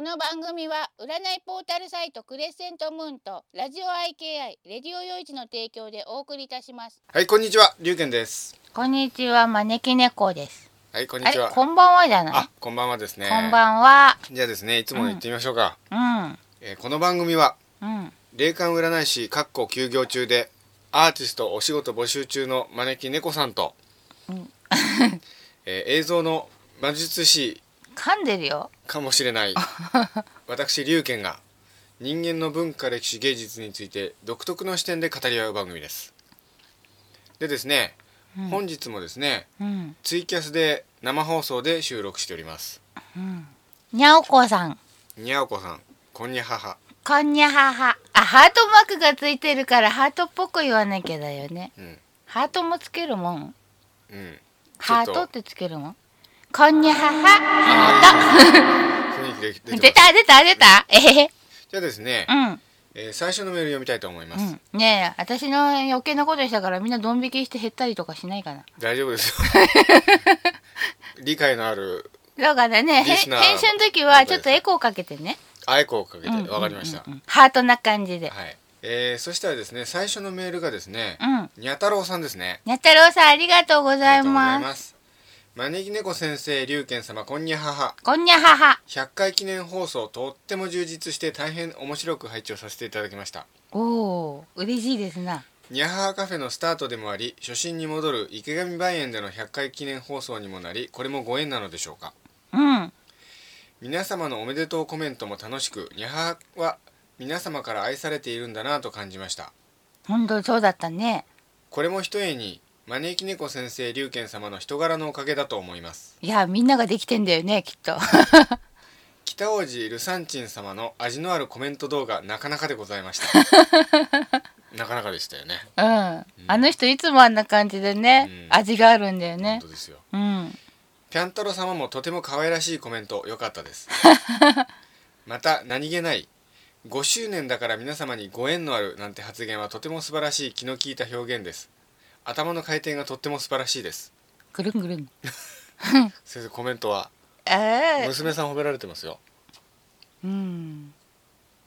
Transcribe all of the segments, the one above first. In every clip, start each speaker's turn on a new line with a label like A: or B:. A: の番組は占いポータルサイトクレッセントムーンとラジオ IKI レディオヨイチの提供でお送りいたします
B: はい、こんにちは、りゅうけんです。
A: こんにちは招き猫です
B: はい、こんに
A: あ
B: ち
A: れ
B: は。
A: こんばんはじゃない
B: あ、こんばんはですね。
A: こんばんは
B: じゃあですね、いつもの言ってみましょうか。
A: う
B: えーこの番組は、
A: んうん
B: 霊感占い師、かっこ休業中で、アーティストお仕事募集中の招き猫さんと、 えー映像の魔術師
A: 噛んでるよ
B: かもしれ ない、私、りゅうけんが、人間の文化、歴史、芸術について独特の視点で語り合う番組です。でですね、本日もですね、
A: うん
B: ツイキャスで生放送で収録しております。
A: にゃおこさん
B: にゃおこさん、こんにゃはは。
A: こんにゃははあハートマークがついてるからハートっぽく言わなきゃだよね
B: うん、
A: ハートもつけるもん
B: うん。
A: ハー
B: ち
A: ト
B: ょ
A: っ
B: って
A: つけるもんこんにゃはは
B: 雰囲気で出て
A: 出
B: ます
A: た出た出たえへへ
B: じゃあですね、
A: うん
B: えー最初のメール読みたいと思います。
A: うん、ねえ私の余計なことしたからみんなドン引きして減ったりとかしないかな
B: 大丈 夫ですよ。理解のある
A: だからねへ
B: リ
A: ん
B: スナー
A: 編集の時はちょっとエコーかけてね
B: あえこをかけて、
A: うん
B: わかりました。
A: うんうんハートな感じで、
B: はい。えー、そしたらですね、最初のメールがですね、
A: うん
B: にゃ太郎さんですね。
A: にゃ太郎さんありがとうござい
B: ありがとうござい
A: ます
B: ます。招き猫先生、龍賢様、こんにゃはは。
A: こんにゃはは
B: 100回記念放送、とっても充実して大変面白く配置をさせていただきました。
A: おお嬉しいですな
B: ニャハハカフェのスタートでもあり初心に戻る池上梅園での100回記念放送にもなりこれもご縁なのでしょうか
A: うん
B: 皆様のおめでとうコメントも楽しくニャハハは皆様から愛されているんだなと感じました
A: 本当そうだったね
B: これもひとえに招き猫先生龍賢様の人柄のおかげだと思います
A: いやみんなができてんだよねきっ と
B: 北王子ルサンチン様の味のあるコメント動画なかなかでございましたなかなかでしたよね
A: うん、あの人いつもあんな感じでね、
B: うん
A: 味があるんだよ
B: 本
A: ね
B: 当ですよ
A: うん
B: ピャン太郎様もとても可愛らしいコメント良かったですまた何気ない5周年だから皆様にご縁のあるなんて発言はとても素晴らしい気の利いた表現です頭の回転がとっても素晴らしいです
A: ぐるんぐるん
B: 先生コメントは
A: ええ
B: 娘さん褒められてますよ
A: うん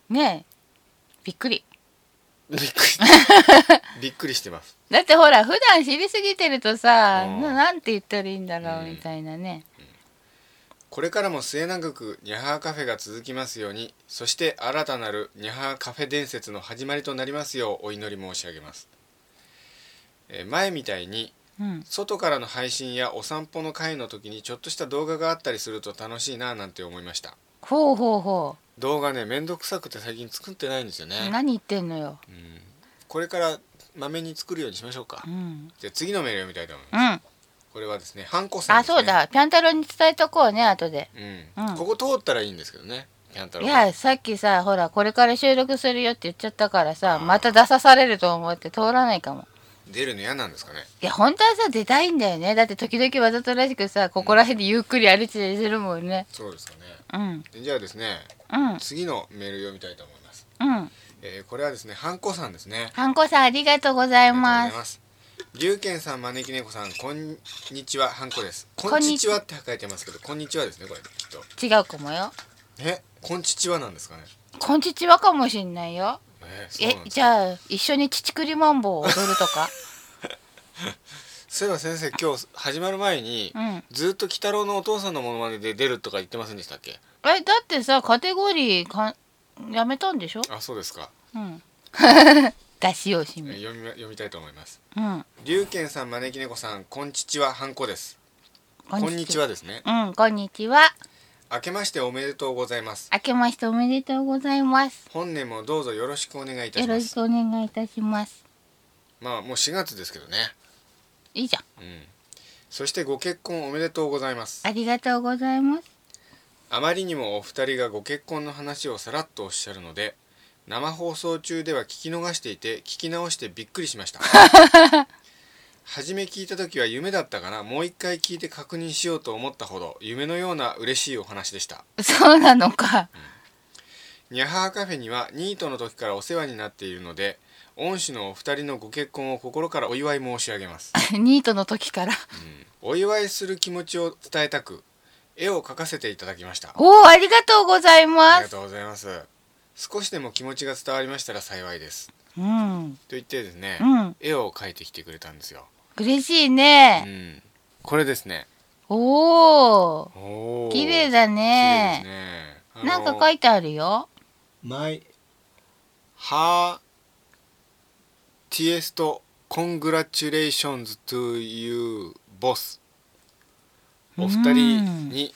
A: ねえびっくり
B: びっくりびっくりしてます
A: だってほら普段知りすぎてるとさ、
B: うん
A: ななんて言ったらいいんだろう
B: うん
A: みたいなね、
B: これからも末永くニャハーカフェが続きますようにそして新たなるニャハーカフェ伝説の始まりとなりますようお祈り申し上げますえー前みたいに
A: うん、
B: 外からの配信やお散歩の会の時にちょっとした動画があったりすると楽しいななんて思いました
A: ほうほうほ
B: 動画ねめんどくさくて最近作ってないんですよね
A: う、何言ってんのよ、
B: うんこれからまめに作るようにしましょうか、
A: うん
B: じゃあ次のメールを見たいと思います
A: うんあ
B: これはですねハンコさんです、ね、
A: そうだピャン太郎に伝えとこうね後で
B: うん、
A: うん
B: ここ通ったらいいんですけどねキャンタロ
A: い
B: ウ
A: やさっきさほらこれから収録するよって言っちゃったからさ
B: あー
A: また出さされると思って通らないかも
B: 出るの嫌なんですかね
A: いや本当はさ出たいんだよねだって時々わざとらしくさここら辺でゆっくり歩いてするもんね
B: そうですかね
A: うん
B: でじゃあですね
A: うん
B: 次のメール読みたいと思います、
A: うん
B: えーこれはですねハンコさんですね
A: ハンコさんありがとうござい
B: ありがとう
A: ま
B: ござい
A: す
B: ます。龍賢さん、招き猫さん、こんにちは、ハンコです。こ
A: こん
B: ん
A: に
B: に
A: ち
B: ちはって書いてますけど、こんにちはですね、これ、きっと。
A: 違うかもよ
B: え、こんちちはなんですかね。
A: こんちちはかもしんないよ
B: えーそう
A: え
B: なんです
A: じゃあ一緒に乳くりマンボウを踊ると か
B: そういえば先生、今日始まる前に、
A: うん
B: ずっと鬼太郎のお父さんのものまねで出るとか言ってませんでしたっけ。
A: えだってさカテゴリーかやめたんでしょ
B: あ、そうですか。
A: うん 出し惜し
B: えー
A: み
B: 読みま、読みたいと思います。
A: うん
B: 龍賢さん、招き猫さん、こんちちは、ハンコです。こんにちはですね。
A: うんこんにちは
B: 明けましておめでとうございます。
A: 明けましておめでとうございます
B: 本年もどうぞよろしくお願いいた
A: よ
B: し
A: ろ
B: ま
A: し
B: す。
A: くお願いいたします
B: まあ、もう4月ですけどね。
A: いいじゃん
B: うん。そしてご結婚おめでとうございます。
A: ありがとうございます
B: あまりにもお二人がご結婚の話をさらっとおっしゃるので生放送中では聞き逃していて聞き直してびっくりしました初め聞いた時は夢だったからもう一回聞いて確認しようと思ったほど夢のような嬉しいお話でした
A: そうなのか
B: ニャハーカフェにはニートの時からお世話になっているので恩師のお二人のご結婚を心からお祝い申し上げます
A: ニートの時から
B: お祝いする気持ちを伝えたく絵を描かせていただきました
A: おーありがとうござい
B: あり
A: ま
B: が
A: す
B: とうございます少しでも気持ちが伝わりましたら幸いです
A: うん
B: と言ってですね、
A: うん
B: 絵を描いてきてくれたんですよ、
A: 嬉しいうね、
B: ん、これですね
A: おお
B: おー
A: 綺麗だ
B: 綺麗です
A: ね
B: ねあの
A: なんか書いてあるよ
B: マイハーティエストコングラチュレーションズトゥユーボスお二人に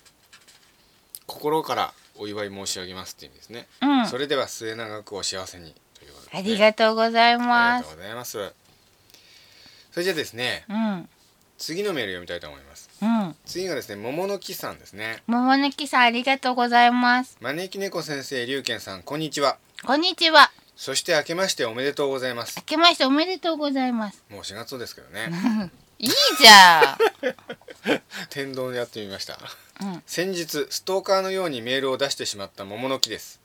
B: 心からお祝い申し上げますって意味ですね、
A: うんあ
B: それでは末永くお幸せにということですね、
A: りがとうござい
B: あり
A: ま
B: がと
A: す
B: うございますそれじゃあですね
A: うん
B: 次のメール読みたいと思います
A: うん
B: 次がですね桃の木さんですね
A: 桃の木さんありがとうございます
B: 招き猫先生龍賢さんこんにちは
A: こんにちは
B: そして明けましておめでとうございます
A: 明けましておめでとうございます
B: もう4月ですけどね
A: いいじゃ
B: 天丼でやってみました
A: んうん
B: 先日ストーカーのようにメールを出してしまった桃の木です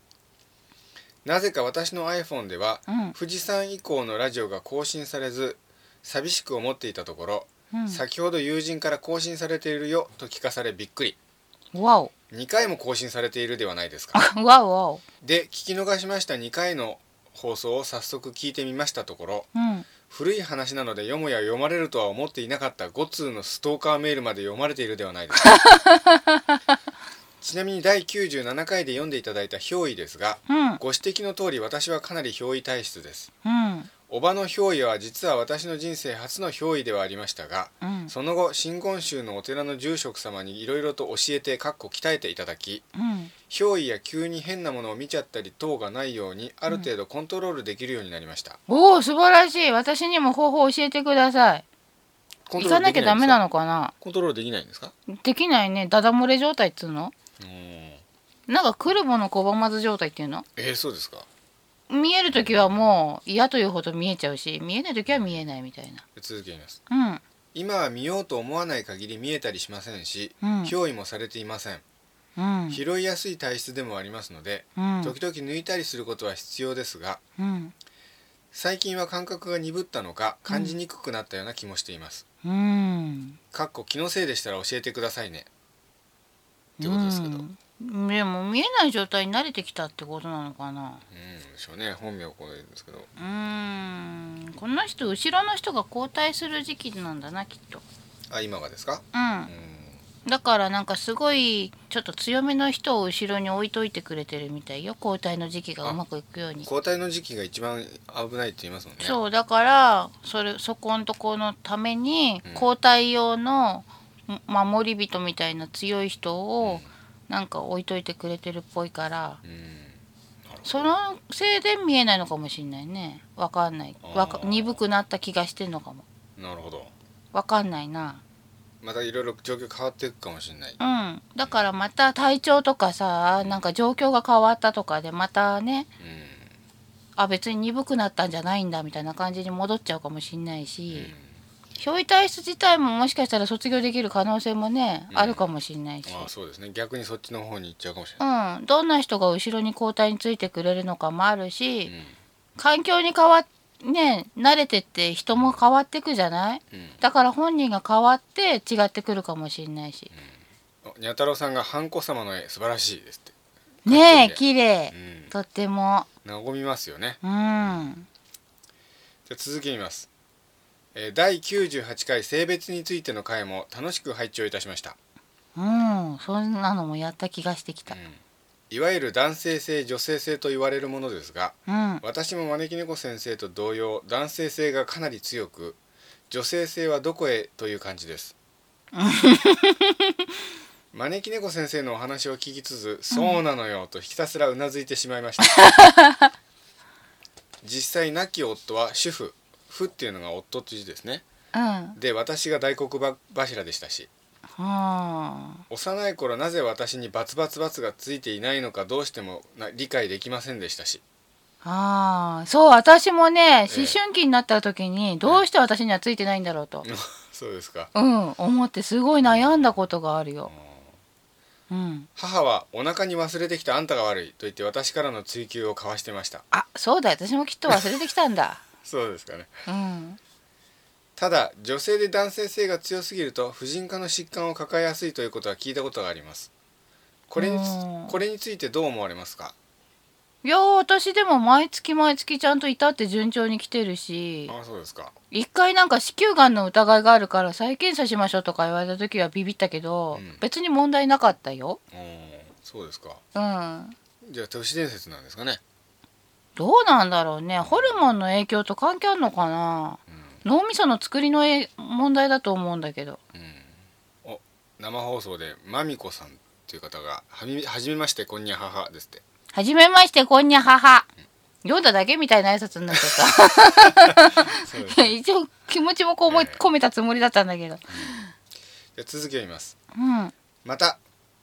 B: なぜか私の iPhone では、
A: うん
B: 富士山以降のラジオが更新されず寂しく思っていたところ、
A: う
B: 先ほど友人から更新されているよと聞かされびっくり
A: んわお
B: 2回も更新されているではないですか
A: わおわお
B: で聞き逃しました2回の放送を早速聞いてみましたところ
A: うん
B: 古い話なのでよもや読まれるとは思っていなかった5通のストーカーメールまで読まれているではないですかちなみに第97回で読んでいただいた憑依ですが
A: うん
B: ご指摘の通り私はかなり憑依体質です
A: うん
B: 叔母の憑依は実は私の人生初の憑依ではありましたが
A: うん
B: その後真言宗のお寺の住職様にいろいろと教えてかっこ鍛えていただき
A: うん
B: 憑依や急に変なものを見ちゃったり等がないようにある程度コントロールできるようになりました、
A: おお素晴らしい私にも方法教えてください
B: コン
A: 行
B: ト
A: か
B: ロール
A: な
B: で
A: きゃ
B: き
A: ダ
B: ないん
A: メ
B: です
A: な
B: か
A: のかな
B: コントロールできないんですか
A: できないねダダ漏れ状態っつうの
B: うん
A: なんか来るもの拒まず状態っていうの
B: えー、そうですか
A: 見える時はもう嫌というほど見えちゃうし見えない時は見えないみたい
B: 続けます
A: な
B: 今は見ようと思わない限り見えたりしませんし、
A: うんうん
B: 憑依もされていませ
A: う
B: ん、
A: ん
B: 拾いやすい体質でもありますので、
A: うん
B: 時々抜いたりすることは必要ですが
A: うん
B: 最近は感覚が鈍ったのか感じにくくなったような気もしています、
A: うん
B: かっこ気のせいでしたら教えてくださいねってことですけど、うん、
A: うんでも見えない状態に慣れてきたってことなのかな
B: でしょうね本名はこれですけど
A: うーんこの人後ろの人が交代する時期なんだなきっと
B: あ今がですか
A: う
B: うん
A: んだからなんかすごいちょっと強めの人を後ろに置いといてくれてるみたいよ交代の時期がうまくいくように
B: 交代の時期が一番危ないって言いますもんね
A: そうだからそれそこんとこのために
B: うん
A: 交代用のん守り人みたいな強い人をなんか置いといてくれてるっぽいから
B: うんなるほど
A: そのせいで見えないのかもしんないねわかんないわか
B: あー
A: 鈍くなった気がしてんのかも
B: なるほど
A: わかんないな
B: またいろいろ状況変わっていくかもしれない
A: うんだからまた体調とかさなんか状況が変わったとかでまたね
B: う
A: あ別に鈍くなったんじゃないんだみたいな感じに戻っちゃうかもしんない
B: ん、
A: し、憑依体質自体ももしかしたら卒業できる可能性もね、
B: うん
A: あるかもしんないし
B: ああそうですね逆にそっちの方に行っちゃうかもしれ
A: う
B: ない、
A: んどんな人が後ろに交代についてくれるのかもあるし、
B: うん
A: 環境に変わっね慣れてって人も変わってくじゃない
B: うん
A: だから本人が変わって違ってくるかもしんないし、
B: あにゃ太郎さんが「ハンコ様の絵素晴らしいです」っ
A: ねえ
B: かっこい
A: 綺麗
B: て、うん、
A: とっても
B: 和みますよね
A: うん。
B: じゃあ続き見ます、えー第98回性別についての回も楽しく拝聴いたしました、
A: うん、そんなのもやった気がしてき
B: う
A: た。
B: ん、いわゆる男性性女性性と言われるものですが
A: うん、
B: 私も招き猫先生と同様男性性がかなり強く女性性はどこへという感じです招き猫先生のお話を聞きつつ「そうなのよ」とひたすらうなずいてしまいました実際亡き夫は主婦「夫」っていうのが夫という字ですね
A: うん、は
B: で私が大黒ば柱でしたし
A: あ、
B: 幼い頃なぜ私にバツバツバツがついていないのかどうしてもな理解できませんでした し
A: ああ、そう、私もね、思春期になった時に、どうして私にはついてないんだろうと。
B: そうですか
A: うん、思ってすごい悩んだことがあるよ。うん、
B: 母はお腹に忘れてきたあんたが悪いと言って私からの追及を交わしてました
A: あ、そうだ、私もきっと忘れてきたんだ。
B: そうですかね
A: うん、
B: ただ女性で男性性が強すぎると婦人科の疾患を抱えやすいということは聞いたことがありますこれにつ
A: うん
B: これについてどう思われますか
A: いやー私でも毎月毎月ちゃんといたって順調に来てるし
B: ああそうですか
A: 一回なんか子宮がんの疑いがあるから再検査しましょうとか言われた時はビビったけど、
B: うん
A: 別に問題なかったよ
B: うんそうですか
A: うん
B: じゃあ都市伝説なんですかね
A: どうなんだろうねホルモンの影響と関係あるのかな脳みその作りのえ問題だと思うんだけど
B: うんお生放送でまみこさんっていう方が「はみはじめましてこんにゃはは」ですって
A: はじめましてこんにゃははヨダだけみたいな挨拶になっちゃっ
B: そうです
A: た 一応気持ちもこう思い
B: ええ
A: 込めたつもりだったんだけど
B: じゃあ続きを見ます
A: うんうん
B: また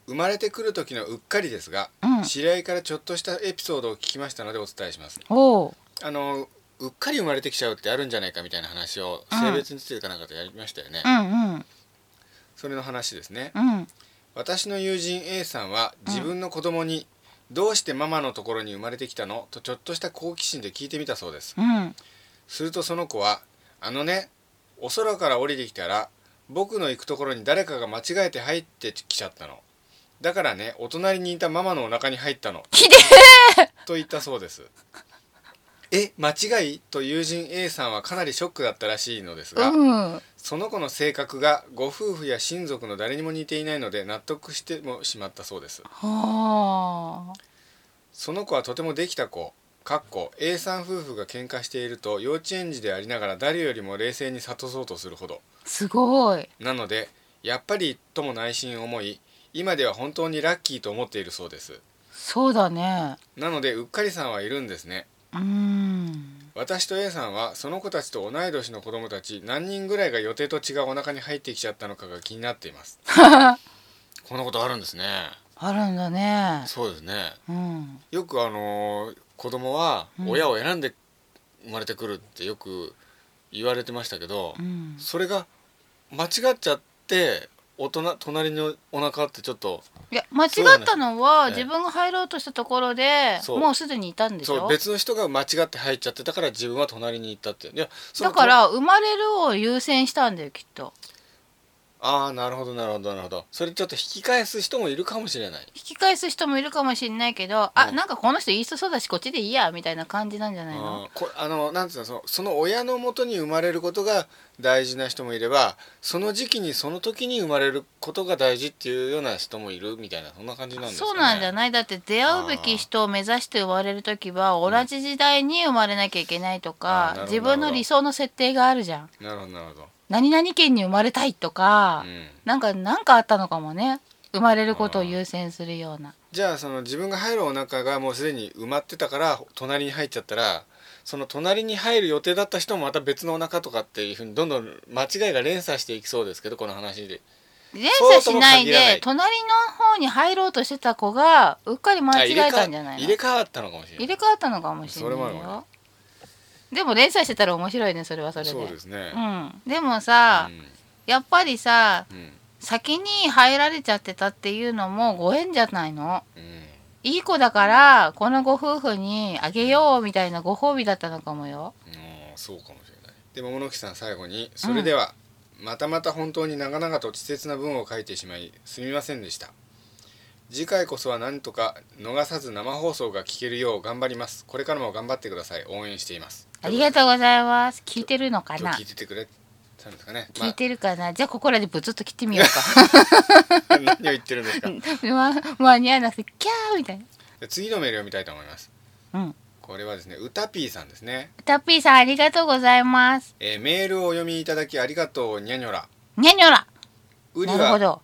B: 生まれてくる時のうっかりですが知り合いからちょっとしたエピソードを聞きましたのでお伝えします
A: おう
B: あのうっかり生まれてきちゃうってあるんじゃないかみたいな話を
A: うん
B: 性別についてかなんかとやりましたよね、
A: うんうん
B: それの話ですね
A: うん
B: 私の友人 A さんは自分の子供に、どうしてママのところに生まれてきたのとちょっとした好奇心で聞いてみたそうです
A: うん
B: するとその子は「あのねお空から降りてきたら僕の行くところに誰かが間違えて入ってきちゃったのだからねお隣にいたママのお腹に入ったの」
A: ひで
B: と言ったそうですえ間違いと友人 A さんはかなりショックだったらしいのです
A: え
B: が、
A: うん
B: その子の性格がご夫婦や親族の誰にも似ていないので納得してもしまったそうです
A: はあ
B: その子はとてもできた子かっこ A さん夫婦が喧嘩していると幼稚園児でありながら誰よりも冷静に諭そうとするほど
A: すごい
B: なのでやっぱりとも内心思い今では本当にラッキーと思っているそうです
A: そうだね
B: なのでうっかりさんはいるんですね
A: うん
B: 私と A さんはその子たちと同い年の子供たち何人ぐらいが予定と違うお腹に入ってきちゃったのかが気になっていますこんなことあるんですね
A: あるんだね
B: そうですね
A: うん
B: よくあのー子供は
A: うん
B: 親を選んで生まれてくるってよく言われてましたけど、
A: うん
B: それが間違っちゃって大人隣のお腹ってちょっと
A: いや間違ったのは、
B: そうなんです
A: 自分が入ろうとしたところで
B: そう
A: もうすでにいたんでし
B: そう
A: ょ
B: 別の人が間違って入っちゃってたから自分は隣に行ったっていやその
A: だから生まれるを優先したんだよきっと
B: ああなるほどなるほどなるほどそれちょっと引き返す人もいるかもしれない
A: 引き返す人もいるかもしれないけど、あ
B: うん
A: なんかこの人言いそうだしこっちでいいやみたいな感じなんじゃないの
B: あーこあのなんていうのそのその親のもとに生まれることが大事な人もいればその時期にその時に生まれることが大事っていうような人もいるみたいなそんな感じなんですかね
A: そうなんじゃ
B: な
A: ないだって出会うべき人を目指して生まれる時は同じ時代に生まれなきゃいけないと
B: あーな
A: か
B: るほど
A: 自分の理想の設定があるじゃん
B: なるほどなるほど、
A: 何々県に生まれたいとか、
B: うん、
A: なんかなんかあったのかもね生まれることを優先するような
B: じゃあその自分が入るお腹がもうすでに埋まってたから隣に入っちゃったらその隣に入る予定だった人もまた別のお腹とかっていうふうにどんどん間違いが連鎖していきそうですけどこの話で
A: 連
B: そう
A: 鎖
B: と
A: し
B: も
A: ない
B: 限らない
A: で隣の方に入ろうとしてた子がうっかり間違えたんじゃな
B: あ
A: いの
B: 入れ替わ入れ替わったのかもしれな
A: 入
B: い
A: れ替わったのかもしれない
B: それもあるわ
A: よでも連載してたら面白いねそれはそれで
B: そうですね、
A: うん、でもさ、やっぱりさ
B: うんうん
A: 先に入られちゃってたっていうのもご縁じゃないの
B: うん
A: いい子だからこのご夫婦にあげようみたいなご褒美だったのかもよ
B: うんそうかもしれないでも物木さん最後に「それでは、またまた本当に長々と稚拙な文を書いてしまいすみませんでした次回こそは何とか逃さず生放送が聞けるよう頑張りますこれからも頑張ってください応援しています
A: ありがとうございます聞いてるのか
B: 今
A: な
B: 日聞いててくれたんですかね、
A: 聞いてるかな、じゃあここらでブツッと切ってみよう か
B: まあ 何を言ってるんですか
A: ま、間に合わなくてキャーみたい
B: で次のメールを見たいと思います
A: なうん
B: これはですねうたぴーさんですね、
A: タッピーさんありがとうございます
B: えーメールをお読みいただきありがとうにゃにょら
A: にゃにょら
B: うり
A: なるほ
B: は
A: ど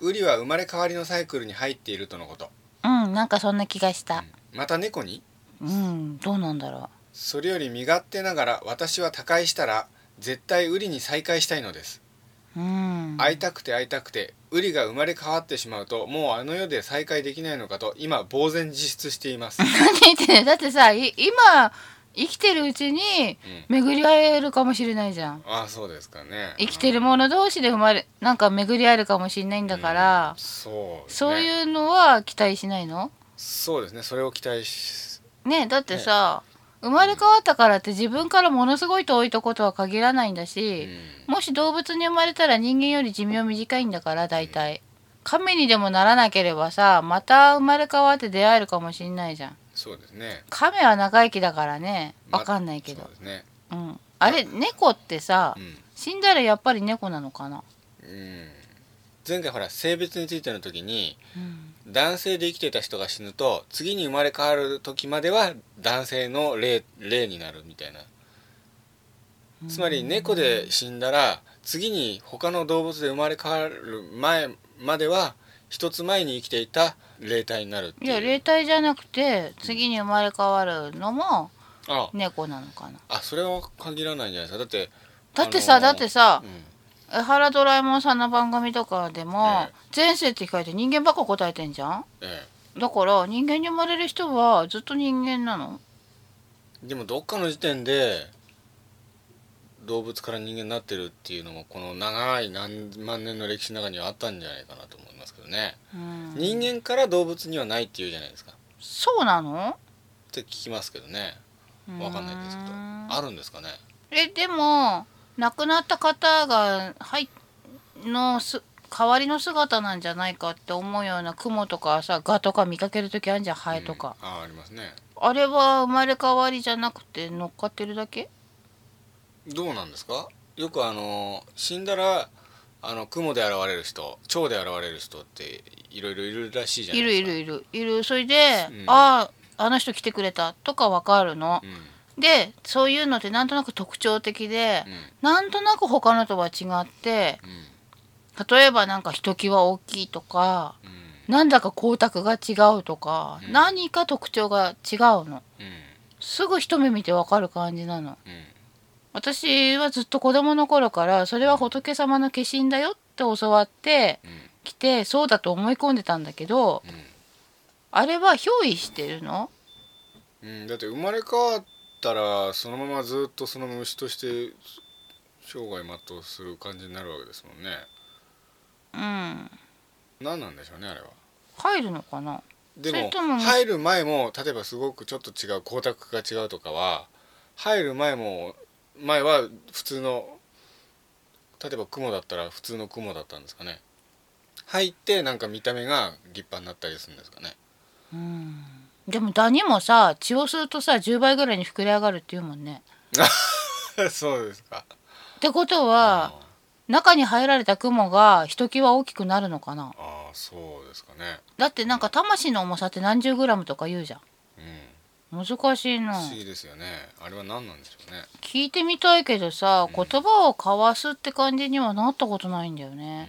B: うりは生まれ変わりのサイクルに入っているとのこと
A: うんなんかそんな気がした
B: また猫に
A: うんどうなんだろ
B: それより身勝手ながら私は他界したら絶対ウリに再会したいのです、
A: ううん
B: 会いたくて会いたくてウリが生まれ変わってしまうともうあの世で再会できないのかと今呆然自失しています
A: 何言ってんのだってさい今生きてるうちに巡り会えるかもしれないじゃん
B: ああそうですかね
A: 生きてる者同士で生まれなんか巡り会えるかもしれないんだから
B: うん、そうですね
A: そういうのは期待しないの
B: そうですねそれを期待し
A: ねだってさ、生まれ変わったからって自分からものすごい遠いとことは限らないんだ
B: う
A: し、
B: ん
A: もし動物に生まれたら人間より寿命短いんだから大体亀にでもならなければさまた生まれ変わって出会えるかもしんないじゃん
B: そうですね
A: 亀は長生きだからね
B: ま
A: わかんないけど
B: そう、ですね
A: うん、あれ猫ってさ
B: うん
A: 死んだらやっぱり猫なのかな、
B: うん前回ほら性別についての時に
A: うん、
B: 男性で生きてた人が死ぬと次に生まれ変わる時までは男性の霊霊になるみたいなつまり猫で死んだら次に他の動物で生まれ変わる前までは一つ前に生きていた霊体になるって
A: い
B: いう
A: や霊体じゃなくて次に生まれ変わるのも
B: あ
A: 猫なのかな
B: あそれは限らないんじゃないですかだって
A: だってさ、
B: あのー
A: だってさ
B: う、ん
A: エハラドラえもんさんの番組とかでも、
B: え
A: 前世って聞かれて人間ばっか答えてんじゃん
B: え
A: だから人間に生まれる人はずっと人間なの
B: えでもどっかの時点で動物から人間になってるっていうのもこの長い何万年の歴史の中にはあったんじゃないかなと思いますけどね、
A: うん
B: 人間から動物にはないっていうじゃないですかっ
A: そうなの
B: て聞きますけどねわかんないですけど
A: うん
B: あるんですかね
A: えでも亡くなった方がはいのす代わりの姿なんじゃないかって思うような雲とかさ蛾とか見かける時あるじゃんハエとか、
B: うんあありますね
A: あれは生まれ変わりじゃなくて乗っかってるだけ
B: どうなんですかよくあの死んだらあの雲で現れる人蝶で現れる人っていろいろいるらしいじゃないい
A: る
B: で
A: い
B: すか
A: るいるいるそれで、
B: うん
A: あああの人来てくれたとかわかるの
B: う、ん
A: でそういうのってなんとなく特徴的で、なんとなく他のとは違って
B: うんうん
A: 例えばなんかひときわ大きいとか
B: うん
A: なんだか光沢が違うとか、
B: うん
A: 何か特徴が違うの
B: う
A: すぐ一目見てわかる感じなの
B: んうん
A: 私はずっと子供の頃からそれは仏様の化身だよって教わって
B: う
A: きてそうだと思い込んでたんだけど
B: ん
A: あれは憑依してるの
B: うんうんだって生まれ変わったらそのままずっとその虫として生涯全うする感じになるわけですもんね
A: うん
B: 何なんでしょうねあれは
A: 入るのかな
B: で
A: そ
B: も
A: れとも
B: 入る前も例えばすごくちょっと違う光沢が違うとかは入る前も前は普通の例えば雲だったら普通の雲だったんですかね入ってなんか見た目が立派になったりするんですかね
A: うんでもダニもさ血を吸うとさ10倍ぐらいに膨れ上がるっていうもんね
B: そうですか
A: ってことは中に入られた雲がひときわ大きくなるのかな
B: ああそうですかね
A: だってなんか魂の重さって何十グラムとか言うじゃん
B: うん
A: 難しいな
B: 不思議ですよねあれは何なんでしょうね
A: 聞いてみたいけどさ
B: うん
A: 言葉を交わすって感じにはなったことないんだよ
B: うん
A: ね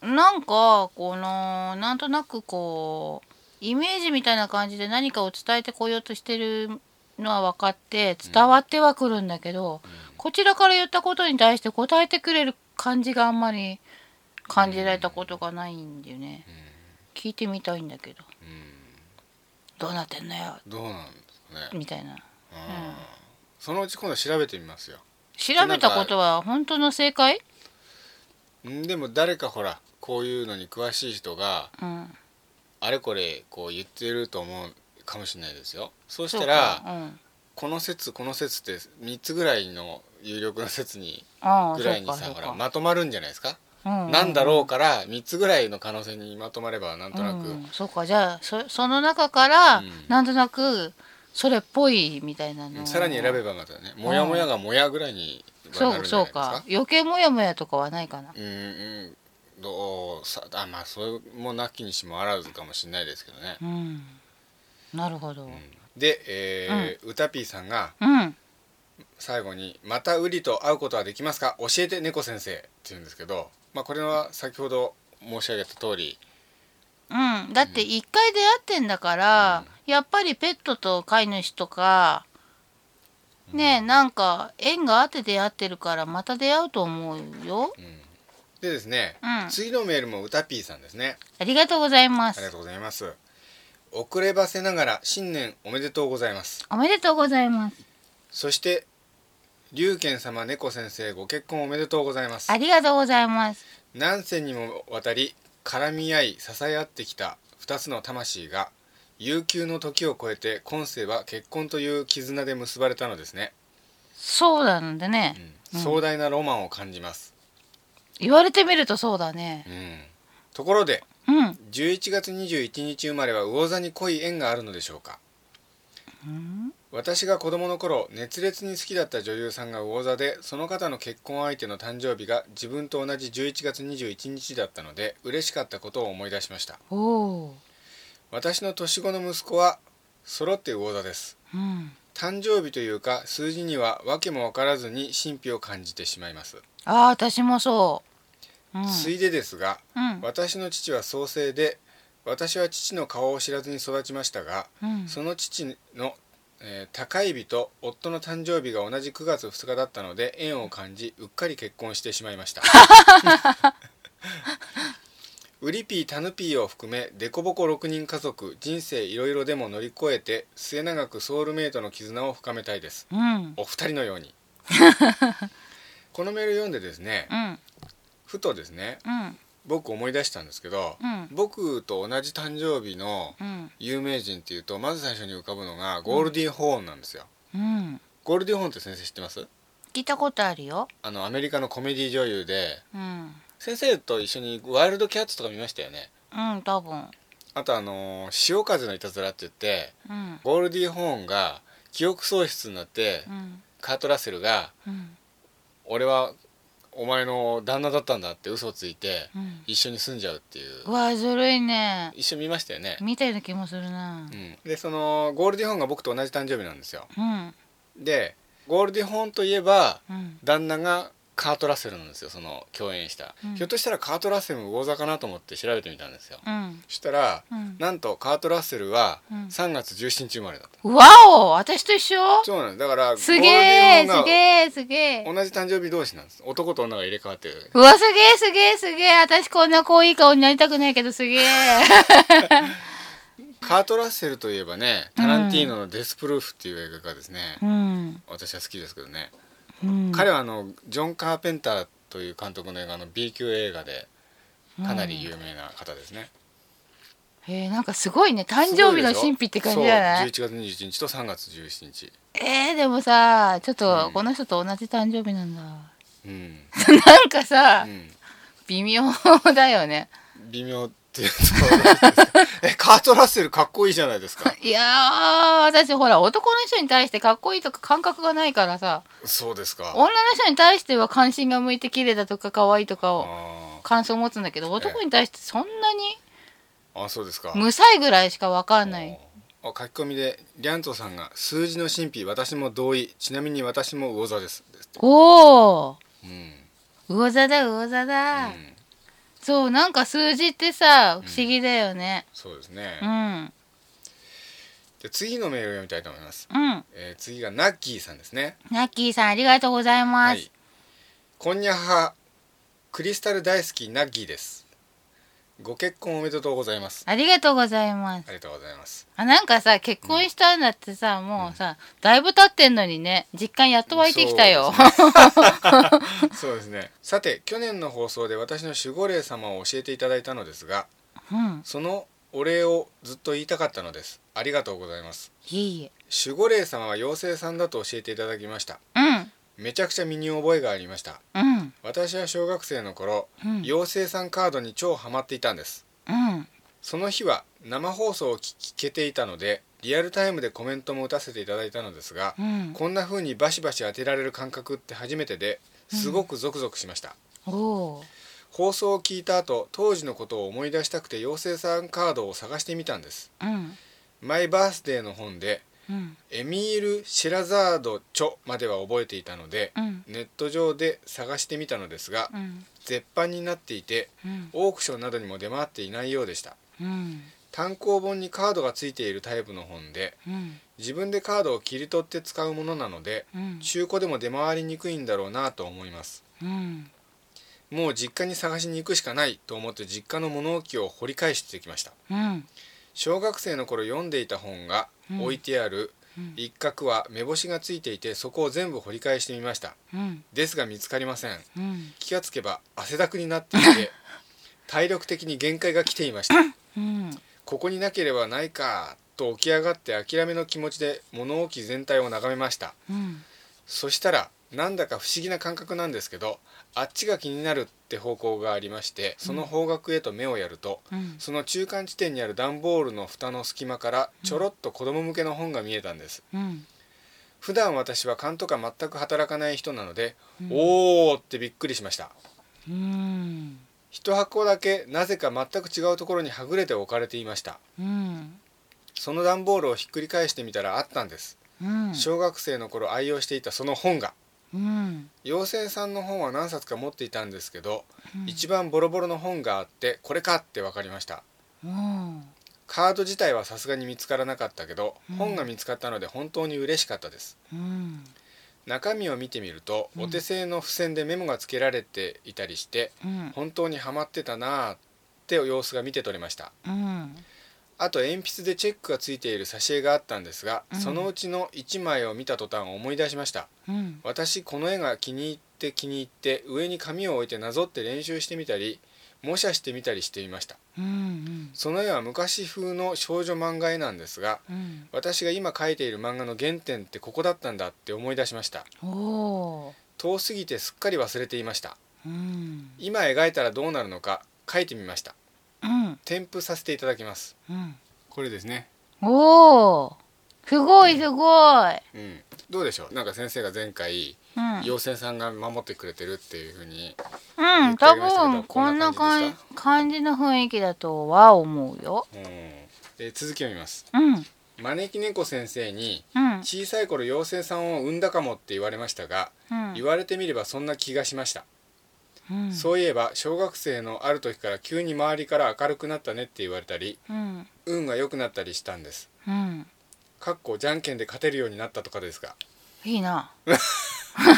A: なんかこのなんとなくこうイメージみたいな感じで何かを伝えてこようとしてるのは分かって伝わってはくるんだけど、こちらから言ったことに対して答えてくれる感じがあんまり感じられたことがないんだよね、聞いてみたいんだけど
B: うんうん
A: どうなってんのよ
B: どうなんですかね
A: みたいな
B: うんそのうち今度調べてみますよ
A: 調べたことは本当の正解
B: うんでも誰かほらこういうのに詳しい人が
A: うん
B: あれこれこう言ってると思うかもしれないですよそうし
A: そ
B: た
A: う
B: ら
A: かうん
B: この説この説って3つぐらいの有力な説に
A: ああ
B: ぐらいに
A: そ
B: さ
A: う
B: ほ
A: からそう
B: まとまるんじゃないですか、
A: かうん
B: なんだろうから3つぐらいの可能性にまとまればなんとなく、
A: うんそうかじゃあそその中から、
B: うん
A: なんとなくそれっぽいみたいなのを
B: さらに選べばまたねモヤモヤがモヤぐらいにはな
A: そ
B: る
A: うん
B: じゃ
A: そ
B: ないうですか
A: か余計モヤモヤとかはないかな
B: うんうんどうさあまあそれもなきにしもあらずかもしれないですけどね、
A: うんなるほど
B: うんで、えーうたぴーさんが
A: うん
B: 最後に「またウリと会うことはできますか教えて猫先生」って言うんですけど、まあ、これは先ほど申し上げた通り
A: うん、だって一回出会ってんだから、やっぱりペットと飼い主とかねえなんか縁があって出会ってるからまた出会うと思うよ。
B: でですね、
A: うん
B: 次のメールもうたぴーさんですね
A: ありがとうございま
B: ありが
A: す。
B: とうございます遅ればせながら新年おめでとうございます
A: おめでとうございます。
B: そして龍賢様猫先生ご結婚おめでとうございます
A: ありがとうございます。
B: 何世にもわたり絡み合い支え合ってきた2つの魂が悠久の時を超えて今世は結婚という絆で結ばれたのですね、
A: そうなんだね、
B: うん、壮大なロマンを感じます、
A: 言われてみるとそうだね
B: うん、ところで
A: うん
B: 11月21日生まれは魚座に濃い縁があるのでしょうか私が子供の頃熱烈に好きだった女優さんが魚座でその方の結婚相手の誕生日が自分と同じ11月21日だったので嬉しかったことを思い出しました
A: おお
B: 私の年子の息子は揃って魚座です
A: うん
B: 誕生日というか数字には訳も分からずに神秘を感じてしまいます、
A: ああ私もそううん
B: ついでですが
A: うん
B: 私の父は創生で私は父の顔を知らずに育ちましたが
A: うん
B: その父の、えー高い日と夫の誕生日が同じ9月2日だったので縁を感じうっかり結婚してしまいました ウリピータヌピーを含めデコボコ6人家族人生いろいろでも乗り越えて末永くソウルメイトの絆を深めたいです
A: うん
B: お二人のようにこのメール読んでですね
A: うん
B: ふとですね
A: うん
B: 僕思い出したんですけど、
A: うん
B: 僕と同じ誕生日の
A: うん
B: 有名人っていうとまず最初に浮かぶのがゴールディ・ホーンなんですよ、
A: うん
B: ゴールディ・ホーンって先生知ってます
A: 聞いたことあるよ
B: あのアメリカのコメディ女優で
A: うん
B: 先生と一緒にワイルドキャッツとか見ましたよね
A: うん多分
B: あとあのー潮風のいたずら」って言って
A: うん
B: ゴールディ・ホーンが記憶喪失になって
A: うん
B: カート・ラッセルが
A: うん
B: 「俺はお前の旦那だったんだ」って嘘をついて
A: うん
B: 一緒に住んじゃうっていう
A: うわずるいね
B: 一緒に見ましたよね、
A: みたいな気もするな
B: うん、でそのゴールディ・ホーンが僕と同じ誕生日なんですよ
A: うん
B: でゴールディ・ホーンといえば
A: うん
B: 旦那がカート・ラッセルなんですよその共演した、
A: うん
B: ひょっとしたらカート・ラッセルも魚座かなと思って調べてみたんですよ
A: うん
B: そしたら
A: うん
B: なんとカート・ラッセルは
A: うん
B: 3月17日生まれだと、
A: うわお私と一緒
B: そうなんですだから
A: すげえ
B: ゴー
A: す
B: ル
A: げ
B: デ
A: えすげ
B: ィ・
A: え
B: ホーンが同じ誕生日同士なんです男と女が入れ替わって る
A: うわすげえすげえすげえ私こんな濃い顔になりたくないけどすげえ
B: カート・ラッセルといえばねタランティーノの「デスプルーフ」っていう映画がですね、
A: うん、
B: 私は好きですけどね、
A: うん、
B: 彼はあのジョン・カーペンターという監督の映画の B 級映画でかなり有名な方ですね、
A: えー、なんかすごいね誕生日の神秘って感じじゃない
B: そう11月21日と3月17日
A: えー、でもさちょっ
B: う
A: と
B: ん
A: この人と同じ誕生日なんだ、
B: うん、
A: なんかさ、
B: うん
A: 微妙だよね
B: 微妙っていうとえカート・ラッセルかっこいいじゃないで すか
A: いやー私ほら男の人に対してかっこいいとか感覚がないからさ
B: そうですか
A: 女の人に対しては関心が向いて綺麗だとか可愛いとかを
B: あ
A: 感想を持つんだけど男に対してそんなに
B: ーあそうですか
A: 無才ぐらいしかわかんない
B: あ書き込みでリャントさんが「数字の神秘私も同意ちなみに私も魚座です」ですって
A: おお
B: うん、
A: 魚座だ魚座
B: う
A: だ、
B: ん、
A: そうなんか数字ってさ不思議だよね
B: そうですね、
A: うん
B: で次のメールを読みたいと思います、
A: うん
B: えー次がナッキーさんですね
A: ナッキーさんありがとうございます、
B: はい、こんにゃはクリスタル大好きナッギーですご結婚おめでとうございます
A: ありがとうございます
B: ありがとうございます
A: あなんかさ結婚したんだってさ、もうさだいぶ経ってんのにね実感やっと湧いてきたよ
B: そうですねさて去年の放送で私の守護霊様を教えていただいたのですが
A: うん
B: そのお礼をずっと言いたかったのですありがとうございます
A: いえいえ
B: 守護霊様は妖精さんだと教えていただきました
A: うん
B: めちゃくちゃ身に覚えがありました
A: うん
B: 私は小学生の頃、
A: うん
B: 妖精さんカードに超ハマっていたんです
A: うん
B: その日は生放送を聞聞けていたのでリアルタイムでコメントも打たせていただいたのですが、
A: うん
B: こんな風にバシバシ当てられる感覚って初めてですごくゾクゾクしました、
A: おお
B: 放送を聞いた後当時のことを思い出したくて妖精さんカードを探してみたんです
A: ーうん
B: マイバースデーの本で
A: うん
B: エミール・シェラザード著までは覚えていたので、
A: うん
B: ネット上で探してみたのですが、
A: うん
B: 絶版になっていて
A: うん
B: オークションなどにも出回っていないようでした
A: うん
B: 単行本にカードがついているタイプの本で
A: うん
B: 自分でカードを切り取って使うものなので
A: うん
B: 中古でも出回りにくいんだろうなと思います
A: うん
B: もう実家に探しに行くしかないと思って実家の物置を掘り返してきました
A: うん
B: 小学生の頃読んでいた本が
A: うん
B: 置いてある
A: うん
B: 一角は目星がついていてそこを全部掘り返してみました
A: うん
B: ですが見つかりません
A: うん
B: 気がつけば汗だくになってい て体力的に限界が来ていました
A: うん
B: ここになければないかと起き上がって諦めの気持ちで物置全体を眺めました
A: うん
B: そしたらなんだか不思議な感覚なんですけどあっちが気になるって方向がありましてその方角へと目をやると、
A: うん
B: その中間地点にある段ボールの蓋の隙間からちょろっと子供向けの本が見えたんです
A: うん
B: 普段私は勘とか全く働かない人なので、おーってびっくりしました
A: うん
B: 一箱だけなぜか全く違うところにはぐれて置かれていました
A: うん
B: その段ボールをひっくり返してみたらあったんです、
A: うん
B: 小学生の頃愛用していたその本が
A: うん
B: 妖精さんの本は何冊か持っていたんですけど、一番ボロボロの本があってこれかって分かりました
A: うん
B: カード自体はさすがに見つからなかったけど、
A: うん
B: 本が見つかったので本当に嬉しかったです
A: うん
B: 中身を見てみると、
A: うん
B: お手製の付箋でメモがつけられていたりして
A: うん
B: 本当にハマってたなあって様子が見て取れました
A: うん
B: あと鉛筆でチェックがついている挿絵があったんですが、
A: うん
B: そのうちの1枚を見た途端思い出しました
A: うん
B: 私この絵が気に入って気に入って上に紙を置いてなぞって練習してみたり模写してみたりしていました
A: うん
B: その絵は昔風の少女漫画絵なんですが
A: うん
B: 私が今描いている漫画の原点ってここだったんだって思い出しました
A: おー
B: 遠すぎてすっかり忘れていました
A: うん
B: 今描いたらどうなるのか描いてみました
A: うん
B: 添付させていただきます
A: うん
B: これですね
A: おおすごいすごい
B: うんどうでしょうなんか先生が前回
A: うん
B: 妖精さんが守ってくれてるっていうふうに
A: うん、多分こんな感じ感じの雰囲気だとは思うよ。
B: うんで続きを見ます
A: うん、
B: 招き猫先生に
A: うん、
B: 小さい頃妖精さんを産んだかもって言われましたが
A: うん、
B: 言われてみればそんな気がしました
A: うん、
B: そういえば小学生のある時から急に周りから明るくなったねって言われたり
A: うん、
B: 運が良くなったりしたんです
A: うん、
B: かっこじゃんけんで勝てるようになったとか ですが
A: いいな。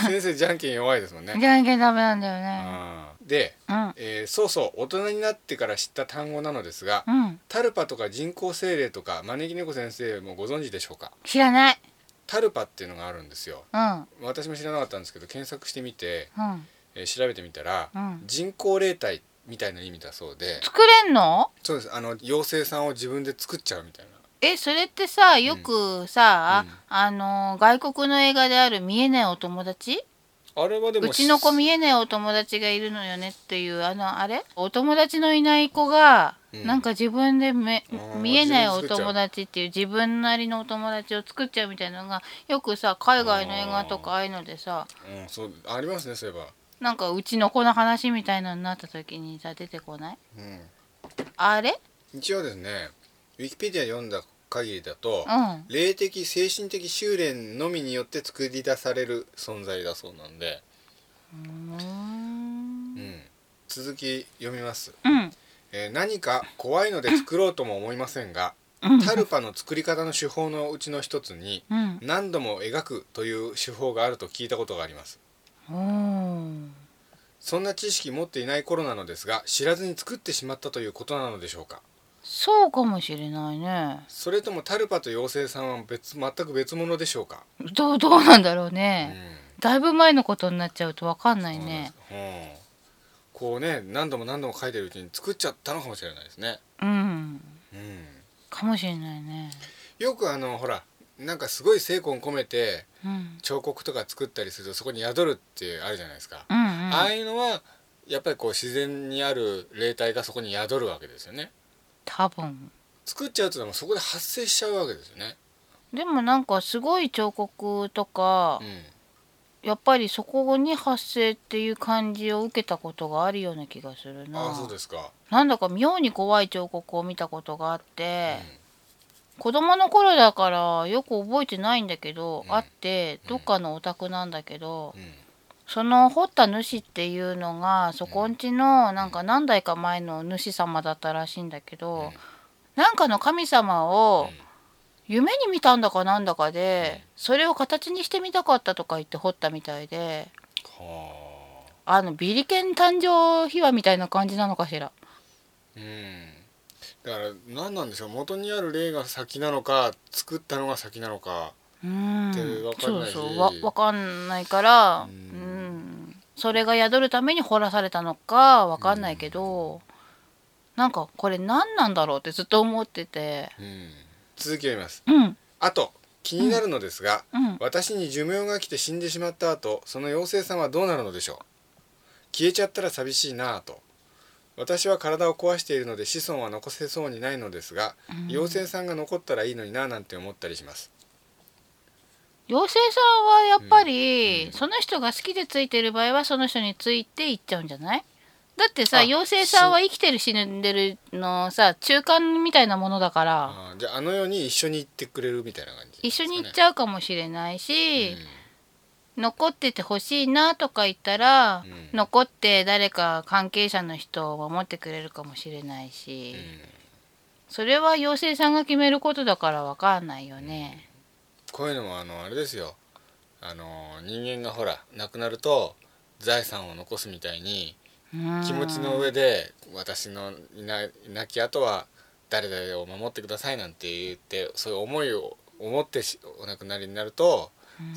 B: 先生じゃんけん弱いですもんね
A: じゃんけんダメなんだよね。
B: あーで、
A: うん、
B: えーそうそう大人になってから知った単語なのですが
A: うん、
B: タルパとか人工精霊とか招き猫先生もご存知でしょうか
A: 知らない。
B: タルパっていうのがあるんですよ
A: うん、
B: 私も知らなかったんですけど検索してみて、
A: うん、
B: えー調べてみたら、
A: うん
B: 人工霊体みたいな意味だそうで
A: 作れんの？
B: そうですあの妖精さんを自分で作っちゃうみたいな
A: え、それってさ、よくさ、
B: うん
A: あの外国の映画である見えないお友達？
B: あれはでも
A: うちの子見えないお友達がいるのよねっていうあのあれお友達のいない子が、
B: うん
A: なんか自分でめ
B: あー
A: 見えない
B: 自
A: お
B: 分で作っちゃう
A: 友達っていう自分なりのお友達を作っちゃうみたいなのがよくさ海外の映画とかああいうのでさ
B: うん、そうありますねそういえば、
A: なんかうちの子の話みたいなのになった時にさ出てこない
B: うん、
A: あれ
B: 一応ですねウィキペディア読んだ限りだと、
A: うん
B: 霊的精神的修練のみによって作り出される存在だそうなんで、
A: うーん
B: うん、続き読みます、
A: うん
B: えー何か怖いので作ろうとも思いませんがタルパの作り方の手法のうちの一つに
A: うん
B: 何度も描くという手法があると聞いたことがあります
A: おー
B: そんな知識持っていない頃なのですが知らずに作ってしまったということなのでしょうか
A: そうかもしれないね
B: それともタルパと妖精さんは別全く別物でしょうか、
A: どうどうなんだろう
B: う
A: ね、だいぶ前のことになっちゃうとわかんないね
B: うんこうね何度も何度も書いてるうちに作っちゃったのかもしれないですね、
A: うん
B: うん、
A: かもしれないね
B: よくあのほらなんかすごい精魂込めて
A: うん
B: 彫刻とか作ったりするとそこに宿るってあるじゃないですか、
A: うんうん
B: ああいうのはやっぱりこう自然にある霊体がそこに宿るわけですよね
A: 多分
B: 作っちゃうというのはそこで発生しちゃうわけですよね、
A: でもなんかすごい彫刻とか
B: う、ん、
A: やっぱりそこに発生っていう感じを受けたことがあるような気がするな
B: ああそうですか、
A: なんだか妙に怖い彫刻を見たことがあって、
B: うん
A: 子供の頃だからよく覚えてないんだけど、
B: うん
A: あって
B: うん
A: どっかのお宅なんだけど、
B: うん
A: その掘った主っていうのがそこんちのなんか何代か前の主様だったらしいんだけど、
B: うん
A: なんかの神様
B: う
A: を
B: ん
A: 夢に見たんだかなんだかで
B: うん
A: それを形にしてみたかったとか言って掘ったみたいで
B: はあ
A: あのビリケン誕生秘話みたいな感じなのかしら
B: うんだから何なんでしょう元にある霊が先なのか作ったのが先なのか
A: うーん
B: でわかん
A: そ
B: な
A: う
B: いし
A: そうわわかんないから
B: う
A: うんんそれが宿るために掘らされたのかわかんないけどなんかこれ何なんだろうってずっと思ってて
B: うん続きを読みます
A: うん
B: あと気になるのですが、
A: うん
B: 私に寿命が来て死んでしまった後その妖精さんはどうなるのでしょう消えちゃったら寂しいなぁと私は体を壊しているので子孫は残せそうにないのですが、妖精さんが残ったらいいのになぁなんて思ったりします
A: 妖精さんはやっぱり、その人が好きでついてる場合はその人についていっちゃうんじゃないだってさ
B: あ
A: 妖精さんは生きてる死んでるのさ中間みたいなものだから
B: あーじゃああの世に一緒に行ってくれるみたいな感じ
A: 一緒に行っち
B: ゃ
A: ゃうかもしれないし、
B: う
A: 残っててほしいなとか言ったら、
B: うん
A: 残って誰か関係者の人を守ってくれるかもしれないし、
B: んうん
A: それは妖精さんが決めることだからわかんないよね。
B: こういうのもあのあれですよあの人間がほら亡くなると財産を残すみたいに
A: うん
B: 気持ちの上で私のいない亡き後は誰々を守ってくださいなんて言ってそういう思いを思ってしお亡くなりになると、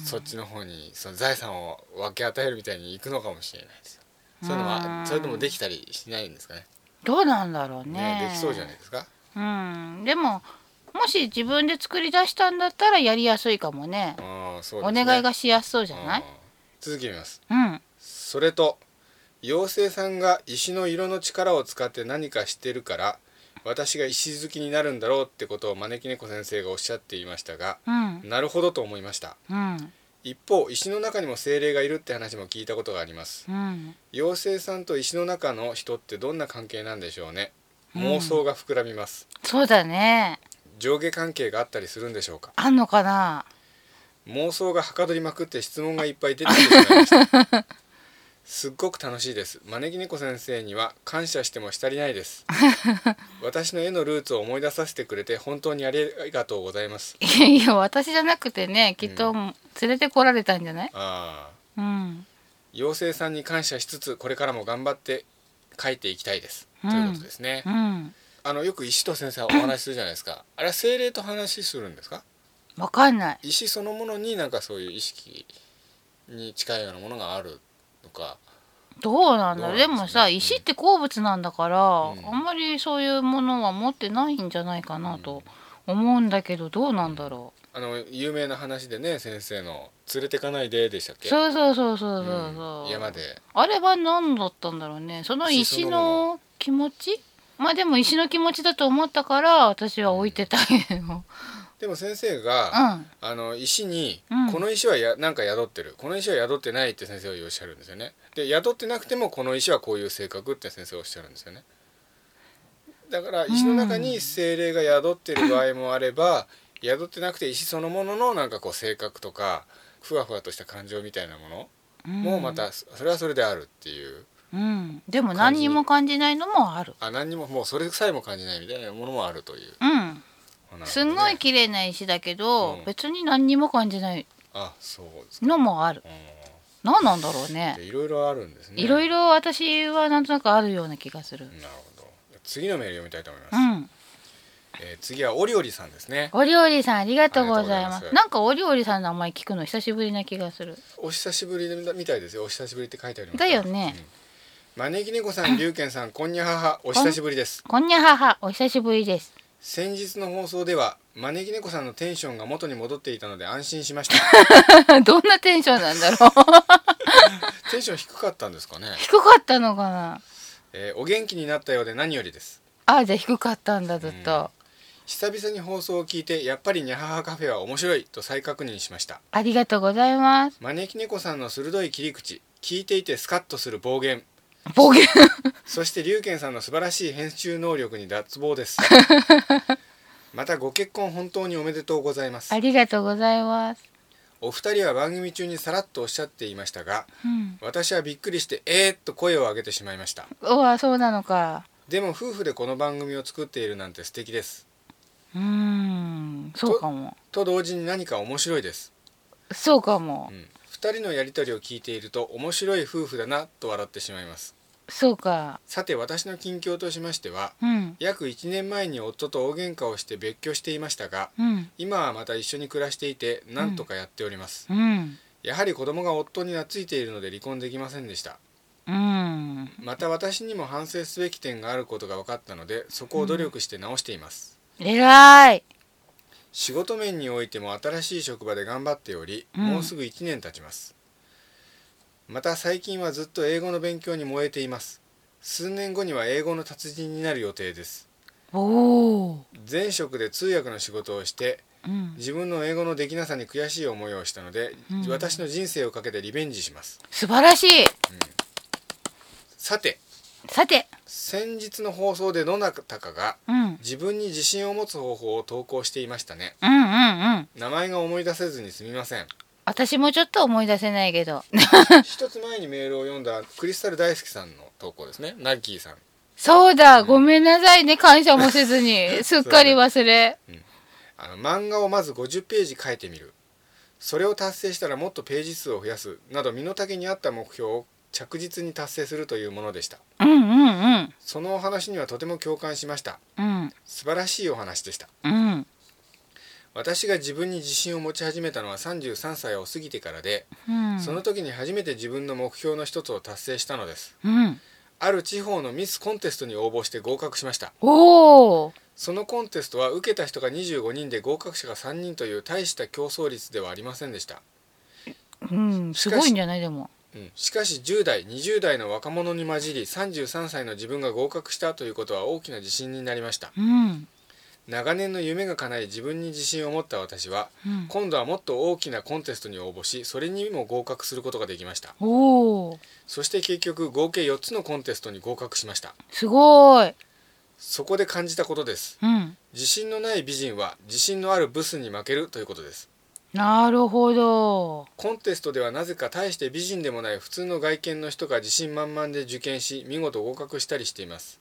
B: そっちの方にその財産を分け与えるみたいに行くのかもしれないですよ。そういうのは、
A: うん
B: それでもできたりしないんですかね。
A: どうなんだろうね
B: ねできそうじゃないですか。
A: うん、でももし自分で作り出したんだったらやりやすいかもね
B: ああそう
A: お願いがしやすそうじゃない
B: うん続き見ます。
A: うん
B: それと妖精さんが石の色の力を使って何かしてるから私が石好きになるんだろうってことを招き猫先生がおっしゃっていましたが
A: うん
B: なるほどと思いました
A: うん
B: 一方石の中にも精霊がいるって話も聞いたことがあります
A: うん
B: 妖精さんと石の中の人ってどんな関係なんでしょうね
A: うん
B: 妄想が膨らみます、
A: そうだね
B: 上下関係があったりするんでしょうか
A: あんのかな
B: 妄想がはかどりまくって質問がいっぱい出てきてしまいましたすっごく楽しいです招き猫先生には感謝してもしたりないです私の絵のルーツを思い出させてくれて本当にありがとうございます
A: いやいや私じゃなくてねきっと
B: う
A: 連れてこられたんじゃない
B: あ
A: う
B: あ
A: ん
B: 妖精さんに感謝しつつこれからも頑張って描いていきたいです、
A: うん
B: ということですね
A: うん
B: あのよく石と先生はお話しするじゃないですかあれは精霊と話しするんですか
A: わかんない
B: 石そのものになんかそういう意識に近いようなものがあるのか
A: どうなんだろう
B: ど
A: で
B: うなんですかね
A: もさ石って鉱物なんだから、
B: ん
A: あんまりそういうものは持ってないんじゃないかなと思うんだけどどうなんだろ
B: あの有名な話でね先生の「連れてかないで」でしたっ
A: う
B: け
A: そうそうそうそうそうそう、
B: うん山で
A: あれは何だったんだろうねその石の気持ちまあでも石の気持ちだと思ったから私は置いてたけど
B: でも先生が、
A: うん
B: あの石に、
A: うん
B: この石はやなんか宿ってるこの石は宿ってない」って先生はおっしゃるんですよねで宿ってなくてもこの石はこういう性格って先生はおっしゃるんですよねだから石の中に精霊が宿ってる場合もあれば、宿ってなくて石そのもののなんかこう性格とかふわふわとした感情みたいなもの
A: うん
B: もまたそそれはそれであるっていう
A: うんでも何にも感じないのもある
B: あ何にももうそれさえも感じないみたいなものもあるという
A: うん
B: なるほどね
A: すんごい綺麗な石だけど、
B: うん
A: 別に何にも感じない
B: あそうですか
A: のもある
B: う
A: 何なんだろうん
B: で
A: ね
B: いろいろあるんですね
A: いろいろ私はなんとなくあるような気がする
B: なるほど次のメール読みたいと思います、
A: うん
B: えー次はオリオリさんですね
A: お料理さんありがとうござい
B: ありがとうござい
A: ま
B: ますす
A: なんかお料理さんの名前聞くの久しぶりな気がする
B: お久しぶりみたいですよお久しぶりって書いてあります
A: だよね
B: うん招き猫さん龍賢さんこんにゃははお久しぶりです
A: こんにゃははお久しぶり です
B: 先日の放送では招き猫さんのテンションが元に戻っていたので安心しまし た
A: どんなテンションなんだろう
B: テンション低かったんですかね、
A: 低かったのかな
B: えーお元気になったようで何よりです
A: あじゃあ低かったんだずっと、
B: 久々に放送を聞いてやっぱりにゃははカフェは面白いと再確認しました
A: ありがとうございます
B: 招き猫さんの鋭い切り口聞いていてスカッとする暴言
A: 暴言
B: そして龍賢さんの素晴らしい編集能力に脱帽ですまたご結婚本当におめでとうございます
A: ありがとうございます
B: お二人は番組中にさらっとおっしゃっていましたが
A: うん
B: 私はびっくりしてえーっと声を上げてしまいました
A: うわそうなのか
B: でも夫婦でこの番組を作っているなんて素敵です
A: うーんそうかも
B: と同時に何か面白いです、
A: そうかも
B: うん、二人のやりとりを聞いていると面白い夫婦だなと笑ってしまいます
A: そうか
B: さて私の近況としましては
A: うん
B: 約1年前に夫と大喧嘩をして別居していましたが
A: うん
B: 今はまた一緒に暮らしていて何とかやっております、
A: うん
B: やはり子供が夫に懐いているので離婚できませんでした
A: うん
B: また私にも反省すべき点があることが分かったのでそこを努力して直しています、
A: 偉い
B: 仕事面においても新しい職場で頑張っており、
A: うん
B: もうすぐ1年経ちますまた最近はずっと英語の勉強に燃えています数年後には英語の達人になる予定です
A: おお、
B: 前職で通訳の仕事をして
A: うん、
B: 自分の英語のできなさに悔しい思いをしたので、
A: うん
B: 私の人生をかけてリベンジします
A: 素晴らしい
B: さて
A: さて
B: 先日の放送でどなたかが
A: うんうん
B: 自分に自信を持つ方法を投稿していましたね
A: うんうん
B: 名前が思い出せずにすみません
A: 私もちょっと思い出せないけど
B: 一つ前にメールを読んだクリスタル大好きさんの投稿ですねナッキーさん
A: そうだごめんなさいね感謝もせず にすっかり忘れ
B: あの漫画をまず50ページ書いてみるそれを達成したらもっとページ数を増やすなど身の丈に合った目標を着実に達成するというものでした
A: うんうんうん
B: そのお話にはとても共感しました
A: うん
B: 素晴らしいお話でした
A: うん
B: 私が自分に自信を持ち始めたのは33歳を過ぎてからで、
A: うん
B: その時に初めて自分の目標の一つを達成したのです
A: うん
B: ある地方のミスコンテストに応募して合格しました
A: おお
B: そのコンテストは受けた人が25人で合格者が3人という大した競争率ではありませんでした、
A: うんすごいんじゃないでも
B: うん、しかし10代20代の若者に混じり33歳の自分が合格したということは大きな自信になりました
A: うん
B: 長年の夢が叶い自分に自信を持った私は
A: うん
B: 今度はもっと大きなコンテストに応募しそれにも合格することができました
A: おお
B: そして結局合計4つのコンテストに合格しました
A: すごい
B: そこで感じたことです
A: うん
B: 自信のない美人は自信のあるブスに負けるということです
A: なるほど
B: コンテストではなぜか大して美人でもない普通の外見の人が自信満々で受験し見事合格したりしています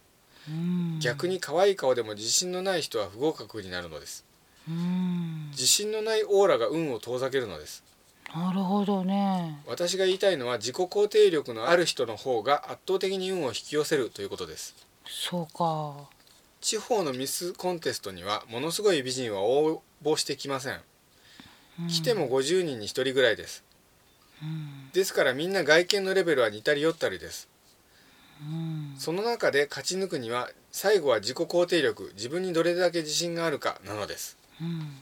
A: うん
B: 逆に可愛い顔でも自信のない人は不合格になるのです
A: うん
B: 自信のないオーラが運を遠ざけるのです
A: なるほどね
B: 私が言いたいのは自己肯定力のある人の方が圧倒的に運を引き寄せるということです
A: そうか
B: 地方のミスコンテストにはものすごい美人は応募してきません
A: うん
B: 来ても50人に1人ぐらいですですからみんな外見のレベルは似たり寄ったりです
A: うん
B: その中で勝ち抜くには最後は自己肯定力自分にどれだけ自信があるかなのです
A: うん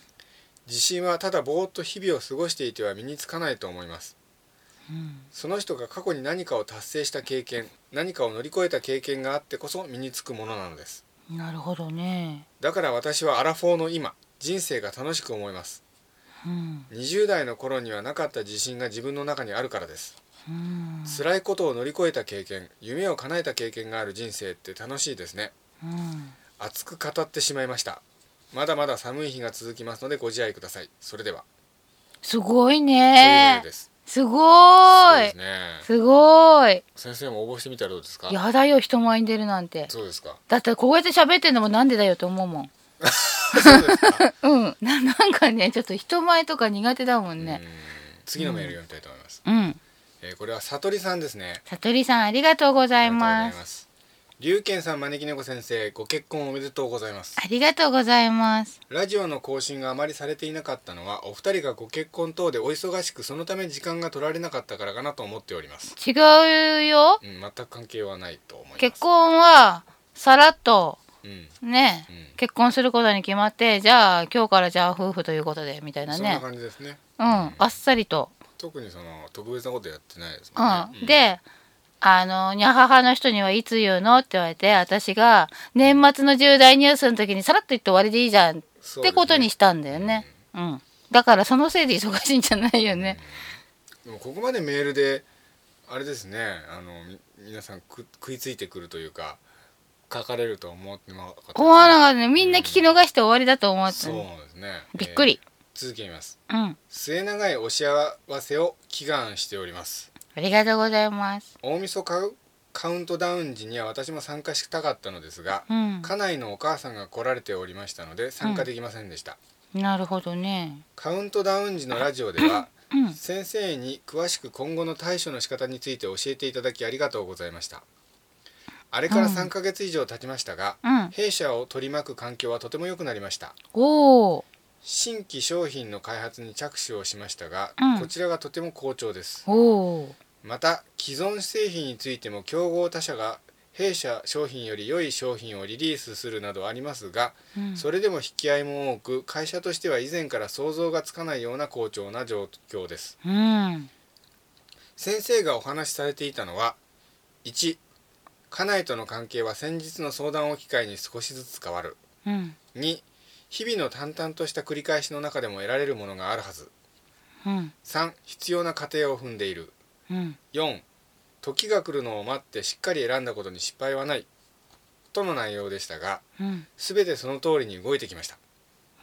B: 自信はただぼーっと日々を過ごしていては身につかないと思います
A: うん
B: その人が過去に何かを達成した経験何かを乗り越えた経験があってこそ身につくものなのです
A: なるほどね。
B: だから私はアラフォーの今人生が楽しく思います
A: うん。
B: 20代の頃にはなかった自信が自分の中にあるからです
A: うん。
B: 辛いことを乗り越えた経験夢を叶えた経験がある人生って楽しいですね
A: うん。
B: 熱く語ってしまいましたまだまだ寒い日が続きますのでご自愛くださいそれでは
A: すごい
B: というメー
A: ね
B: ル。です
A: すご
B: そうで
A: ーい
B: す。ね
A: すごーい。
B: 先生も応募してみたらどうですか
A: やだよ、人前に出るなんて。
B: そうですか
A: だって、こうやって喋ってんのもなんでだよと思うもん。
B: そうですか
A: うん。な、なんかね、ちょっと人前とか苦手だもん
B: う
A: ね
B: ん。次のメール読みたいと思います、
A: うん。
B: えーこれはさとりさんですね
A: さとりさん、ありがとうござ
B: あ
A: います。
B: す龍賢さん招き猫先生ご結婚おめでとうございます
A: ありがとうございます。
B: ラジオの更新があまりされていなかったのはお二人がご結婚等でお忙しくそのため時間が取られなかったからかなと思っております、
A: 違うよ。
B: うん、全く関係はないと思います
A: 結婚は、さらっと、
B: うん
A: ね、
B: うん
A: 結婚することに決まって、じゃあ、今日からじゃあ夫婦ということで、みたいな
B: そん
A: ね
B: な。感じですね
A: うん、あっさりと。
B: 特にその特別なことやってないです
A: う
B: もんね、
A: ん。で、あの、にゃははの人にはいつ言うのって言われて、私が年末の重大ニュースの時にさらっと言って終わりでいいじゃんっ
B: そうですね
A: てことにしたんだよね。うん。だからそのせいで忙しいんじゃないよね。
B: でもここまでメールであれですねあのみ皆さんく食いついてくるというか書かれるとは思ってなかったですね
A: 思わなかったね。みんな聞き逃して終わりだと思った
B: そう
A: ね。
B: ですね
A: びっくり
B: えー続けます
A: うん。
B: 末永いお幸せを祈願しております
A: ありがとうございます。
B: 大晦日カウントダウン時には私も参加したかったのですが、
A: うん。
B: 家内のお母さんが来られておりましたので参加できませんでした、
A: なるほどね。
B: カウントダウン時のラジオで は
A: うん。
B: 先生に詳しく今後の対処の仕方について教えていただきありがとうございましたあれから3ヶ月以上経ちましたが、
A: うん。
B: 弊社を取り巻く環境はとても良くなりました
A: おお。
B: 新規商品の開発に着手をしましたが、
A: うん
B: こちらがとても好調です
A: おお。
B: また既存製品についても競合他社が弊社商品より良い商品をリリースするなどありますが、
A: うん
B: それでも引き合いも多く会社としては以前から想像がつかないような好調な状況です
A: うん
B: 先生がお話しされていたのは1家内との関係は先日の相談を機会に少しずつ変わる
A: うん
B: 2日々の淡々とした繰り返しの中でも得られるものがあるはず
A: うん
B: 3必要な過程を踏んでいる
A: うん
B: 4時が来るのを待ってしっかり選んだことに失敗はないとの内容でしたが
A: うん
B: 全てその通りに動いてきました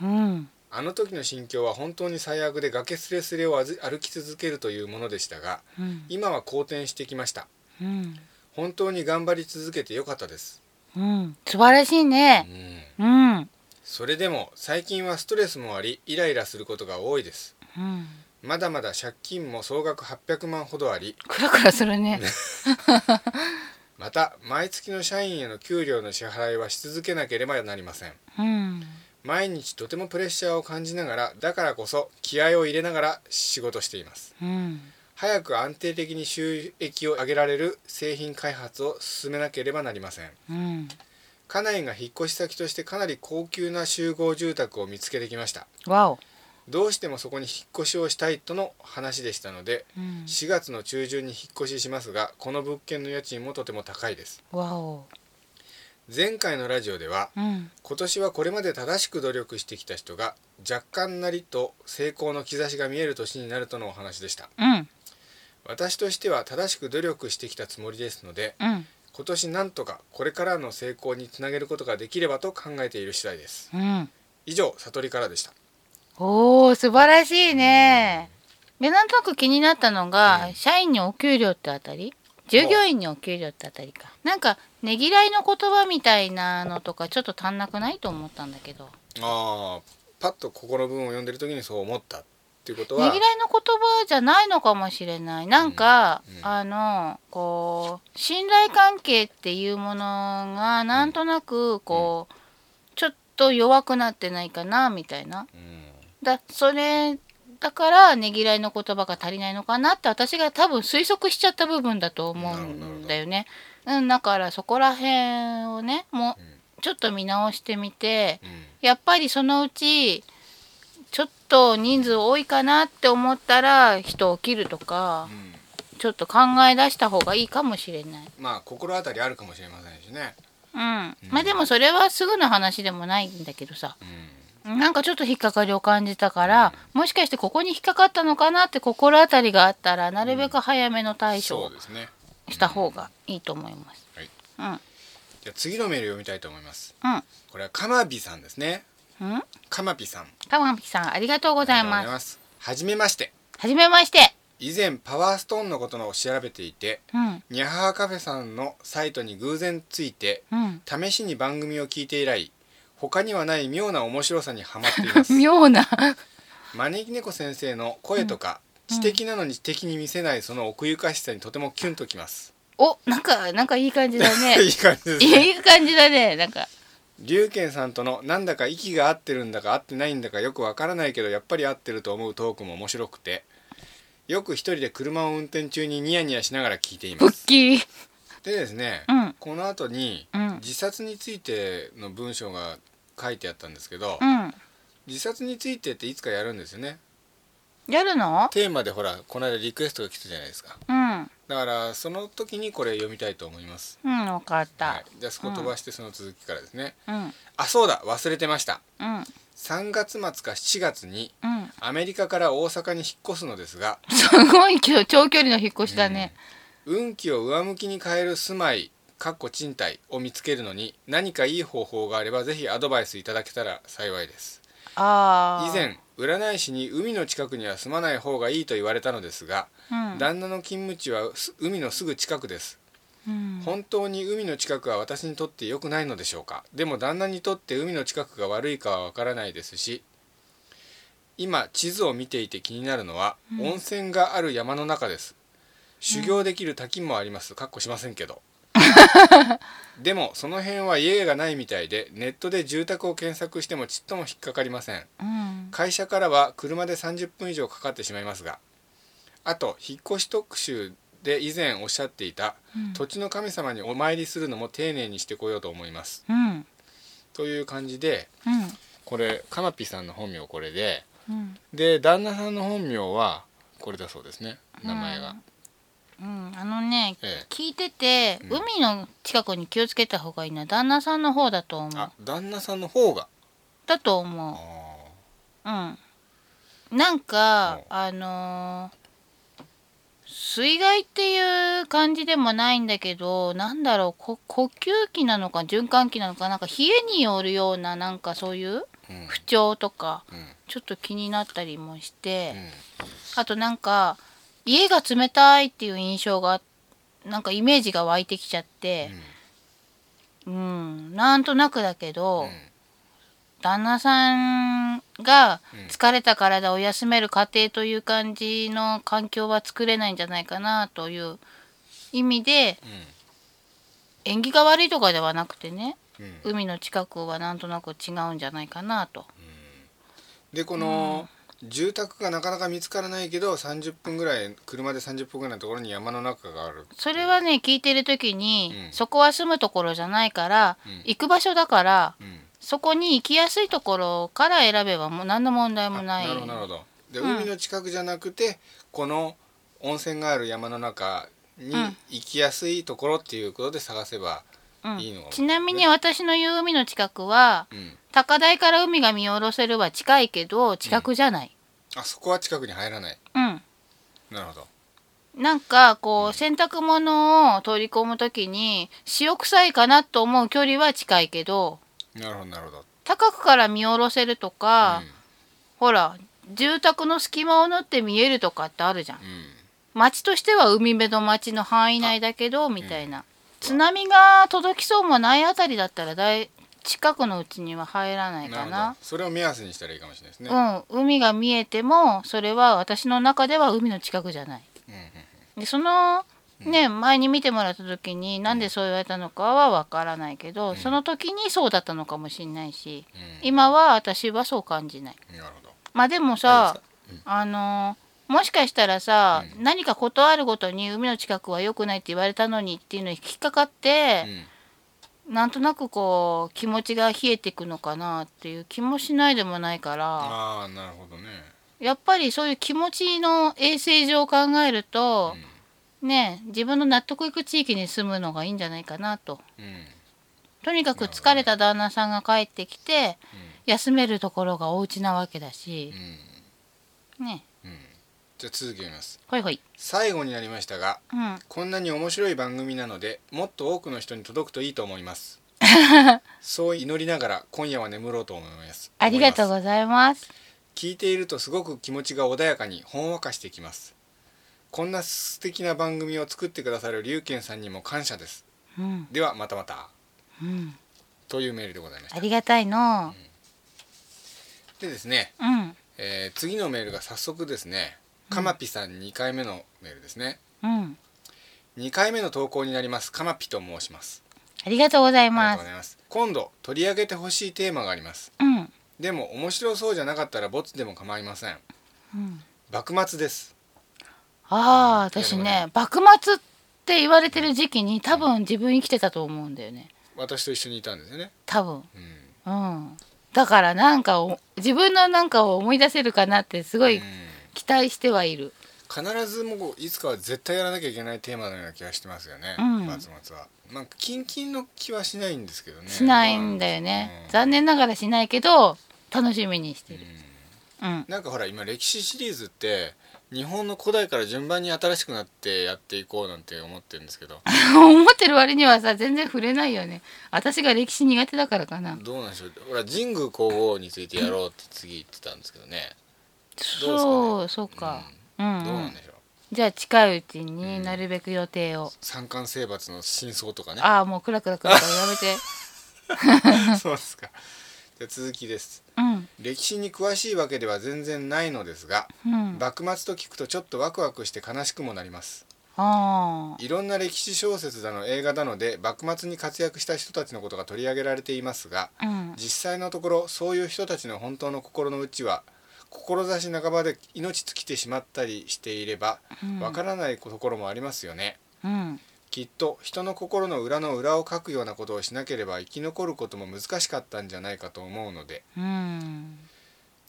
A: うん
B: あの時の心境は本当に最悪で崖すれすれを歩歩き続けるというものでしたが
A: うん
B: 今は好転してきました
A: うん
B: 本当に頑張り続けてよかったです
A: うん素晴らしいうね
B: ん
A: うんうん
B: それでも最近はストレスもありイライラすることが多いですまだまだ借金も総額800万ほどあり
A: クラクラするね
B: また毎月の社員への給料の支払いはし続けなければなりません
A: うん
B: 毎日とてもプレッシャーを感じながらだからこそ気合を入れながら仕事しています
A: うん
B: 早く安定的に収益を上げられる製品開発を進めなければなりません
A: うん
B: 家内が引っ越し先としてかなり高級な集合住宅を見つけてきました
A: わお
B: どうしてもそこに引っ越しをしたいとの話でしたので
A: うん
B: 4月の中旬に引っ越ししますがこの物件の家賃もとても高いです
A: わお
B: 前回のラジオでは
A: うん
B: 今年はこれまで正しく努力してきた人が若干なりと成功の兆しが見える年になるとのお話でした
A: うん
B: 私としては正しく努力してきたつもりですので
A: うん
B: 今年なんとかこれからの成功につなげることができればと考えている次第です
A: うん
B: 以上悟りからでした
A: おー素晴らしいねでなんとなく気になったのが、
B: うん
A: 社員にお給料ってあたり従業員にお給料ってあたりかなんかねぎらいの言葉みたいなのとかちょっと足んなくないと思ったんだけどね
B: ああパッとここの文を読んでる時にそう思ったっていうこと
A: ぎら
B: は
A: の
B: い
A: 言葉じゃないのかもしれないなんか、
B: うんうん
A: あのこう信頼関係っていうものがなんとなくこう、ちょっと弱くなってないかなみたいな
B: うん
A: だそれだからねぎらいの言葉が足りないのかなって私が多分推測しちゃった部分だと思うんだよね。うん、だからそこら辺をねも
B: うん
A: うちょっと見直してみて
B: うん
A: やっぱりそのうちちょっと人数多いかなって思ったら人を切るとか
B: うん
A: ちょっと考え出した方がいいかもしれない。
B: まあ心当たりあるかもしれませんしね
A: うん、まあでもそれはすぐの話でもないんだけどさ。
B: うん
A: なんかちょっと引っかかりを感じたから、もしかしてここに引っかかったのかなって心当たりがあったらなるべく早めの対処
B: そう
A: を
B: ですね
A: した方がいいと思います。
B: はい
A: うん、
B: じゃあ次のメール読みたいと思います
A: うん、
B: これはカマビさんですね
A: うん、
B: カマピさんありがと
A: かまきさんありがとうご
B: うご
A: ざいます。
B: すはじめまして
A: はじめまして。
B: 以前パワーストーンのことを調べていて
A: うん、
B: ニャハハカフェさんのサイトに偶然ついて
A: うん、
B: 試しに番組を聞いて以来他にはない妙な面白さにはまっています
A: 妙な。
B: 招き猫先生の声とか、知的なのに知的に見せないその奥ゆかしさにとてもキュンときます、
A: お、なんか、なんかいい感じだ
B: い
A: ね。
B: い感じです ね
A: いい感じだね、なんか。
B: 龍賢さんとのなんだか息が合ってるんだか合ってないんだかよくわからないけどやっぱり合ってると思うトークも面白くてよく一人で車を運転中にニヤニヤしながら聞いてい
A: ぶ
B: ま
A: っ
B: す
A: きり。
B: でですね、
A: うん
B: この後に
A: うん
B: 自殺についての文章が書いてあったんですけど、
A: うん。
B: 自殺についてっていつかやるんですよね
A: やるの
B: テーマでほらこの間リクエストが来たじゃないですか
A: うん。うん、
B: だからその時にこれ読みたいと思います、
A: わかっ
B: は
A: た
B: い。、じゃあそこ飛ばしてその続きからですね、
A: うん、
B: あそうだ忘れてました
A: うん、
B: 3月末か7月に
A: うん。
B: アメリカから大阪に引っ越すのですが
A: すごい今日長距離の引っ越しだね。
B: 運気を上向きに変える住まいかっこ賃貸を見つけるのに何かいい方法があればぜひアドバイスいただけたら幸いです
A: ああ。
B: 以前占い師に海の近くには住まない方がいいと言われたのですが、
A: うん
B: 旦那の勤務地はす海のすぐ近くです
A: うん
B: 本当に海の近くは私にとって良くないのでしょうかでも旦那にとって海の近くが悪いかはわからないですし今地図を見ていて気になるのは、温泉がある山の中です修行できる滝もありますかっこしませんけどでもその辺は家がないみたいでネットで住宅を検索してもちっとも引っかかりません
A: うん
B: 会社からは車で30分以上かかってしまいますがあと引っ越し特集で以前おっしゃっていた、
A: うん
B: 土地の神様にお参りするのも丁寧にしてこようと思います
A: うん
B: という感じで
A: うん
B: これカナピさんの本名これで
A: うん
B: で旦那さんの本名はこれだそうですね名前が、
A: うんあのね
B: ええ
A: 聞いてて、
B: うん
A: 海の近くに気をつけた方がいいな旦那さんの方だと思う
B: あ旦那さんの方が
A: だと
B: あ
A: 思
B: ー
A: ううんなんか
B: お
A: あのー水害っていう感じでもないんだけどなんだろうこ呼吸器なのか循環器なのかなんか冷えによるようななんかそういう
B: うん
A: 不調とか
B: うん
A: ちょっと気になったりもし
B: う
A: て、
B: ん
A: あとなんか家が冷たいっていう印象がなんかイメージが湧いてきちゃってうん、なんとなくだけ
B: う
A: ど、
B: んうん
A: 旦那さんが疲れた体を休める過程という感じの環境は作れないんじゃないかなという意味で縁起が悪いとかではなくてね
B: うんうん
A: 海の近くはなんとなく違うんじゃないかなと。
B: でこの住宅がなかなか見つからないけど30分ぐらい車で30分ぐらいのところに山の中がある
A: それはね聞いてる時に、
B: うん
A: そこは住むところじゃないから、
B: うん
A: 行く場所だから
B: うん
A: そこに行きやすいところから選べばもう何の問題も
B: あ
A: ない
B: るほどなるほどで、
A: うん
B: 海の近くじゃなくてこの温泉がある山の中に
A: うん
B: 行きやすいところっていうことで探せば
A: うん
B: いいのかも
A: ちなみに私の言う海の近くは
B: うん
A: 高台から海が見下ろせるは近いけど近くじゃない、
B: あそこは近くに入らない
A: うん
B: なるほど
A: なんかこう洗濯物を取り込む時に塩臭いかなと思う距離は近いけど
B: なるほどなるほど
A: 高くから見下ろせるとか、ほら住宅の隙間を縫って見えるとかってあるじゃん
B: うん、うん
A: 町としては海辺の町の範囲内だけどみたいな、津波が届きそうもないあたりだったらだい近くのうちには入らない
B: な
A: か
B: る
A: な
B: ほどそれを目安にしたらいいかもしれないですね、
A: うん海が見えてもそれは私の中では海の近くじゃない
B: うんうん
A: でそのね前に見てもらった時になんでそう言われたのかはわからないけど、その時にそうだったのかもしれないし
B: うん
A: 今は私はそう感じない
B: なるほど
A: まあでも
B: 大
A: さ
B: 丈夫です
A: あのーもしかしたらさ、何かことあるごとに海の近くは良くないって言われたのにっていうのに引っかかっ
B: か
A: て、
B: うん
A: なんとなくこう気持ちが冷えていくのかなっていう気もしないでもないから
B: ああなるほどね
A: やっぱりそういう気持ちの衛生上考えると、ね自分の納得いく地域に住むのがいいんじゃないかなと。
B: うんうん
A: とにかく疲れた旦那さんが帰ってきて休めるところがお家なわけだし
B: うん、
A: ね
B: うんうん、じゃあ続きます
A: ほいほい。
B: 最後になりましたが
A: うん
B: こんなに面白い番組なのでもっと多くの人に届くといいと思います そう祈りながら今夜は眠ろうと思います
A: ありがとう
B: 思いま
A: ございます。
B: す聞いているとすごく気持ちが穏やかにほんわかしてきますこんな素敵な番組を作ってくださる龍賢さんにも感謝です
A: うん、
B: ではまたまた
A: うん、
B: というメールでございまし
A: あ
B: た
A: りがたいの。
B: でですね、
A: うん、
B: えー次のメールが早速ですねかまぴさん2回目のメールですね
A: うん、
B: 2回目の投稿になりますかまぴと申します
A: ありがとうござい
B: ありが
A: ま
B: とうご
A: す
B: ざ。います今度取り上げてほしいテーマがあります
A: うん、
B: でも面白そうじゃなかったらボツでも構いません
A: うん、
B: 幕末です
A: ああ、
B: いや
A: 私
B: でも
A: ね、幕末って言われてる時期に、多分自分生きてたと思うんだよね。
B: 私と一緒にいたんですよね
A: 多分、
B: うん
A: うん、だから、なんかを、自分のなんかを思い出せるかなって、すごい期待してはいる。
B: 必ずもういつかは絶対やらなきゃいけないテーマのような気がしてますよね、
A: うん
B: 幕末はまあキンキンの気はしないんですけどね
A: しないんだよね。
B: うん
A: 残念ながらしないけど、楽しみにしてる。うん、
B: なんかほら今歴史シリーズって日本の古代から順番に新しくなってやっていこうなんて思ってるんですけど
A: 思ってる割にはさ、全然触れないよね。私が歴史苦手だからかな。
B: どうなんでしょうほら神宮皇后についてやろうって次言ってたんですけどね、どうですかね
A: そう、そうか。うん、うん
B: どうなんでしょう
A: じゃあ近いうちになるべく予定を、
B: 三冠征伐の真相とかね
A: ああもうクラクラクラクラやめて
B: そうですか。じゃあ続きです。
A: うん
B: 歴史に詳しいわけでは全然ないのですが、
A: うん
B: 幕末と聞くとちょっとワクワクして悲しくもなります。
A: ああ
B: いろんな歴史小説だの映画だので幕末に活躍した人たちのことが取り上げられていますが、
A: うん
B: 実際のところそういう人たちの本当の心の内は志半ばで命尽きてしまったりしていれば
A: うん
B: わからないところもありますよね、
A: うん
B: きっと人の心の裏の裏をかくようなことをしなければ生き残ることも難しかったんじゃないかと思うので
A: うん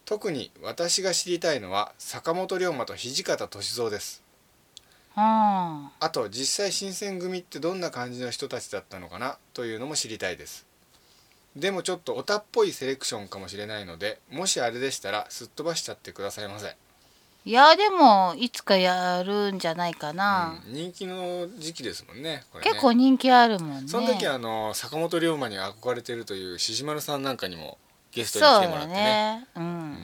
B: 特に私が知りたいのは坂本龍馬と土方歳三です
A: あ
B: あと実際新選組ってどんな感じの人たちだったのかなというのも知りたいですでもちょっとオタっぽいセレクションかもしれないのでもしあれでしたらすっ飛ばしちゃってくださいませ、
A: いやでもいつかやるんじゃないかな、
B: うん人気の時期ですもんねこれね
A: 結構人気あるもんね
B: その時、あの坂本龍馬に憧れてるという獅子丸さんなんかにもゲスト
A: そう
B: に来てもらっ
A: だ
B: てね
A: ねうん、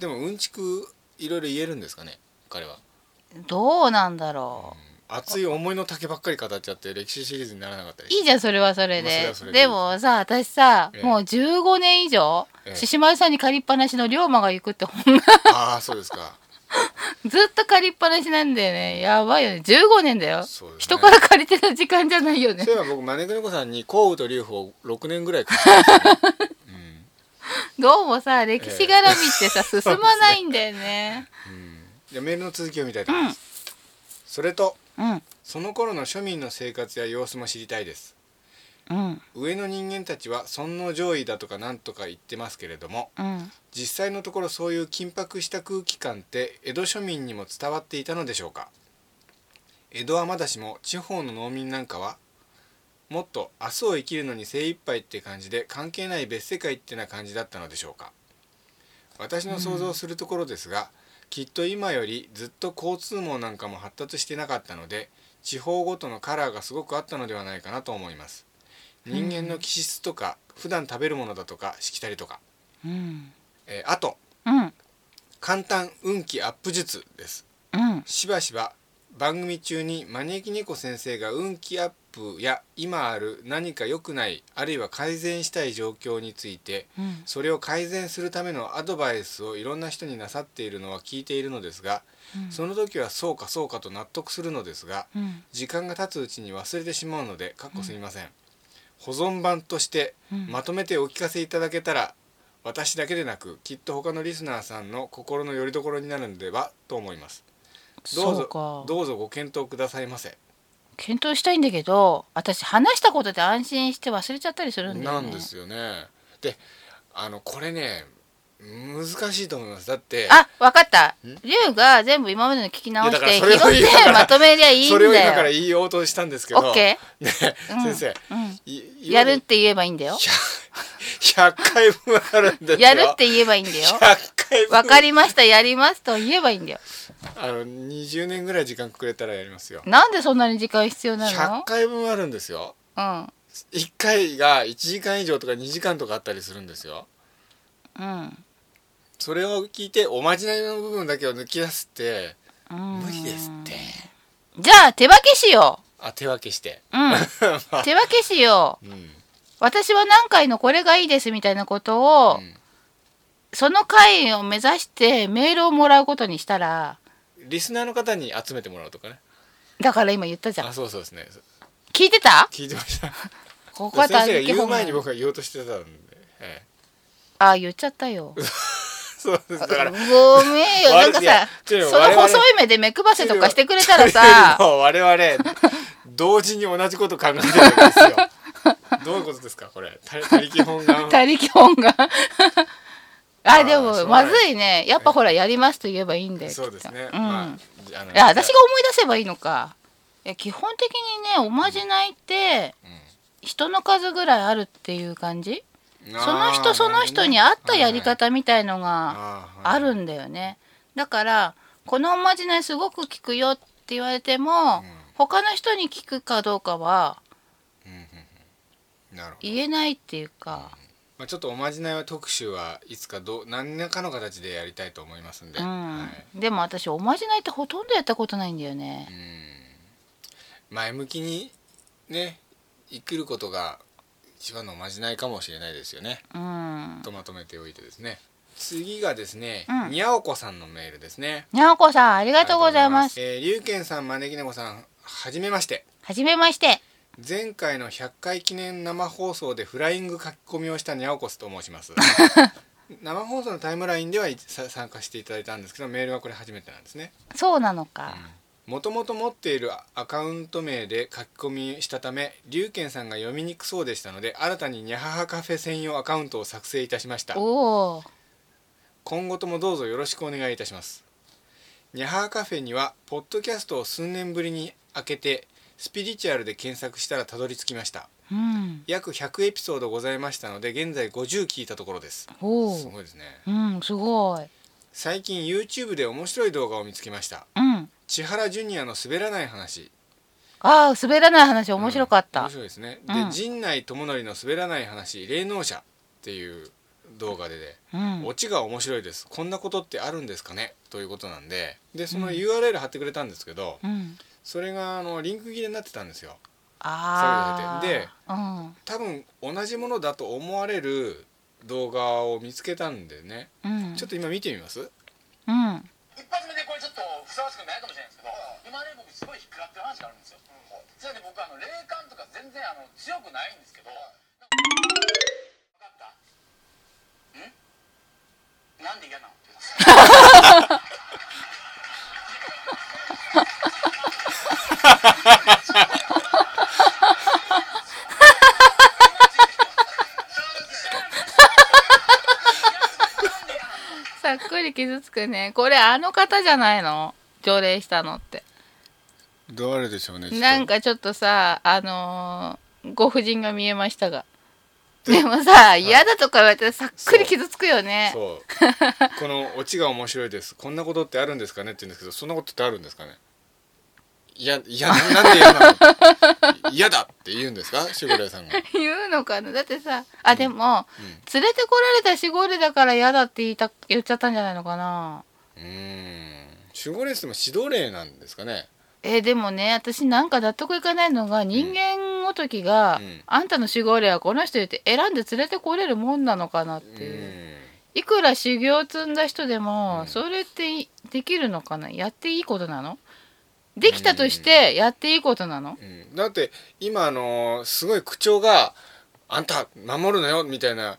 B: でもうんちくいろいろ言えるんですかね彼は、
A: どうなんだろ
B: 熱い思いの丈ばっかり語っちゃって歴史シリーズにならなかったり
A: ういいじゃんそれはそれで,、
B: まあそれはそれで
A: でもさ私さ、
B: ええ
A: もう15年以上
B: ええ
A: 獅子丸さんに借りっぱなしの龍馬が行くってほんま
B: ああそうですか
A: ずっと借りっぱなしなんだよねやばいよね15年だよ、
B: そうですね
A: 人から借りてた時間じゃないよね
B: そういえば僕招く猫さんに幸雨と龍鵬6年ぐらいかかってましたね
A: どうもさ歴史絡みってさ、進まないんだよね
B: うんうんじゃあメールの続きを見たいと思います、それと
A: うん
B: その頃の庶民の生活や様子も知りたいです
A: うん
B: 上の人間たちは尊の上位だとかなんとか言ってますけれども
A: うん
B: 実際のところそういう緊迫した空気感って江戸庶民にも伝わっていたのでしょうか江戸はまだしも地方の農民なんかはもっと明日を生きるのに精一杯って感じで関係ない別世界ってな感じだったのでしょうか私の想像するところですが、きっと今よりずっと交通網なんかも発達してなかったので地方ごとのカラーがすごくあったのではないかなと思います人間の気質とか普段食べるものだとかしきたりとか、
A: うん
B: えーあと
A: うん
B: 簡単運気アップ術です
A: うん
B: しばしば番組中に招き猫先生が運気アップや今ある何か良くないあるいは改善したい状況について
A: うん
B: それを改善するためのアドバイスをいろんな人になさっているのは聞いているのですが、その時はそうかそうかと納得するのですが
A: うん
B: 時間が経つうちに忘れてしまうのでかっこすみません、保存版として
A: うん
B: まとめてお聞かせいただけたら、私だけでなくきっと他のリスナーさんの心の拠り所になるのではと思いますどう
A: そう
B: ぞ
A: か
B: どうぞご検討くださいませ
A: 検討したいんだけど私話したことで安心して忘れちゃったりするんだ
B: な
A: よね
B: んですよねであのこれね難しいと思いますだって
A: あわかった
B: ん
A: 龍が全部今までの聞き直し
B: い
A: て拾
B: やだからそれを言うか
A: って
B: ら
A: まとめりゃいいん
B: それを今か
A: だ
B: ら
A: よ
B: 言いようとしたんですけど、
A: オッケ
B: ね
A: うん
B: 先生、
A: ーうん
B: い
A: やるって言えばいいんだよ
B: 100回分あるんですよ
A: やるって言えばいいんだよ
B: 100回分
A: わかりましたやりますと言えばいいんだよ
B: あの20年ぐらい時間くれたらやりますよ
A: なんでそんなに時間必要な
B: 100
A: の
B: 回分あるんですよ
A: うん
B: 1回が1時間以上とか2時間とかあったりするんですよ
A: うん
B: それを聞いておまじないの部分だけを抜き出すって
A: うん
B: 無理ですって
A: じゃあ手分けしよ
B: あ手分けして、
A: ううん
B: まあ
A: 手分けしよう
B: うんうん
A: 私は何回のこれがいいですみたいなことを、その回を目指してメールをもらうことにしたら
B: リスナーの方に集めてもらうとかね
A: だから今言ったじゃん
B: あそうそうですねそ
A: 聞いてた
B: 聞いてました
A: ここは
B: 先生が
A: たけ
B: 言
A: ほ
B: う
A: う
B: 前に僕が言おうとしてたんで、ええ、
A: あ言っちゃったよ
B: そうですだ
A: ご
B: から
A: めんよなんか
B: 我々いや
A: さそ
B: 違うよ
A: の
B: 我々
A: 細い目で目配せとかしてくれたらさ
B: というのは我々同時に同じこと考えてるんですよどういうことですかこれ他他力本願
A: 他力本 があで
B: あーしょ
A: も
B: うが
A: ま
B: ない
A: ずいねやっぱほらやりますと言えばいいんだよ
B: そうです
A: きっ
B: ね、
A: とうん、
B: まあじゃああの
A: いや私が思い出せばいいのかいや基本的にねおまじないって人の数ぐらいあるっていう感じ
B: うん
A: その人その人に合ったやり方みたいのが
B: あー
A: あ
B: はいは
A: る
B: い
A: んだよね。だからこのおまじないすごく効くよって言われても
B: ん
A: 他の人に聞くかどうかは
B: なるほど、
A: 言えないっていうか、
B: まあ、ちょっとおまじないは特集はいつかどう何らかの形でやりたいと思いますんで、
A: う
B: は
A: ん
B: い、
A: でも私おまじないってほとんどやったことないんだよね。
B: 前向きにね生きることが一番のおまじないかもしれないですよね
A: うん。
B: とまとめておいてですね次がですね、
A: うん
B: にゃおこさんのメールですね
A: にゃおこさんあり
B: あ
A: がとうございます。
B: りがとうございますえーりゅうけんさん招き猫さんはじめまして
A: はじめまして。
B: 前回の100回記念生放送でフライング書き込みをしたにゃおこすと申します 生放送のタイムラインではいさ参加していただいたんですけどメールはこれ初めてなんですね
A: そうなのか、
B: もともと持っているアカウント名で書き込みしたため龍賢さんが読みにくそうでしたので新たにニャハハカフェ専用アカウントを作成いたしました
A: おお
B: 今後ともどうぞよろしくお願いいたしますニャハーカフェにはポッドキャストを数年ぶりに開けてスピリチュアルで検索したらたどり着きました
A: うん
B: 約100エピソードございましたので現在50聞いたところです
A: お
B: す
A: お
B: ごいですね
A: うんすごい
B: 最近 YouTube で面白い動画を見つけました
A: うん
B: 千原ジュニアの滑らない話
A: ああ滑らない話面白かっ
B: うん
A: た
B: 面、白いですね、
A: うん
B: で陣内智則の滑らない話霊能者っていう動画でで、
A: うん
B: オチが面白いですこんなことってあるんですかねということなんででその URL 貼ってくれたんですけど、
A: うん、
B: それがあのリンク切れになってたんですよ
A: ああ
B: 作業立
A: うん
B: 多分同じものだと思われる動画を見つけたんでね
A: うん
B: ちょっと今見てみます
A: うん
C: 一発目でこれちょっとふさわしくないかもしれないんですけど、今ね僕すごい引っかかってる話があるんですよ、実はね僕あの霊感とか全然あの強くないんですけど、分かったんなんで嫌なのって言うんですよ
A: さっくり傷つくねこれあの方じゃないの条例したのって
B: どれでしょうね
A: なんかちょっとさあのーご婦人が見えました がでもさ嫌だとか言われたらさっくり傷つくよね
B: そう このオチが面白いですこんなことってあるんですかねって言うんですけどそんなことってあるんですかねいやいやななんで嫌なの嫌だって言うんですか守護霊さんが
A: 言うのかなだってさあでも、連れてこられたしごれだから嫌だって言いた言っちゃったんじゃないのかな
B: うーん守護霊っても指導霊なんですかね
A: えーでもね私なんか納得いかないのが人間ごときが、
B: うん
A: あんたの守護霊はこの人言って選んで連れてこれるもんなのかなって
B: う
A: いう、
B: ーん
A: いくら修行積んだ人でも、
B: うん
A: それっていできるのかなやっていいことなのできたとしてやっていいことなの、
B: うんだって今あのーすごい口調が「あんた守るなよ」みたいな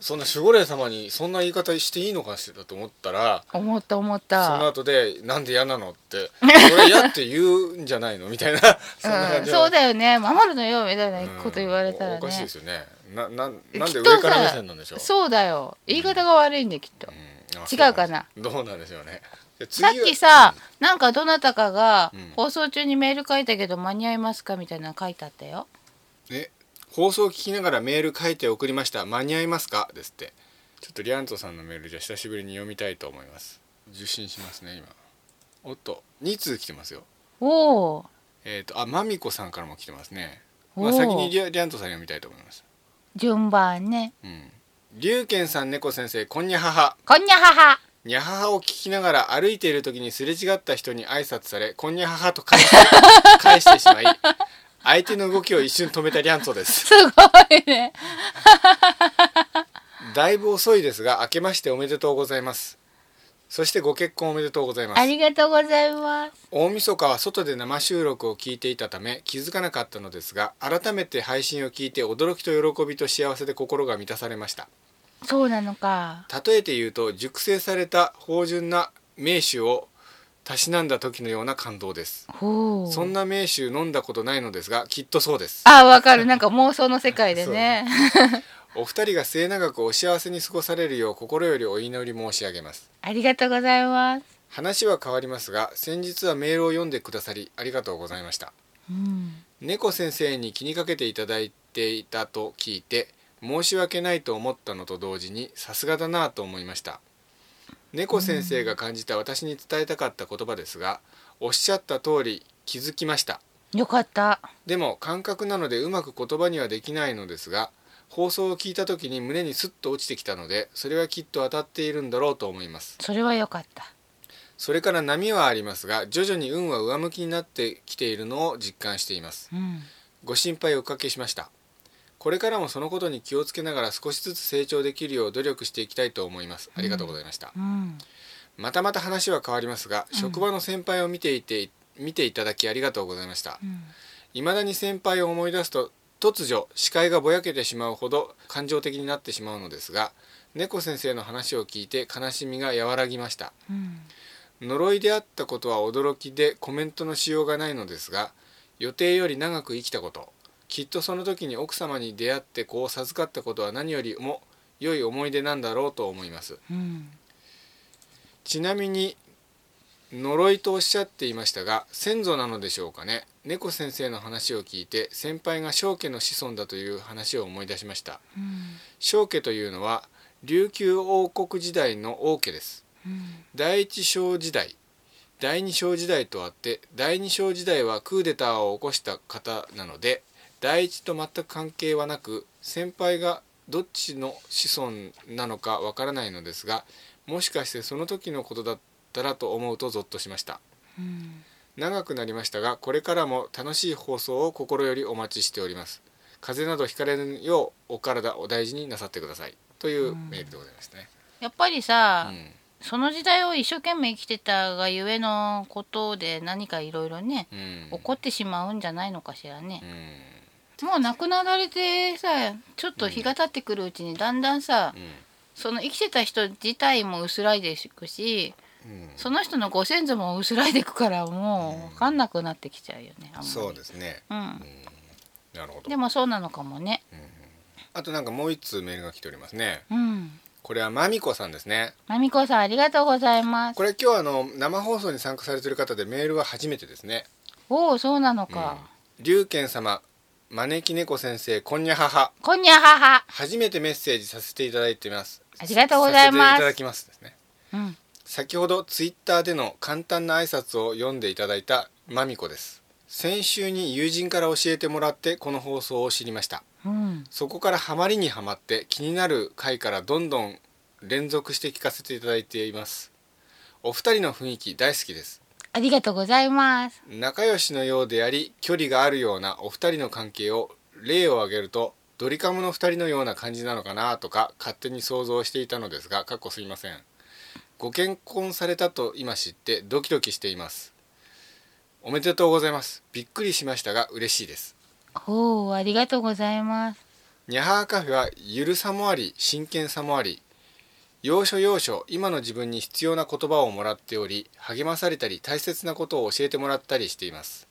B: そんな守護霊様にそんな言い方していいのかしらと思ったら
A: 思った思っ
B: その
A: た
B: 後で「なんで嫌なの?」って「それ嫌って言うんじゃないの?」みたいなそんな
A: う
B: 感
A: ん、
B: じ
A: そう
B: よ
A: だよね守るのよみたいなこと言われたらね、
B: おかしいですよねななんなん
A: き
B: で
A: っとさ
B: 上から目線なんでしょう
A: そうだよ言い方が悪いんできっと、
B: うんあ
A: 違うかな
B: そうどうなんでしょうねで次
A: さ
B: は
A: っきさ、なんかどなたかが
B: うん
A: 放送中にメール書いたけど間に合いますかみたいなの書いてあったよ
B: え放送を聞きながらメール書いて送りました間に合いますかですってちょっとリアントさんのメールじゃ久しぶりに読みたいと思います受信しますね今おっと2通来てますよ
A: おお
B: えっ、とあマミコさんからも来てますねま
A: お
B: あ
A: ー
B: 先にリアリアントさん読みたいと思います
A: 順番ね
B: うん龍賢さん猫先生こんにゃはは
A: こんにゃはは
B: にゃははを聞きながら歩いている時にすれ違った人に挨拶されこんにゃははと返して返してしまい相手の動きを一瞬止めたリアントです
A: すごいね
B: だいぶ遅いですが明けましておめでとうございますそしてご結婚おめでとうございま
A: あ
B: す
A: りがとうございます
B: 大晦日は外で生収録を聞いていたため気づかなかったのですが改めて配信を聞いて驚きと喜びと幸せで心が満たされました
A: そうなのか
B: 例えて言うと熟成された芳醇な名酒をたしなんだ時のような感動です
A: ほう
B: そんな名酒飲んだことないのですがきっとそうです
A: あわかるなんか妄想の世界でね
B: お二人が末永くお幸せに過ごされるよう心よりお祈り申し上げます
A: ありがとうございます
B: 話は変わりますが先日はメールを読んでくださりありがとうございました
A: うん
B: 猫先生に気にかけていただいていたと聞いて申し訳ないと思ったのと同時にさすがだなぁと思いました猫先生が感じた私に伝えたかった言葉ですがおっしゃった通り気づきました
A: よかった
B: でも感覚なのでうまく言葉にはできないのですが放送を聞いた時に胸にスッと落ちてきたのでそれはきっと当たっているんだろうと思います
A: それはよかった
B: それから波はありますが徐々に運は上向きになってきているのを実感しています
A: うん
B: ご心配をおかけしましたこれからもそのことに気をつけながら少しずつ成長できるよう努力していきたいと思いますありがとうございました、
A: うん
B: またまた話は変わりますが、職場の先輩を見ていて見ていただきありがとうございました、
A: うん
B: 未だに先輩を思い出すと突如視界がぼやけてしまうほど感情的になってしまうのですが猫先生の話を聞いて悲しみが和らぎました
A: うん
B: 呪いであったことは驚きでコメントのしようがないのですが予定より長く生きたこときっとその時に奥様に出会って子を授かったことは何よりも良い思い出なんだろうと思います
A: うん
B: ちなみに呪いとおっしゃっていましたが先祖なのでしょうかね猫先生の話を聞いて先輩が正家の子孫だという話を思い出しました
A: うん
B: 正家というのは琉球王国時代の王家です
A: うん
B: 第一小時代第二小時代とあって第二小時代はクーデターを起こした方なので第一と全く関係はなく先輩がどっちの子孫なのかわからないのですがもしかしてその時のことだったらと思うとゾッとしました
A: うん
B: 長くなりましたがこれからも楽しい放送を心よりお待ちしております風邪などひかれぬようお体を大事になさってくださいというメールでございましたね、
A: やっぱり
B: う
A: さ、
B: ん
A: その時代を一生懸命生きてたがゆえのことで何かいろいろね
B: うん
A: 起こってしまうんじゃないのかしらね
B: う、ん
A: もう亡くなられてさちょっと日が経ってくるうちにだんだんさ、
B: うん
A: その生きてた人自体も薄らいでいくし
B: うん
A: その人のご先祖も薄らいでいくからもう分かんなくなってきちゃうよねあんまり
B: そうですね。
A: う
B: うん
A: ん、
B: なるほど
A: で。もそうなのかもね
B: あとなんかもう一通メールが来ておりますね。
A: うん
B: これはまみこさんですね。
A: まみこさんありがとうございます
B: これ今日あの生放送に参加されてる方でメールは初めてですね。
A: おおそうなのか、
B: 龍賢様、招き猫先生、こんにゃはは。
A: こんにゃはは
B: 初めてメッセージさせていただいてます。
A: ありがとうございます
B: させていただきますですね。
A: うん
B: 先ほどツイッターでの簡単な挨拶を読んでいただいたまみこです。先週に友人から教えてもらってこの放送を知りました。
A: うん
B: そこからハマりにはまって気になる回からどんどん連続して聞かせていただいていますお二人の雰囲気大好きです
A: ありがとうございます
B: 仲良しのようであり距離があるようなお二人の関係を例を挙げるとドリカムの二人のような感じなのかなとか勝手に想像していたのですがかっこすいませんご結婚されたと今知ってドキドキしていますおめでとうございますびっくりしましたが嬉しいです
A: おおありがとうございます
B: ニャハーカフェはゆるさもあり真剣さもあり要所要所今の自分に必要な言葉をもらっており励まされたり大切なことを教えてもらったりしています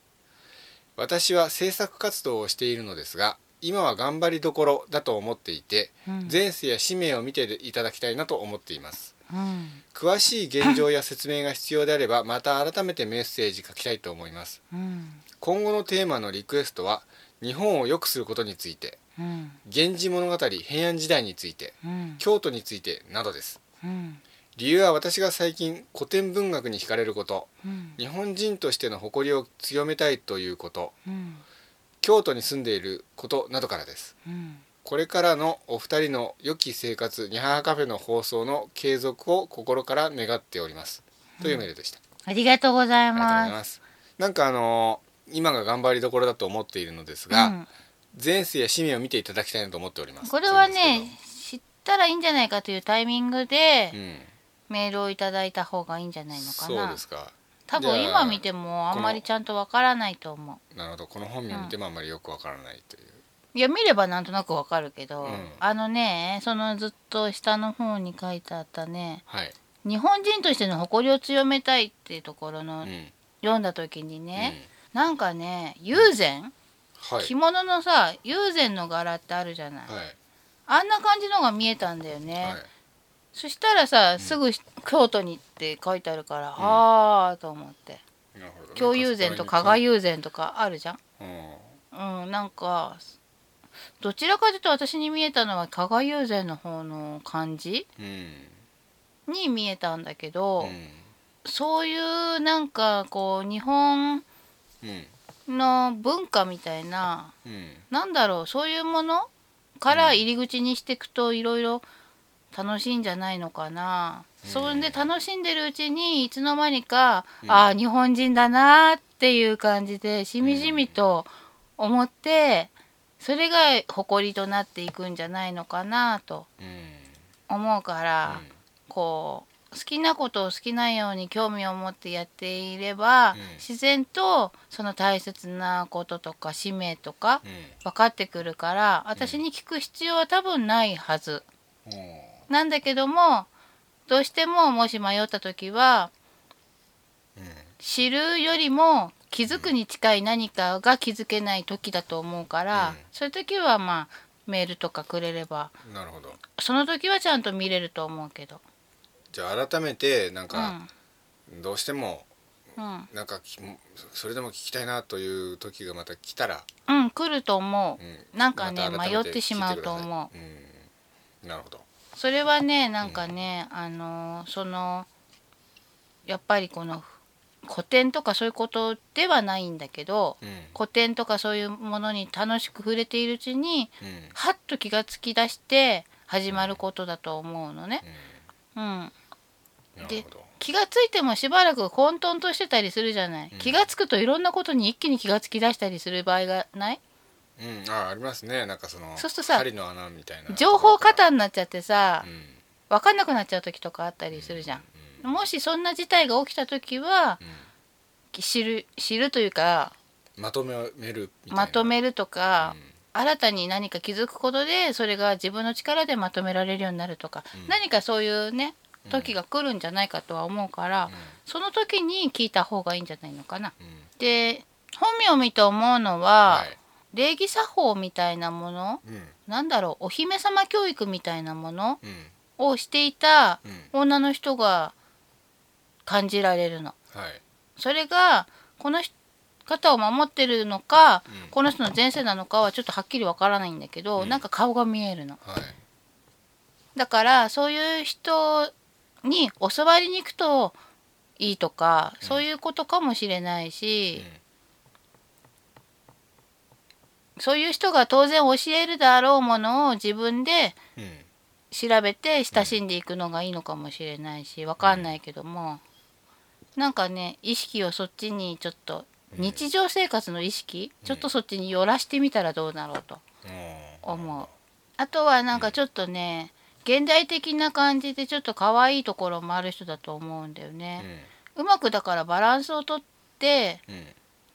B: 私は制作活動をしているのですが今は頑張りどころだと思っていて、
A: うん
B: 前世や使命を見ていただきたいなと思っています
A: うん
B: 詳しい現状や説明が必要であればまた改めてメッセージ書きたいと思います
A: うん
B: 今後のテーマのリクエストは日本を良くすることについて
A: うん
B: 源氏物語平安時代について
A: うん
B: 京都についてなどです
A: うん
B: 理由は私が最近古典文学に惹かれること
A: うん
B: 日本人としての誇りを強めたいということ
A: うん
B: 京都に住んでいることなどからです
A: うん
B: これからのお二人の良き生活にははカフェの放送の継続を心から願っておりますというメールでした、
A: ありがとうござい
B: ありがとうござい
A: ます
B: ますなんかあのー今が頑張りどころだと思っているのですが、
A: うん
B: 前世や使命を見ていただきたいなと思っております
A: これはね知ったらいいんじゃないかというタイミングで
B: うん
A: メールをいただいた方がいいんじゃないのか
B: そう
A: な
B: ですか
A: 多
B: じ
A: 分
B: ゃあ
A: 今見てもあんまりちゃんとわからないと思
B: なるほどこの本名見てもあんまりよくわからないという、
A: ういや見ればなんとなくわかるけど、
B: うん
A: あのねそのずっと下の方に書いてあったね
B: はい、
A: 日本人としての誇りを強めたいっていうところの、
B: うん
A: 読んだ時にね、
B: う
A: なんかね友禅、
B: んはい
A: 着物のさ友禅の柄ってあるじゃない、
B: はい
A: あんな感じのが見えたんだよね、
B: はい
A: そしたらさすぐ京都にって書いてあるから、ああと思って
B: なるほど
A: 京友禅と加賀
B: ゆ
A: 友禅とかあるじゃん
B: うん
A: うんなんかどちらかというと私に見えたのは加賀友禅の方の感じ
B: うん
A: に見えたんだけど、
B: うん
A: そういうなんかこう日本
B: うん
A: の文化みたいな
B: うん
A: なんだろうそういうものから入り口にしていくといろいろ楽しいんじゃないのかな、
B: うん
A: それで楽しんでるうちにいつの間にか、
B: うん
A: ああ日本人だなーっていう感じでしみじみと思ってそれが誇りとなっていくんじゃないのかなと
B: うん
A: 思うから、
B: うん
A: こう好きなことを好きなように興味を持ってやっていれば、
B: うん
A: 自然とその大切なこととか使命とか、
B: うん
A: 分かってくるから私に聞く必要は多分ないはず
B: おー
A: なんだけどもどうしてももし迷った時は知るよりも気づくに近い何かが気づけない時だと思うから、
B: うん
A: そういう時はまあメールとかくれれば
B: うんなるほど
A: その時はちゃんと見れると思うけど。
B: じゃあ改めてなん
A: う
B: か
A: ん
B: どうしても
A: うん、
B: なんかきそれでも聞きたいなという時がまた来たら、
A: うん、来ると思う、
B: う
A: なんかね
B: また改め
A: 迷ってしまうと思う
B: 聞いてくださいうんなるほど
A: それはねなんかね、あのーそのやっぱりこの古典とかそういうことではないんだけど
B: うん
A: 古典とかそういうものに楽しく触れているうちに
B: うん
A: はっと気がつきだして始まることだと思うのね。うん、
B: うんな
A: で
B: るほど
A: 気がついてもしばらく混沌としてたりするじゃない、
B: うん
A: 気がつくといろんなことに一気に気がつきだしたりする場合がない
B: うんあありますねなんかその
A: そうするとさ
B: 針の穴みたいな
A: 情報過多になっちゃってさ
B: うん
A: 分かんなくなっちゃう時とかあったりするじゃん。もしそんな事態が起きた時は
B: うん
A: 知る知るというか
B: まとめるみたいな
A: まとめるとか、
B: うん
A: 新たに何か気づくことでそれが自分の力でまとめられるようになるとか、
B: うん
A: 何かそういうね時が来るんじゃないかとは思うから、その時に聞いた方がいいんじゃないのかな。
B: うんうん
A: で本名を見て思うのは、
B: はい
A: 礼儀作法みたいなもの
B: うん
A: なんだろうお姫様教育みたいなもの
B: うん
A: をしていた
B: うん
A: 女の人が感じられるの。
B: はい
A: それがこの人方を守ってるのか、
B: うん
A: この人の前世なのかはちょっとはっきりわからないんだけど、
B: うん
A: なんか顔が見えるの
B: はい
A: だからそういう人に教わりに行くといいとか、
B: うん
A: そういうことかもしれないし、
B: う
A: そういう人が当然教えるだろうものを自分で
B: んうん
A: 調べて親しんでいくのがいいのかもしれないしわかんないけどもなんかね意識をそっちにちょっと
B: うん
A: 日常生活の意識ちょっとそっちに寄らしてみたらどうだろうと思うあとはなんかちょっとね現代的な感じでちょっと可愛いところもある人だと思うんだよ
B: うん
A: ねうまくだからバランスをとって
B: うん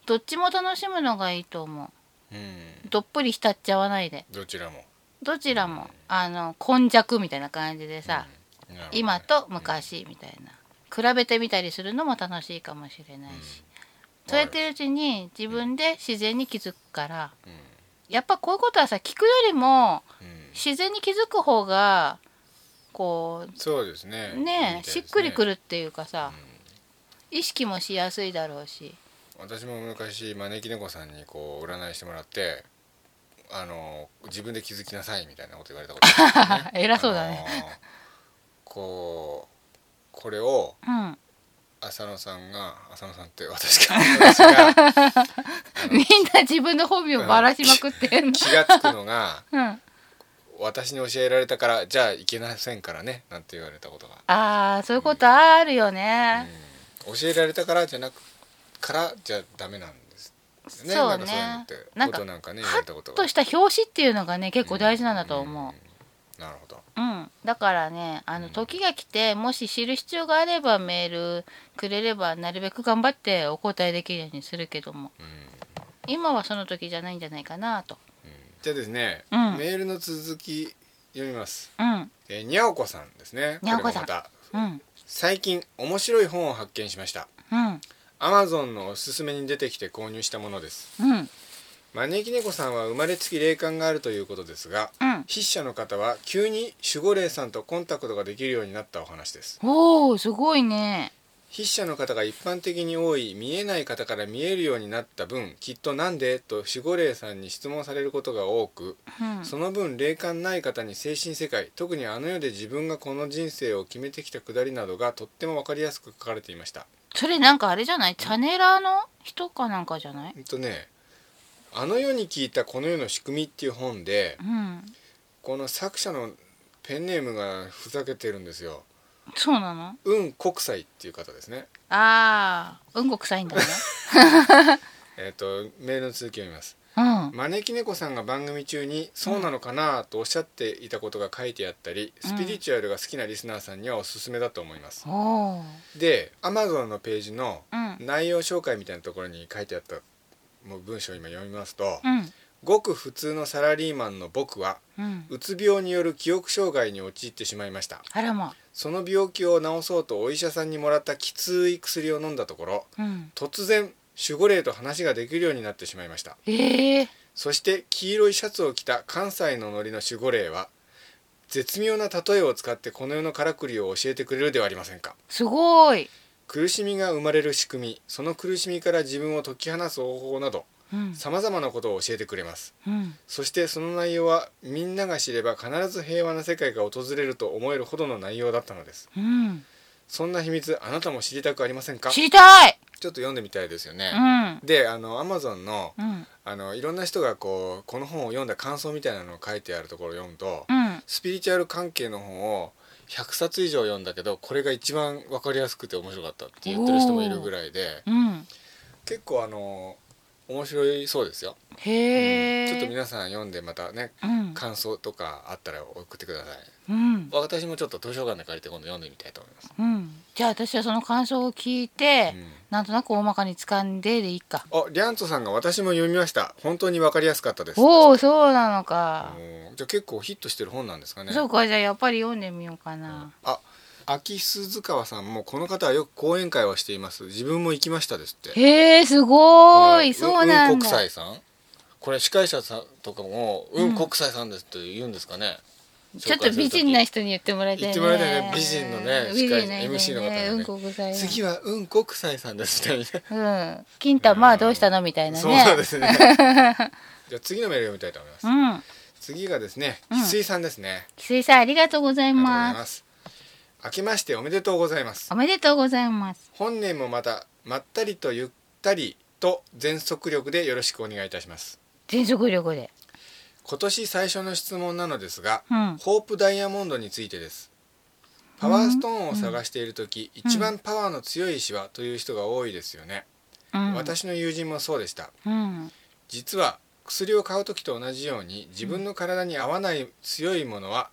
A: どっちも楽しむのがいいと思
B: うん
A: うどっぷり浸っちゃわないで
B: どちらも
A: どちらもあの根弱みたいな感じでさ、
B: うんなるほどね
A: 今と昔みたいな比べてみたりするのも楽しいかもしれないし、そうやってるうちに自分で自然に気づくから
B: うん
A: やっぱこういうことはさ聞くよりも
B: うん
A: 自然に気づく方がこ
B: そうですね
A: うねしっくりく
B: る
A: るっていうかさ、意識もしやすいだろうし
B: 私も昔招き猫さんにこう占いしてもらってあの自分で気づきなさいみたいなこと言われたことあるんですよね
A: 偉 そうだね、
B: あのこうこれを
A: うん
B: 浅野さんが浅野さんって私が私が
A: みんな自分の本名ばらしまくってんの
B: 気が付くのが
A: うんあ
B: 私に教えられたからじゃあいけませんからねなんて言われたことが、
A: あーそういうことあるよね、
B: うん教えられたからじゃなくからじゃダメなんですね
A: そうね
B: なんかそういうのって
A: なん
B: こ
A: か
B: となんかね言わ
A: ハ
B: れたこと
A: ッ
B: が
A: とした表紙っていうのがね結構大事なんだと思う、
B: うんなるほど
A: うん、だからねあの
B: うん
A: 時が来てもし知る必要があればメールくれればなるべく頑張ってお答えできるようにするけども
B: うん
A: 今はその時じゃないんじゃないかなと
B: じゃあですね、
A: うん
B: メールの続き読みます、
A: うん
B: えー、にゃおこさんですね
A: にゃおこさん
B: れもまた
A: うん
B: 最近面白い本を発見しました
A: うん
B: アマゾンのおすすめに出てきて購入したものです
A: うん
B: 招き猫さんは生まれつき霊感があるということですが
A: うん
B: 筆者の方は急に守護霊さんとコンタクトができるようになったお話です
A: おおすごいね
B: 筆者の方が一般的に多い見えない方から見えるようになった分きっとなんでと守護霊さんに質問されることが多く
A: うん
B: その分霊感ない方に精神世界特にあの世で自分がこの人生を決めてきたくだりなどがとっても分かりやすく書かれていました
A: それなんかあれじゃないチャネラーの人かなんかじゃない
B: えっとね「あの世に聞いたこの世の仕組み」っていう本で
A: うん
B: この作者のペンネームがふざけてるんですよ
A: そうなの
B: 運国際っていう方ですね
A: あーうんこ臭いんだね
B: えっとメールの続きを読みます
A: うん
B: 招き猫さんが番組中に「そうなのかな?」とおっしゃっていたことが書いてあったり
A: うん
B: スピリチュアルが好きなリスナーさんにはおすすめだと思います
A: おお
B: で Amazon のページの
A: うん
B: 内容紹介みたいなところに書いてあったもう文章を今読みますと
A: うん
B: 「ごく普通のサラリーマンの僕は
A: うん
B: うつ病による記憶障害に陥ってしまいました
A: あらま
B: その病気を治そうとお医者さんにもらったきつい薬を飲んだところ
A: うん
B: 突然守護霊と話ができるようになってしまいました
A: ええ
B: そして黄色いシャツを着た関西のノリの守護霊は絶妙な例えを使ってこの世のからくりを教えてくれるではありませんか
A: すごい、
B: 苦しみが生まれる仕組みその苦しみから自分を解き放つ方法など
A: うん
B: さまざまなことを教えてくれます
A: うん、
B: そしてその内容はみんなが知れば必ず平和な世界が訪れると思えるほどの内容だったのです
A: うん、
B: そんな秘密あなたも知りたくありませんか
A: 知
B: ちょ
A: りたい
B: っと読んでみたいですよね
A: う、ん
B: であのアマゾンの
A: うん
B: あのいろんな人がこうこの本を読んだ感想みたいなのを書いてあるところを読むと、
A: うん
B: スピリチュアル関係の本を100冊以上読んだけどこれが一番分かりやすくて面白かったって言ってる人もいるぐらいで
A: うん
B: 結構あの面白いそうですよ、
A: へえ、
B: ちょっと皆さん読んでまたね
A: うん
B: 感想とかあったら送ってください
A: うん
B: 私もちょっと図書館で借りて今度読んでみたいと思います、
A: うんじゃあ私はその感想を聞いて、
B: うん
A: なんとなく大まかに掴んででいいか
B: あリャントさんが私も読みました本当に分かりやすかったです
A: おおそうなのか、
B: うんじゃあ結構ヒットしてる本なんですかね
A: そうかじゃあやっぱり読んでみようかな、
B: あ秋鈴川さんもこの方はよく講演会をしています自分も行きましたですって
A: へえすご
B: この
A: いそうな
B: うんん国
A: だ
B: 際さんこれ司会者さんとかも「うん国際さんです」って言うんですかね
A: ちょっと美人な人に言ってもらいたいね
B: 言ってもらいたいね美人のね
A: 美人な人ね
B: 司会 MC の方がね
A: うんこくさいね
B: 次は「うん国際さんです」みたいな
A: うん金太まあどうしたのみたいなね
B: そうなんで すねじゃあ次のメール読みたいと思います
A: うん
B: 次がですね
A: うん
B: 翡翠さんですね、
A: 翡翠さんありがとうござい
B: ありがとうござい
A: ます
B: ます明けましておめでとうございます
A: おめでとうございます
B: 本年もまたまったりとゆったりと全速力でよろしくお願いいたします
A: 全速力で
B: 今年最初の質問なのですが、
A: うん
B: ホープダイヤモンドについてですパワーストーンを探している時、
A: うん
B: 一番パワーの強い石はという人が多いですよね、
A: うん
B: 私の友人もそうでした
A: うん
B: 実は薬を買う時と同じように自分の体に合わない強いものは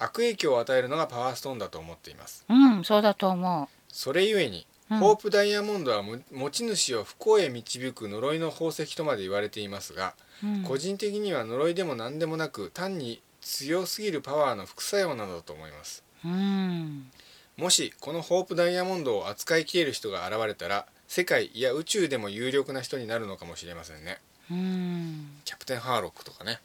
B: 悪影響を与えるのがパワーストーンだと思っています
A: うんそうだと思
B: それゆえに、
A: うん
B: ホープダイヤモンドはも持ち主を不幸へ導く呪いの宝石とまで言われていますが、
A: う、うん、
B: 個人的には呪いでも何でもなく単に強すぎるパワーの副作用なのだと思います
A: うん
B: もしこのホープダイヤモンドを扱いきれる人が現れたら世界いや宇宙でも有力な人になるのかもしれませんね
A: うん
B: キャプテンハーロックとかね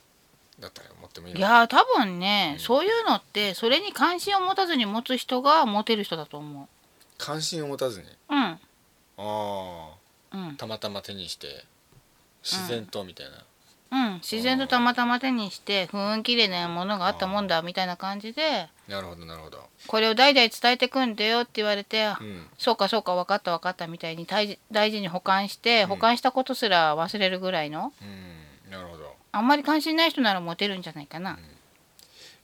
B: だったら持ってもいい
A: い
B: のかな
A: やー多分ね、
B: うん
A: そういうのってそれに関心を持たずに持つ人がモテる人だと思
B: 関心を持たずに
A: ううん
B: あ
A: うん
B: あたまたま手にして自然とみたいな、
A: うん自然とたまたま手にしてふーん綺麗なものがあったもんだみたいな感じで
B: なるほどなるほど
A: これを代々伝えてくんだよって言われて、
B: うん
A: そうかそうか分かった分かったみたいに大事大事に保管して
B: ん
A: 保管したことすら忘れるぐらいの、
B: うんなるほど、
A: あんまり関心ない人ならモテるんじゃないかな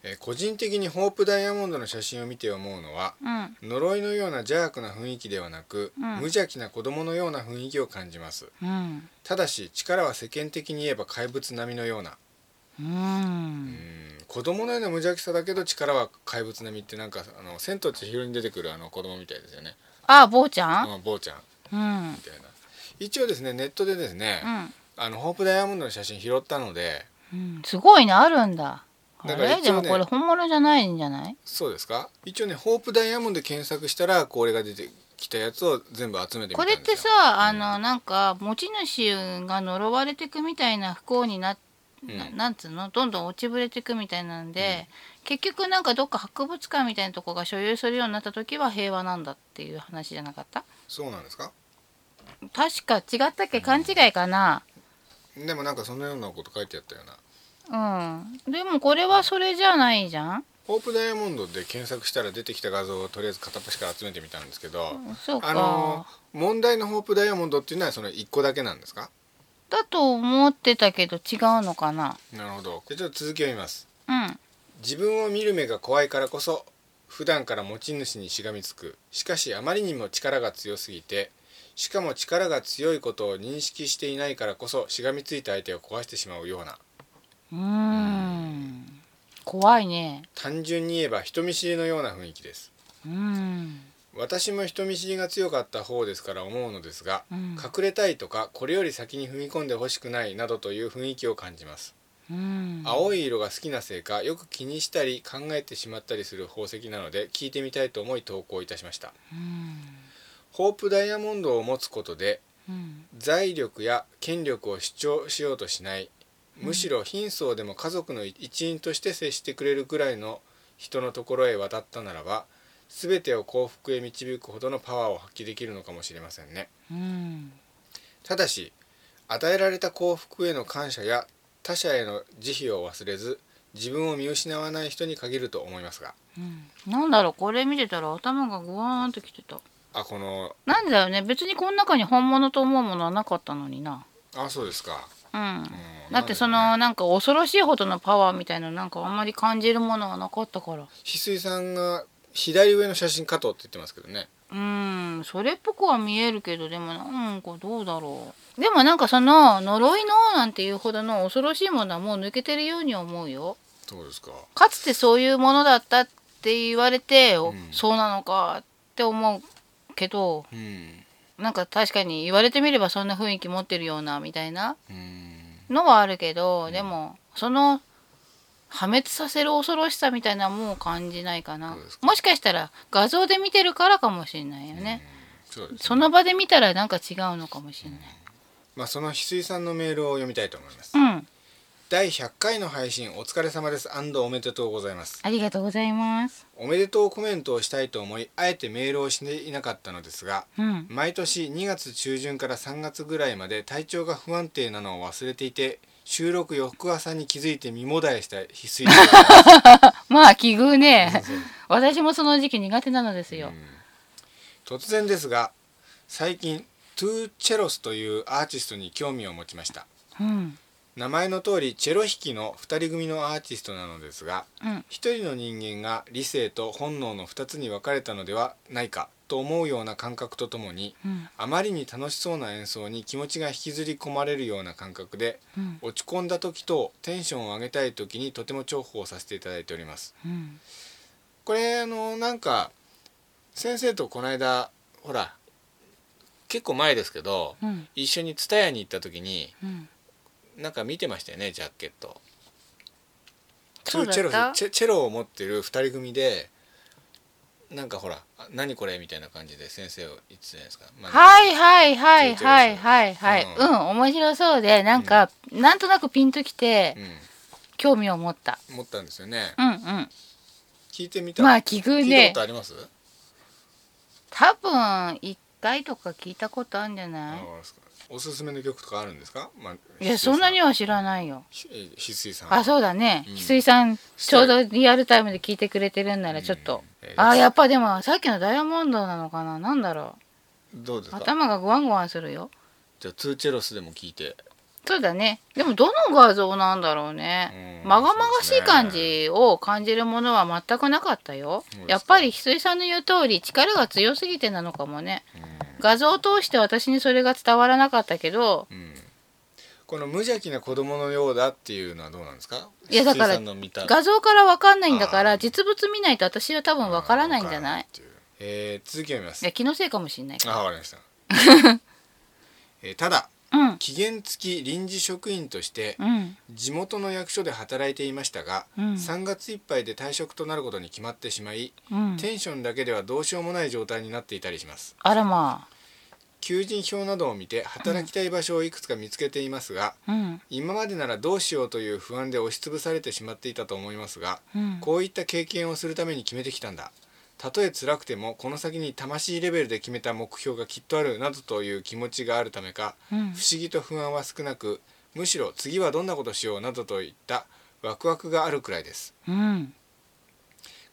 B: えー個人的にホープダイヤモンドの写真を見て思うのは
A: うん
B: 呪いのような邪悪な雰囲気ではなく、
A: うん
B: 無邪気な子供のような雰囲気を感じます
A: うん
B: ただし力は世間的に言えば怪物並みのような
A: う
B: うんん子供のような無邪気さだけど力は怪物並みってなんかあの千と千尋に出てくるあの子供みたいですよね
A: あ坊ちゃん
B: あ坊ちゃん
A: うんうん
B: みたいな一応ですねネットでですね、あのホープダイヤモンドの写真拾ったので
A: うんすごいねあるんだあ
B: だ
A: れ
B: から一応ね
A: でもこれ本物じゃないんじゃない
B: そうですか一応ねホープダイヤモンドで検索したらこれが出てきたやつを全部集めてみた
A: こ
B: んで
A: れ
B: すよ
A: ってさ、あのなんか持ち主が呪われてくみたいな不幸になっ
B: うん
A: ななんつうのどんどん落ちぶれてくみたいなんで、結局なんかどっか博物館みたいなとこが所有するようになった時は平和なんだっていう話じゃなかった
B: そうなんですか
A: 確か違ったっけ勘違いかな
B: でもなんかそのようなこと書いてあったような
A: うんでもこれはそれじゃないじゃん
B: ホープダイヤモンドで検索したら出てきた画像をとりあえず片っ端から集めてみたんですけど、
A: そうか、
B: あの問題のホープダイヤモンドっていうのはその1個だけなんですか
A: だと思ってたけど違うのかな
B: なるほどでちょっと続きを見ます
A: うん
B: 自分を見る目が怖いからこそ普段から持ち主にしがみつくしかしあまりにも力が強すぎてしかも力が強いことを認識していないからこそしがみついた相手を壊してしまうような
A: うーん怖いね
B: 単純に言えば人見知りのような雰囲気です
A: うん
B: 私も人見知りが強かった方ですから思うのですが、
A: うん
B: 隠れたいとかこれより先に踏み込んでほしくないなどという雰囲気を感じます、
A: うん
B: 青い色が好きなせいかよく気にしたり考えてしまったりする宝石なので聞いてみたいと思い投稿いたしました
A: うん
B: ホープダイヤモンドを持つことで
A: うん
B: 財力や権力を主張しようとしないむしろ貧相でも家族の一員として接してくれるぐらいの人のところへ渡ったならば全てを幸福へ導くほどのパワーを発揮できるのかもしれませんね
A: うん
B: ただし与えられた幸福への感謝や他者への慈悲を忘れず自分を見失わない人に限ると思いますが
A: うんなんだろうこれ見てたら頭がグワーンときてた
B: あこの
A: なんだよね別にこの中に本物と思うものはなかったのにな
B: あそうですか
A: うん
B: うん
A: だってそ
B: な
A: の
B: んだろうね
A: なんか恐ろしいほどのパワーみたいななんかあんまり感じるものはなかったから
B: 翡翠さんが左上の写真加藤って言ってますけどね
A: うんそれっぽくは見えるけどでもなんかどうだろうでもなんかその呪いの王なんていうほどの恐ろしいものはもう抜けてるように思うよ
B: そうですか
A: かつてそういうものだったって言われて、お
B: うん
A: そうなのかって思うけど
B: うん
A: なんか確かに言われてみればそんな雰囲気持ってるようなみたいな
B: うん
A: のはあるけど、でもその破滅させる恐ろしさみたいなのはもう感じないかな
B: そうですか
A: もしかしたら画像で見てるからかもしれないよね、
B: そうですね
A: その場で見たらなんか違うのかもしれない
B: まあその翡翠さんのメールを読みたいと思います、
A: うん
B: 第100回の配信お疲れ様ですおめでとうございます
A: ありがとうございます
B: おめでとうコメントをしたいと思いあえてメールをしていなかったのですが
A: うん
B: 毎年2月中旬から3月ぐらいまで体調が不安定なのを忘れていて収録翌朝に気づいて身もだえした翡翠さんです
A: まあ奇遇ね
B: そう
A: 私もその時期苦手なのですよ、
B: 突然ですが最近トゥーチェロスというアーティストに興味を持ちました
A: うん
B: 名前の通りチェロ弾きの2人組のアーティストなのですが
A: うん
B: 一人の人間が理性と本能の2つに分かれたのではないかと思うような感覚とともに
A: うん
B: あまりに楽しそうな演奏に気持ちが引きずり込まれるような感覚で
A: うん
B: 落ち込んだ時とテンションを上げたい時にとても重宝させていただいております
A: うん
B: これあのなんか先生とこの間ほら結構前ですけど
A: うん
B: 一緒に蔦屋に行った時に
A: うん
B: なんか見てましたよねジャケット
A: そうだった
B: チェロチェチェロを持ってる二人組でなんかほら「あ何これ?」みたいな感じで先生を言ってたじゃないですか、まあ
A: はいはいはいはいはいはい。
B: う
A: うんん、面白そうで、なんか、なんとなくピンときて、興味を持った。
B: うん、思ったんですよね
A: うんうん。
B: 聞いてみた、
A: まあ、奇遇
B: 聞いたこ
A: ね
B: と。あります、
A: 多分、一回とか聞いたことあるんじゃ
B: あ
A: ない
B: わかりますかおすすめの曲とかあるんですか、まあ、
A: いや、そんなに
B: は
A: は知らないよ。
B: 翡翠さん
A: あ、そうだね。
B: うん
A: 翡翠さん、
B: し
A: ち
B: た
A: ょ
B: いう
A: どリアルタイムで聞いてくれてるんなら、ちょっと。
B: うんえー
A: あ、やっぱでも、さっきのダイヤモンドなのかななんだろ
B: どうです
A: う。
B: か
A: 頭がゴワンゴワンするよ。
B: じゃあツーチェロスでも聞いて
A: そうだね。でもどの画像なんだろうね。
B: うん
A: まがまがしい感じを感じるものは全くなかったよ
B: そうです。か
A: やっぱり翡翠さんの言う通り力が強すぎてなのかもね。画像を通して私にそれが伝わらなかったけど、
B: うんこの無邪気な子供のようだっていうのはどうなんですか
A: いやだから
B: 翡翠さんの見た
A: 画像からわかんないんだか
B: あ
A: ら
B: ー
A: 実物見ないと私は多分わからないんじゃない
B: わか
A: い
B: らってうえー続きを見ます
A: や気のせいかもしんない
B: あわかりま した、えーただ
A: うん
B: 期限付き臨時職員として
A: うん
B: 地元の役所で働いていましたが、
A: うん
B: 3月いっぱいで退職となることに決まってしまい
A: うん
B: テンションだけではどうしようもない状態になっていたりします
A: あらま
B: 求人票などを見て働きたい場所をいくつか見つけていますが、
A: あうん
B: 今までならどうしようという不安で押しつぶされてしまっていたと思いますが、
A: うん
B: こういった経験をするために決めてきたんだたとえ辛くてもこの先に魂レベルで決めた目標がきっとあるなどという気持ちがあるためか、
A: うん
B: 不思議と不安は少なくむしろ次はどんなことしようなどといったワクワクがあるくらいです
A: うん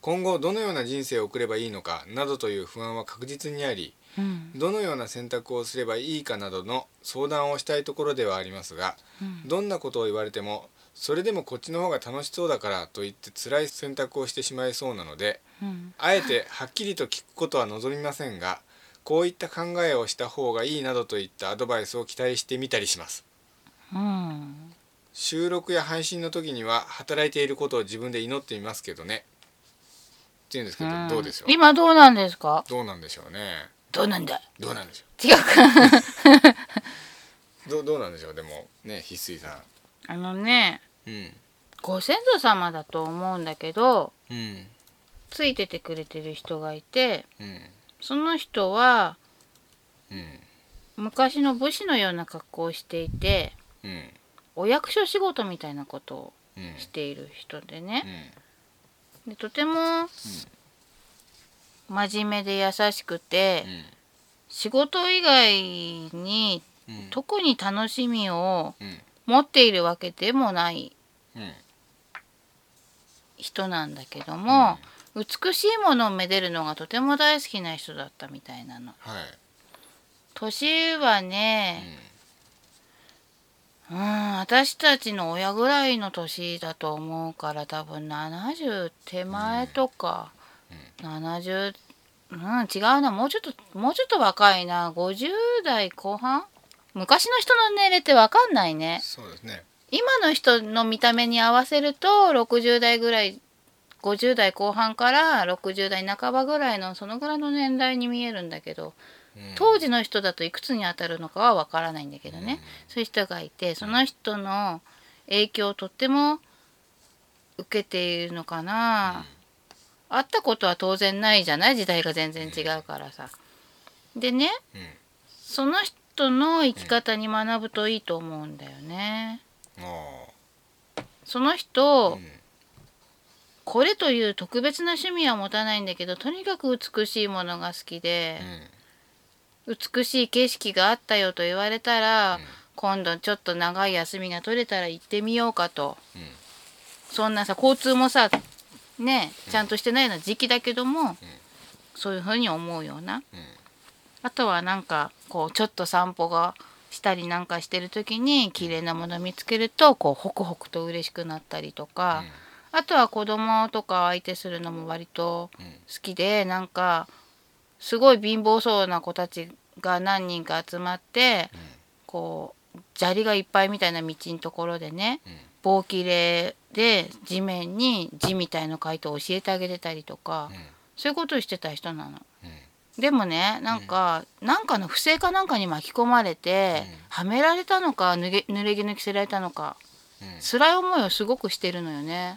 B: 今後どのような人生を送ればいいのかなどという不安は確実にあり
A: うん
B: どのような選択をすればいいかなどの相談をしたいところではありますが、どんなことを言われてもそれでもこっちの方が楽しそうだからと言って辛い選択をしてしまいそうなので
A: うん
B: あえてはっきりと聞くことは望みませんがこういった考えをした方がいいなどといったアドバイスを期待してみたりします
A: うん
B: 収録や配信の時には働いていることを自分で祈っていますけどね言うんですけど、
A: ん
B: どうですよ
A: 今どうなんですか
B: どうなんでしょうね
A: どうなんだ
B: どうなんでしょ
A: 違うか
B: うどうどうなんでしょうでもね翡翠さ
A: あのね
B: んうん
A: ご先祖様だと思うんだけど
B: うん
A: ついててくれてる人がいて
B: うん
A: その人は
B: うん
A: 昔の武士のような格好をしていて
B: うん
A: お役所仕事みたいなことを
B: うん
A: している人でね
B: う、ん
A: でとても真面目で優しくて、仕事以外に
B: うんうん
A: 特に楽しみを
B: うん
A: 持っているわけでもない
B: うん
A: 人なんだけども、美しいものをめでるのがとても大好きな人だったみたいなの。
B: はい
A: 年は
B: う
A: ね、
B: ん
A: うん、私たちの親ぐらいの年だと思うから多分70手前とか、70うん違うなもうちょっともうちょっと若いな50代後半昔の人の年齢って分かんないね
B: そうですね
A: 今の人の見た目に合わせると60代ぐらい50代後半から60代半ばぐらいのそのぐらいの年代に見えるんだけど
B: うん
A: 当時の人だといくつに当たるのかはわからないんだけどね、そういう人がいてその人の影響をとっても受けているのかな、あったことは当然ないじゃない時代が全然違うからさ。でね
B: うん
A: その人の生き方に学ぶといいと思うんだよね。
B: あ
A: その
B: あ
A: 人、
B: うん
A: これという特別な趣味は持たないんだけどとにかく美しいものが好きで
B: う、ん
A: 美しい景色があったよと言われたら、今度ちょっと長い休みが取れたら行ってみようかと
B: うん
A: そんなさ交通もさねちゃんとしてないような時期だけども、そういうふうに思うような
B: うん
A: あとはなんかこうちょっと散歩がしたりなんかしてる時に綺麗なもの見つけるとこうホクホクと嬉しくなったりとか、あとは子供とか相手するのも割と
B: うん
A: 好きでなんかすごい貧乏そうな子たちが何人か集まって、こう砂利がいっぱいみたいな道のところでね、
B: うん
A: 棒切れで地面に字みたいの書いて教えてあげてたりとか、
B: うん
A: そういうことをしてた人なの。
B: うん
A: でもねなんか、なんかの不正かなんかに巻き込まれて、はめられたのかぬげ濡れ衣着せられたのか
B: うん
A: 辛い思いをすごくしてるのよね。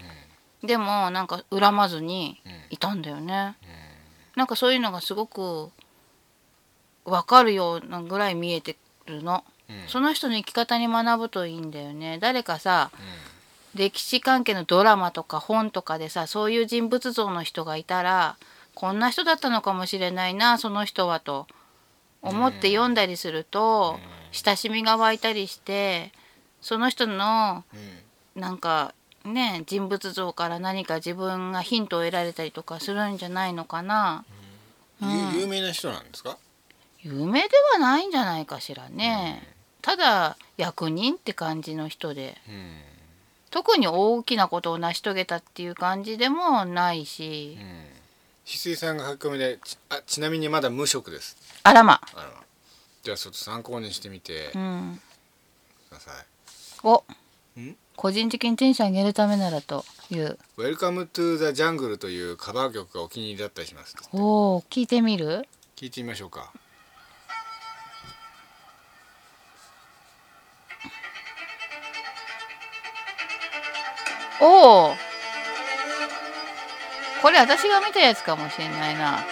A: でもなんか恨まずにいたんだよね、なんかそういうのがすごくわかるようなぐらい見えてるの、
B: うん
A: その人の生き方に学ぶといいんだよね誰かさ
B: う
A: 歴史関係のドラマとか本とかでさそういう人物像の人がいたらこんな人だったのかもしれないなその人はと思って読んだりすると
B: うん
A: 親しみが湧いたりしてその人の
B: んうん
A: なんかね人物像から何か自分がヒントを得られたりとかするんじゃないのかな
B: ゆ有名な人なんですか
A: 有名ではないんじゃないかしらね、ただ役人って感じの人で
B: うん
A: 特に大きなことを成し遂げたっていう感じでもないし、
B: うん翡翠さんが書き込みでちあちなみにまだ無職です
A: あらま
B: あらじゃあちょっと参考にしてみて
A: う
B: く
A: ん
B: ださい
A: お
B: ん
A: 個人的にテンション上げるためならという
B: 「Welcome to the Jungle」というカバー曲がお気に入りだったりします
A: おお聞いてみる
B: 聞いてみましょうか
A: おおこれ私が見たやつかもしれないな
B: ほ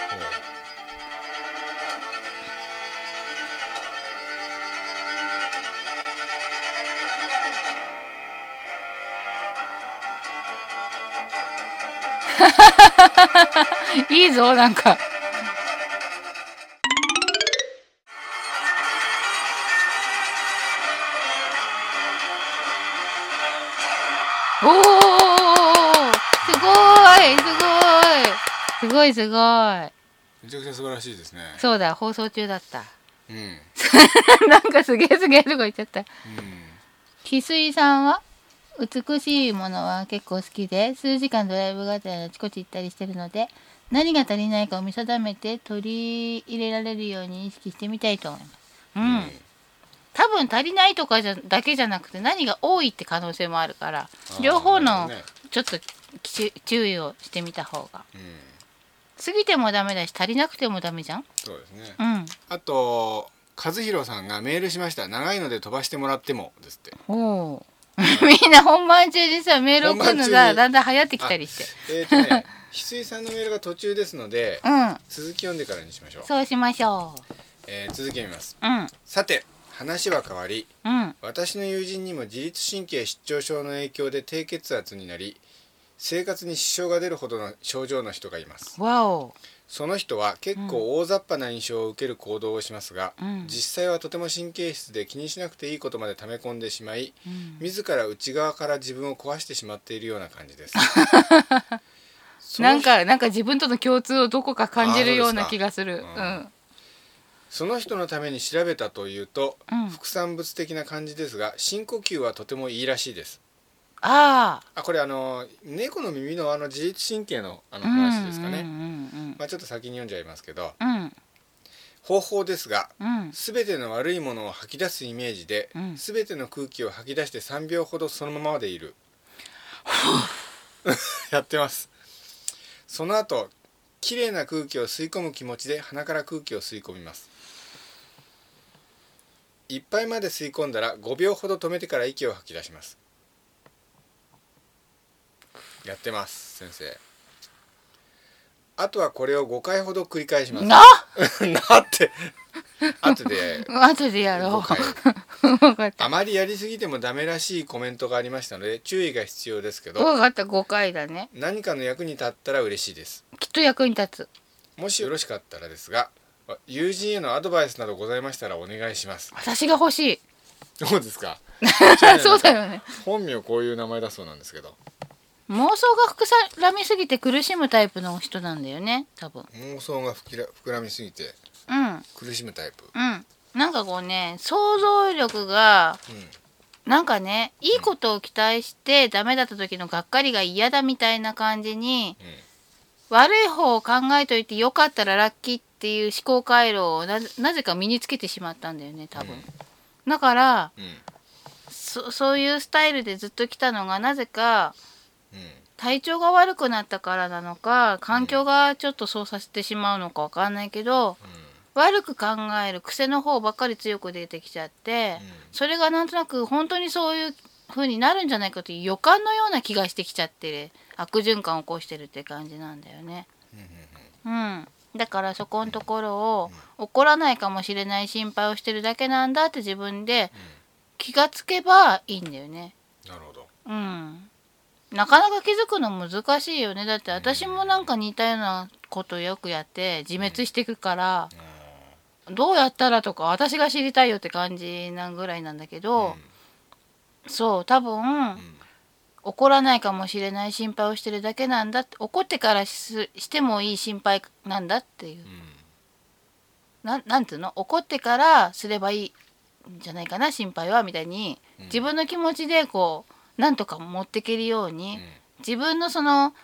A: いい ぞなんかおおすごいすごいすごいすごいう
B: めちゃくちゃ素晴らしいですね
A: そうだ放送中だった
B: うんう ん
A: なんかすげえすげえとか言っちゃった翡翠さんは美しいものは結構好きで数時間ドライブがてらあちこち行ったりしてるので何が足りないかを見定めて取り入れられるように意識してみたいと思います。うん、多分足りないとかじゃだけじゃなくて何が多いって可能性もあるから
B: あー
A: 両方
B: な
A: の
B: るほどね
A: ちょっときち注意をしてみた方が
B: うん
A: 過ぎてもダメだし足りなくてもダメじゃん
B: そうですね
A: うん
B: あと和弘さんがメールしました長いので飛ばしてもらってもですって
A: お みんな本番中にさメール送るの
B: 本番中
A: さ
B: に
A: だんだん流行ってきたりして
B: えっ、と ね翡翠さんのメールが途中ですので
A: うん
B: 続き読んでからにしましょう、
A: そうしましょ
B: えー続き読みます
A: ううん
B: さて話は変わり
A: うん
B: 私の友人にも自律神経失調症の影響で低血圧になり生活に支障が出るほどの症状の人がいます
A: わお
B: その人は結構大雑把な印象を受ける行動をしますが、
A: うん
B: 実際はとても神経質で気にしなくていいことまで溜め込んでしまい
A: うん
B: 自ら内側から自分を壊してしまっているような感 じですその
A: なん
B: 人
A: かなんか自分との共通をどこか感じるよう
B: あ
A: な
B: そうです
A: 気が
B: か
A: する
B: うその人のために調べたというと、
A: うん
B: 副産物的な感じですが深呼吸はとてもいいらしいです
A: ああ
B: あこれあの猫の耳のあの自律神経のあの
A: うんうん
B: 話ですかね、
A: うん
B: まあ、ちょっと先に読んじゃいますけど
A: うんうん
B: 方法ですが
A: うん
B: 全ての悪いものを吐き出すイメージで、
A: うん
B: 全ての空気を吐き出して3秒ほどそのままでいる やってますその後綺麗な空気を吸い込む気持ちで鼻から空気を吸い込みますいっぱいまで吸い込んだら5秒ほど止めてから息を吐き出しますやってます先生あとはこれを5回ほど繰り返します
A: な
B: なって 後で
A: 後でやろう
B: 今回
A: 分かった
B: あまりやりすぎてもダメらしいコメントがありましたので注意が必要ですけど
A: 分かった5回だね
B: 何かの役に立ったら嬉しいです
A: きっと役に立つ
B: もしよろしかったらですが友人へのアドバイスなどございましたらお願いします
A: 私が欲しい
B: どうですか
A: そうだよね
B: 本名こういう名前だそうなんですけど
A: 妄想が膨らみすぎて苦しむタイプの人なんだよね多分
B: 妄想が膨ら膨らみすぎて
A: うん
B: 苦しむタイプ
A: うんなんかこうね想像力が
B: う
A: なんかねいいことを期待してダメだった時のがっかりが嫌だみたいな感じに
B: んうん
A: 悪い方を考えといてよかったらラッキーっていう思考回路をななぜか身につけてしまったんだよね多分、
B: うん
A: だから
B: うん
A: そそういうスタイルでずっと来たのがなぜか
B: うん
A: 体調が悪くなったからなのか環境がちょっとそうさせてしまうのかわかんないけど悪く考える癖の方ばっかり強く出てきちゃって、
B: うん
A: それがなんとなく本当にそういう風になるんじゃないかという予感のような気がしてきちゃってる悪循環を起こしてるって感じなんだよね。
B: うん
A: うん、だからそこのところを怒らないかもしれない心配をしてるだけなんだって自分で気がつけばいいんだよね。
B: なるほど
A: うん、なかなか気づくの難しいよねだって私もなんか似たようなことよくやって自滅していくからどうやったらとか私が知りたいよって感じなぐらいなんだけど、そう多分、
B: ん
A: 怒らないかもしれない心配をしてるだけなんだって怒ってからししてもいい心配なんだっていう
B: うん
A: ななんていうの怒ってからすればいいんじゃないかな心配はみたいに
B: うん
A: 自分の気持ちでこうなんとか持っていけるように
B: うん
A: 自分のその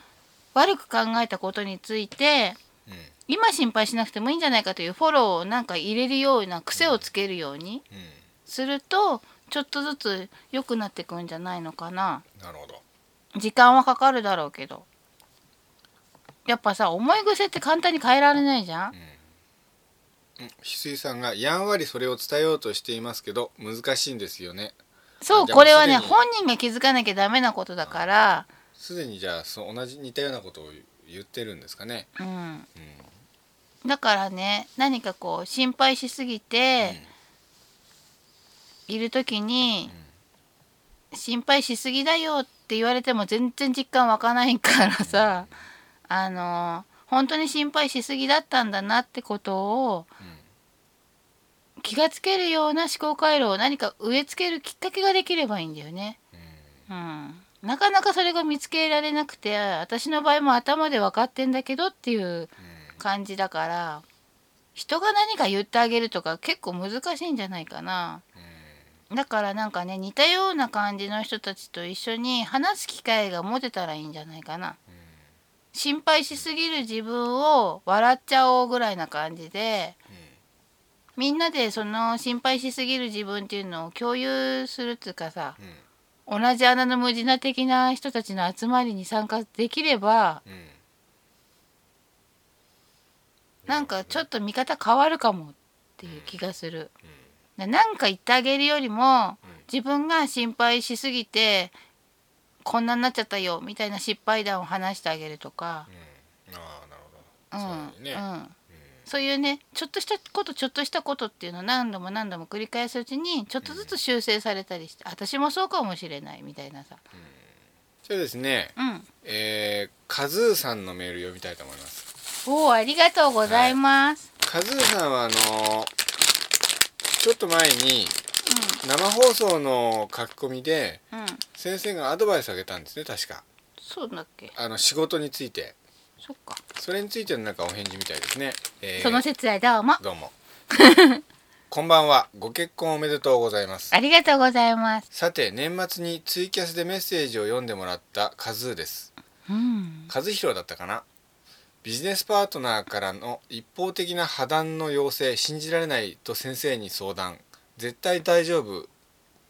A: 悪く考えたことについて
B: うん
A: 今心配しなくてもいいんじゃないかというフォローをなんか入れるような癖をつけるように
B: うん
A: するとちょっとずつ良くなってくんじゃないのかな。
B: なるほど
A: 時間はかかるだろうけどやっぱさ思い癖って簡単に変えられないじゃん
B: 翡翠さんがやんわりそれを伝えようとしていますけど難しいんですよね
A: そう
B: でも
A: これはね
B: すでに
A: 本人が気づかなきゃダメなことだから
B: すでにじゃあそう同じ似たようなことを言ってるんですかね
A: うん
B: うん
A: だからね何かこう心配しすぎている時に心配しすぎだよって言われても全然実感湧かないからさあの本当に心配しすぎだったんだなってことを気がつけるような思考回路を何か植え付けるきっかけができればいいんだよね。
B: うん
A: うん、なかなかそれが見つけられなくて私の場合も頭で分かってんだけどっていう感じだから人が何か言ってあげるとか結構難しいんじゃないかな
B: うん
A: だからなんかね似たような感じの人たちと一緒に話す機会が持てたらいいんじゃないかな心配しすぎる自分を笑っちゃおうぐらいな感じでみんなでその心配しすぎる自分っていうのを共有するっていうかさ
B: うん
A: 同じ穴の無地な的な人たちの集まりに参加できれば
B: うんうん
A: なんかちょっと見方変わるかもっていう気がする。でなんか言ってあげるよりも
B: うん
A: 自分が心配しすぎてこんなになっちゃったよみたいな失敗談を話してあげるとか、
B: うんああなる
A: うん
B: ほどそうだね
A: うん、そういうねちょっとしたことちょっとしたことっていうのを何度も何度も繰り返すうちにちょっとずつ修正されたりして、私もそうかもしれないみたいなさ。
B: そうですね
A: うん、
B: えー、カズーさんのメール読みたいと思います
A: おーありがとうございます。
B: カズーさんはあのちょっと前に生放送の書き込みで
A: うん
B: 先生がアドバイスあげたんですね確か
A: そうだっけ
B: あの仕事について
A: そっか、
B: それについてのなんかお返事みたいですね、えー
A: その節はどうも
B: どうも こんばんはご結婚おめでとうございます
A: ありがとうございます。
B: さて年末にツイキャスでメッセージを読んでもらったカズーです
A: うん、
B: 和弘だったかなビジネスパートナーからの一方的な破談の要請信じられないと先生に相談絶対大丈夫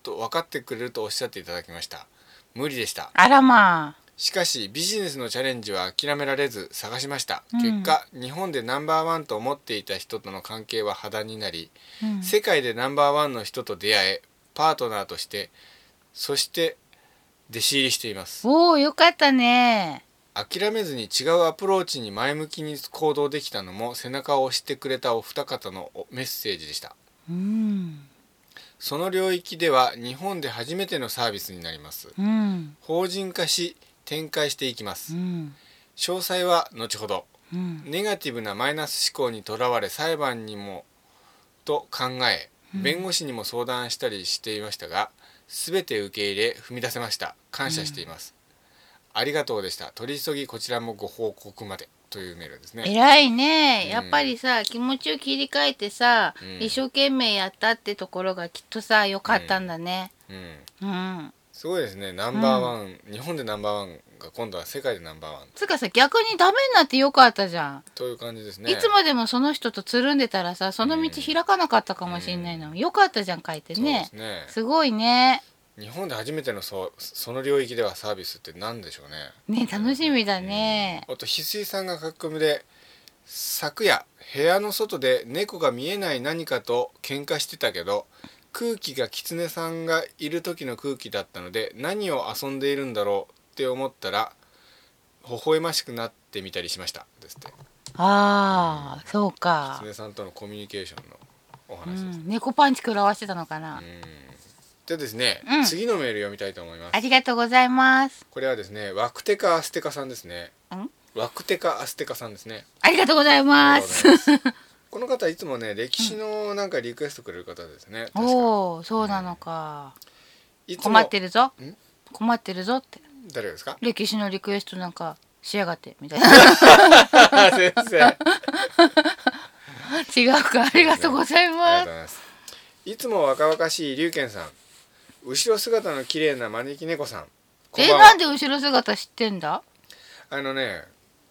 B: と分かってくれるとおっしゃっていただきました無理でした
A: あらまあ
B: しかしビジネスのチャレンジは諦められず探しました、
A: うん
B: 結果日本でナンバーワンと思っていた人との関係は破談になり、
A: うん
B: 世界でナンバーワンの人と出会えパートナーとしてそして弟子入りしています
A: おおよかったね。
B: 諦めずに違うアプローチに前向きに行動できたのも背中を押してくれたお二方のメッセージでした
A: うん、
B: その領域では日本で初めてのサービスになります
A: うん、
B: 法人化し展開していきま
A: う
B: す
A: ん、
B: 詳細は後ほど
A: うん、
B: ネガティブなマイナス思考にとらわれ裁判にもと考え弁護士にも相談したりしていましたが全て受け入れ踏み出せました感謝しています、ありがとうでした取り急ぎこちらもご報告までというメールですね
A: 偉いね。
B: うん
A: やっぱりさ、気持ちを切り替えてさ、
B: うん
A: 一生懸命やったってところがきっとさ、良かったんだね。
B: うん、
A: うん。
B: すごいですねナンバーワン、日本でナンバーワンが今度は世界でナンバーワン
A: つうかさ、逆にダメになって良かったじゃん。
B: という感じですね
A: いつまでもその人とつるんでたらさ、その道開かなかったかもしれないの。良かったじゃん、書いて
B: そうで
A: ね
B: す。ね
A: すごいね。
B: 日本で初めてのそうその領域ではサービスって何でしょうね
A: ね、楽しみだね。
B: あと翡翠さんが書き込みで昨夜部屋の外で猫が見えない何かと喧嘩してたけど空気が狐さんがいる時の空気だったので何を遊んでいるんだろうって思ったら微笑ましくなってみたりしましたですって
A: ああ、そうか。
B: 狐さんとのコミュニケーションのお
A: う
B: 話です、
A: ん、猫パンチ食らわしてたのかな。
B: うんでですね、
A: うん
B: 次のメール読みたいと思いま
A: あ
B: す
A: りがとうございます。
B: これはですねワクテカアステカさんですね
A: ん
B: ワクテカアステカさんですね
A: ありがとうございます。
B: ありがとうございます この方いつもね歴史のなんかリクエストくれる方ですね、確か
A: おお、そうなのか。
B: いつも
A: 困ってるぞ
B: ん。
A: 困ってるぞって。
B: 誰がで すか
A: 歴史のリクエストなんかしやがってみたい な。
B: あ先生あり
A: 違
B: がとう
A: うか。ありがとうござい
B: ござ
A: ま
B: い
A: す。
B: ますいつも若々しい龍賢さん後ろ姿の綺麗な招き猫さんこん
A: え、
B: ばん
A: な
B: は
A: んで後ろ姿知ってんだ
B: あのね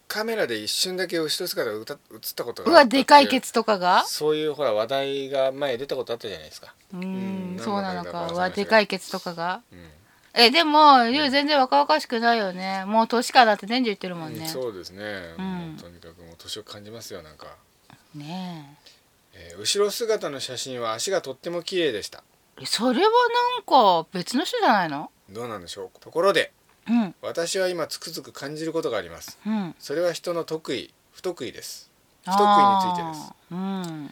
B: カメラで一瞬だけ後ろ姿がうた映ったこと
A: う
B: があ
A: わ、
B: ったってい
A: でかいケツとかが
B: そういうほら話題が前出たことあったじゃないですか、
A: う
B: うん
A: ん、そうなのか。
B: なんだか
A: う
B: わかんな
A: わ、
B: い
A: でかいケツとかが
B: うん
A: え、でも、リュウ全然若々しくないよね。もう年かなって年中言ってるもんね。
B: そうですね、
A: うん
B: もうとにかくもう年を感じますよなんか、
A: ね
B: えー後ろ姿の写真は足がとっても綺麗でした
A: え。それはなんか別の人じゃないの
B: どうなんでしょうところで
A: うん、
B: 私は今つくづく感じることがあります
A: うん。
B: それは人の得意不得意です不得意についてです
A: あーうん。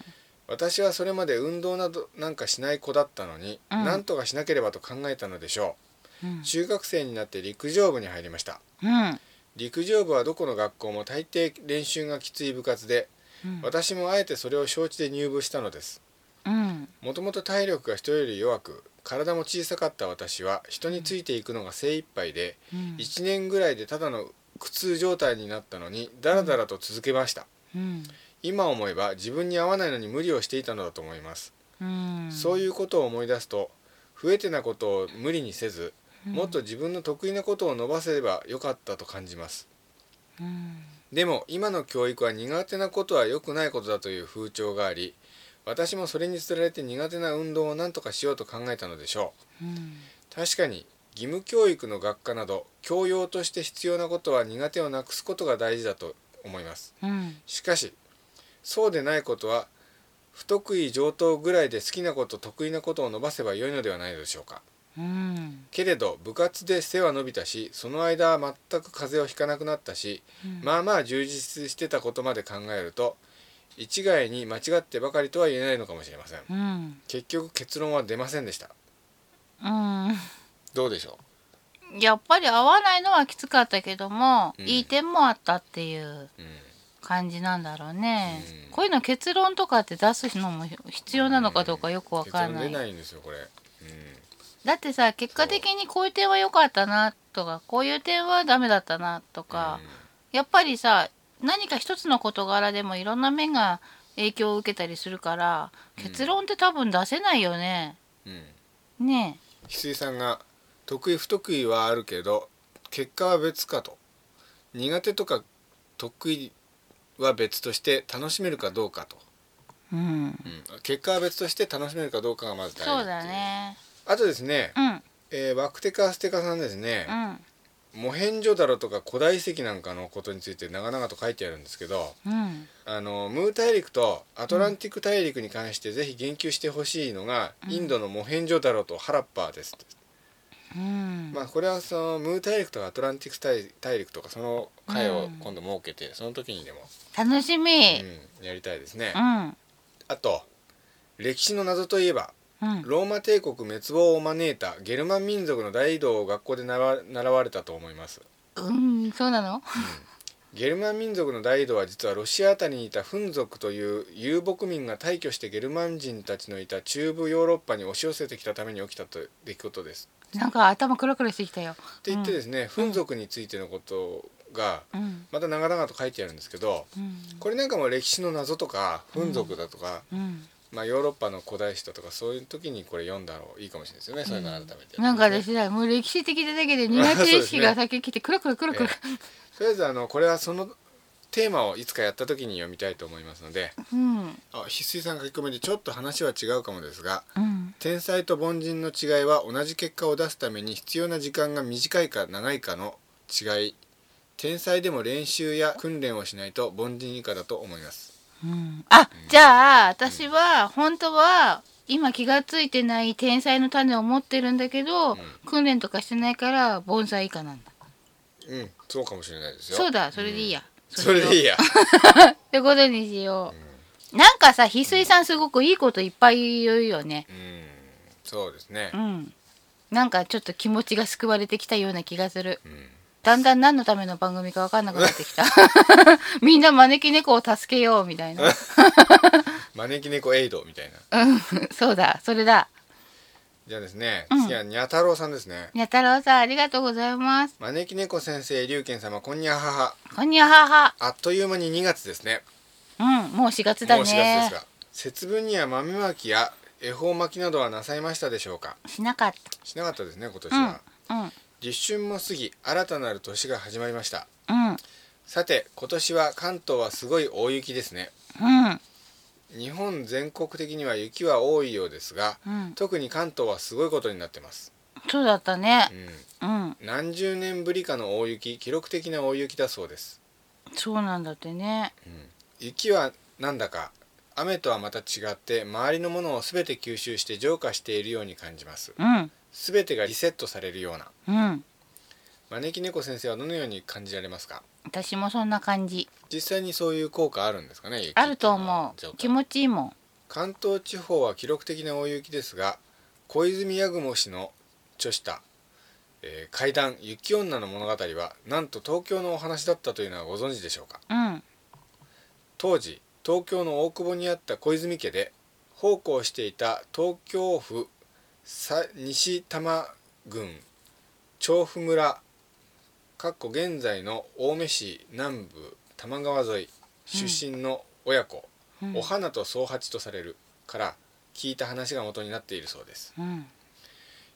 B: 私はそれまで運動などなんかしない子だったのに、
A: うん
B: なんとかしなければと考えたのでしょ
A: うん
B: う中学生になって陸上部に入りました
A: うん。
B: 陸上部はどこの学校も大抵練習がきつい部活で
A: うん
B: 私もあえてそれを承知で入部したのです
A: うん。
B: もともと体力が人より弱く体も小さかった私は人についていくのが精一杯で
A: うん
B: 1年ぐらいでただの苦痛状態になったのにダラダラと続けました
A: うん。
B: 今思えば自分に合わないのに無理をしていたのだと思います、
A: うん。
B: そういうことを思い出すと不得手なことを無理にせずもっと自分の得意なことを伸ばせればよかったと感じます
A: うん。
B: でも今の教育は苦手なことは良くないことだという風潮があり私もそれにつられて苦手な運動を何とかしようと考えたのでしょう
A: うん。
B: 確かに義務教育の学科など教養として必要なことは苦手をなくすことが大事だと思います
A: うん。
B: しかしそうでないことは不得意上等ぐらいで好きなこと得意なことを伸ばせばよいのではないでしょうか
A: うん
B: けれど部活で背は伸びたしその間は全く風邪をひかなくなったし、まあまあ充実してたことまで考えると一概に間違ってばかりとは言えないのかもしれません
A: うん
B: 結局結論は出ませんでした
A: うん
B: どうでしょ
A: やっぱり合わないのはきつかったけども、
B: うん
A: いい点もあったっていう
B: う、うん、
A: 感じなんだろうね、
B: うん
A: こういうの結論とかって出すのも必要なのかどうかよくわからな
B: 結論
A: い
B: 出ないんですよこれ、うん、
A: だってさ結果的にこういう点は良かったなとかこういう点はダメだったなとか、やっぱりさ何か一つの事柄でもいろんな面が影響を受けたりするから
B: うん
A: 結論って多分出せないよね。
B: うんうん
A: ね
B: 翡翠さんが「得意不得意はあるけど結果は別か」と「苦手とか得意は別として楽しめるかどうか」と、
A: え、うん、
B: うん結果は別として楽しめるかどうかがまず大事
A: そうだね。
B: あとですね、
A: うん
B: えーワクテカステカさんですね「モヘンジョダロ」とか古代遺跡なんかのことについて長々と書いてあるんですけど
A: うんうん
B: あのムー大陸とアトランティック大陸に関してぜひ言及してほしいのが、インドのモヘンジョダロとハラッパーですって
A: うん
B: まあこれはそのムー大陸とかアトランティック大大陸とかその会
A: う
B: を
A: ん
B: 今度設けて、その時にでも、
A: 楽しみ。
B: うん、やりたいですね、
A: うん
B: あと歴史の謎といえば
A: うん
B: ローマ帝国滅亡を招いたゲルマン民族の大移動を学校で習わ習われたと思います
A: うんそうなの？
B: ゲルマン民族の大移動は実はロシアあたりにいたフン族という遊牧民が大挙してゲルマン人たちのいた中部ヨーロッパに押し寄せてきたために起きたと出来事です
A: なんか頭クラクラしてきたよ。
B: って言ってですね、フン族についてのことが
A: うん
B: また長々と書いてあるんですけど、
A: うん
B: これなんかも歴史の謎とかフン族だとか、
A: うん。
B: まあ、ヨーロッパの古代史だとかそういう時にこれ読んだのいいかもしれないですよねそういうの改めて、
A: なんか私だもう歴史的だけで苦手意識が先来てクラクラクラクラ。
B: とりあえずあのこれはそのテーマをいつかやった時に読みたいと思いますので
A: うん
B: あ翡翠さん書き込みでちょっと話は違うかもですが
A: うん
B: 天才と凡人の違いは同じ結果を出すために必要な時間が短いか長いかの違い天才でも練習や訓練をしないと凡人以下だと思います
A: うん。あじゃあ私は本当は。今気がついてない天才の種を持ってるんだけど、訓練とかしてないから盆栽以下なんだ
B: うんそうかもしれないですよ
A: そうだそれでいいや、
B: それでいい
A: や
B: や
A: ってことにしよう、なんかさ翡翠さんすごくいいこといっぱい言うよね
B: うんそうですね
A: うんなんかちょっと気持ちが救われてきたような気がする
B: うん
A: だんだん何のための番組か分かんなくなってき たみんな招き猫を助けようみたいな
B: 招き猫エイドみたいな
A: うんそうだそれだ
B: じゃあですね、
A: うん
B: 次はにゃ太郎さんですね
A: にゃ太郎さんありがとうございます
B: 招き猫先生龍賢様こんにゃはは
A: こんにゃはは
B: あっという間に2月ですね
A: うんもう4月だ
B: もう4月
A: ね
B: ですが節分には豆まきや恵方巻きなどはなさいましたでしょうか
A: しなかっ
B: しなかったですね今年
A: た
B: は、
A: うんうん
B: 立春も過ぎ新たなる年が始まりました
A: うん
B: さて今年は関東はすごい大雪ですね
A: うん
B: 日本全国的には雪は多いようですが、
A: うん
B: 特に関東はすごいことになってます、
A: そうだったね
B: う、ん、
A: うん、
B: 何十年ぶりかの大雪記録的な大雪だそうです
A: そうなんだってね
B: 雪はなんだか雨とはまた違って周りのものを全て吸収して浄化しているように感じます
A: うん
B: 全てがリセットされるような
A: うん
B: 招き猫先生はどのように感じられますか
A: 私もそんな感じ
B: 実際にそういう効果あるんですかね雪
A: あると思
B: 浄
A: う
B: 化
A: 気持ちいいもん
B: 関東地方は記録的な大雪ですが小泉八雲氏の著した、えー、怪談「雪女の物語」はなんと東京のお話だったというのはご存知でしょうか
A: うん
B: 当時東京の大久保にあった小泉家で奉公していた東京府さ西多摩郡調布村かっこ現在の青梅市南部多摩川沿い出身の親子、
A: うん
B: お花と宗八とされるから聞いた話が元になっているそうです
A: うん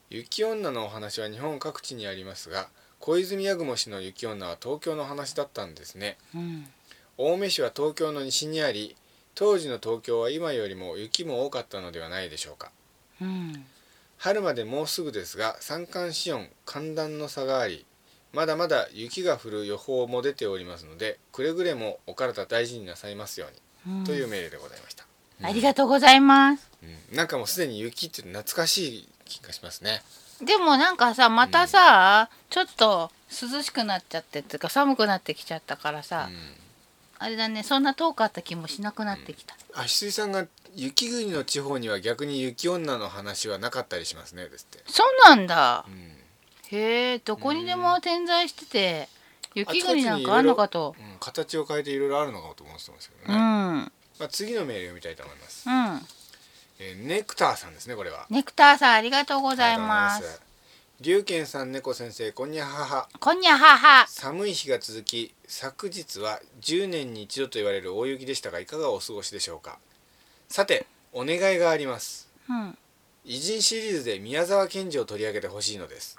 B: 雪女のお話は日本各地にありますが小泉八雲氏の雪女は東京の話だったんですね
A: うん
B: 青梅市は東京の西にあり当時の東京は今よりも雪も多かったのではないでしょうか
A: うん
B: 春までもうすぐですが山間四温寒暖の差がありまだまだ雪が降る予報も出ておりますのでくれぐれもお体大事になさいますように
A: う
B: というメールでございました、
A: ありがとうございます。
B: うんなんかもうすでに雪って懐かしい気がしますね
A: でもなんかさまたさ、ちょっと涼しくなっちゃってっていうか寒くなってきちゃったからさ、あれだねそんな遠かった気もしなくなってきた、
B: 足水さんが雪国の地方には逆に雪女の話はなかったりしますねですって、
A: そうなんだ
B: うん
A: へえどこにでも点在してて雪国なんか
B: あ
A: あ
B: ちこちにいろい
A: ん
B: ろ
A: のかと
B: うん形を変えていろいろあるのかと思ってますけど
A: う
B: ね、
A: んうん
B: まあ、次のメール読みたいと思います、えーネクターさんですねこれは
A: ネクターさんありがとうご
B: ご
A: ざいます
B: 龍賢さん猫先生こんにゃはは
A: こんにゃはは
B: 寒い日が続き昨日は10年に一度と言われる大雪でしたがいかがお過ごしでしょうかさてお願いがあります
A: うん
B: 偉人シリーズで宮沢賢治を取り上げてほしいのです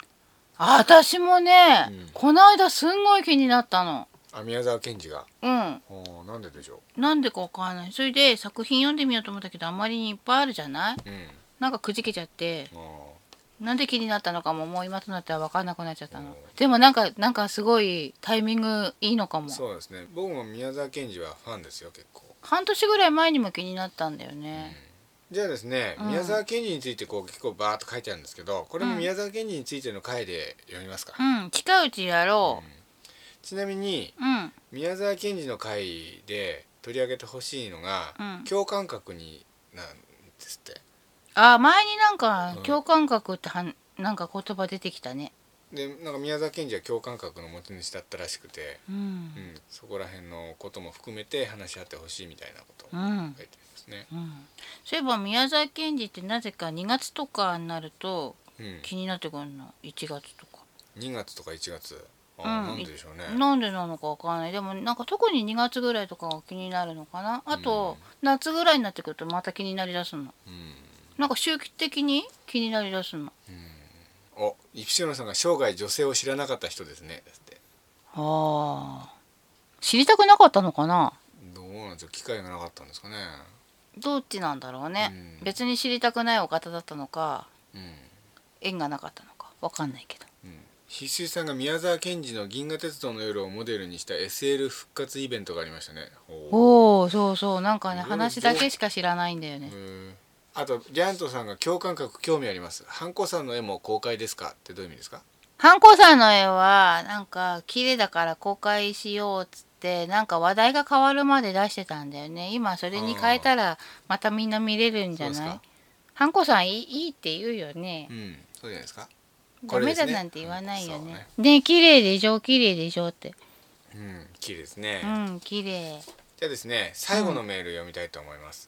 A: あ私もね、
B: うん
A: この間すんごい気になったの
B: あ宮沢賢治が
A: うん
B: おなんででしょ
A: なんでかわかんないそれで作品読んでみようと思ったけどあまりにいっぱいあるじゃないう
B: うん
A: なんかくじけちゃって
B: あ
A: なんで気になったのかももう今となっては分かんなくなっちゃった
B: うん
A: のでもなんかなんかすごいタイミングいいのかも
B: ーそうですね僕も宮沢賢治はファンですよ結構
A: 半年ぐらい前にも気になったんだよね
B: じゃあですね、
A: うん
B: 宮沢賢治についてこう結構バーッと書いてあるんですけどこれも
A: うん
B: 宮沢賢治についての回で読みますか、
A: うん、近いうちやろ
B: ちなみに
A: ううん
B: 宮沢賢治の回で取り上げてほしいのが、
A: うん
B: 共感覚になんですって
A: あ前になんか
B: うん
A: 共感覚ってはんなんか言葉出てきたね
B: でなんか宮沢賢治は共感覚の持ち主だったらしくて、
A: うん
B: うん、そこら辺のことも含めて話し合ってほしいみたいなことを
A: う
B: 書
A: ん
B: いてますね、
A: うんそういえば宮沢賢治ってなぜか2月とかになると
B: うん、
A: 気になってくるの1月とか、
B: 2月とか1月あ、
A: うん
B: なんででしょうね
A: なんでなのかわかんないでもなんか特に2月ぐらいとかが気になるのかなあと、夏ぐらいになってくるとまた気になりだすの
B: うん
A: なんか周期的に気になりだすの
B: おイプシロンさんが生涯女性を知らなかった人ですねだって
A: あー知りたくなかったのかな
B: どうなんですよ機会がなかったんですかね
A: どっちなんだろうね、
B: うん
A: 別に知りたくないお方だったのか
B: うん、
A: 縁がなかったのかわかんないけど
B: うん、必須さんが宮沢賢治の「銀河鉄道の夜」をモデルにした SL 復活イベントがありましたねお
A: お
B: お
A: おそうそうなんかね
B: いろいろ
A: 話だけしか知らないんだよね
B: あとリャントさんが「共感覚興味あります」「ハンコさんの絵も公開ですか?」ってどういう意味ですか
A: ハンコさんの絵はなんか綺麗だから公開しようっつってなんか話題が変わるまで出してたんだよね今それに変えたらまたみんな見れるんじゃ
B: そうで
A: な
B: す
A: い
B: か
A: ハンコさんいいいいって言うよね
B: うんそうじゃないですか
A: ダ
B: これで
A: メ
B: すね
A: だなんて言わないよ
B: うんそう
A: ね
B: ね。
A: ね綺麗でしょ綺麗でしょって。
B: うん綺麗ですね、
A: うん綺麗。
B: じゃあですね最後のメール読みたいと思います、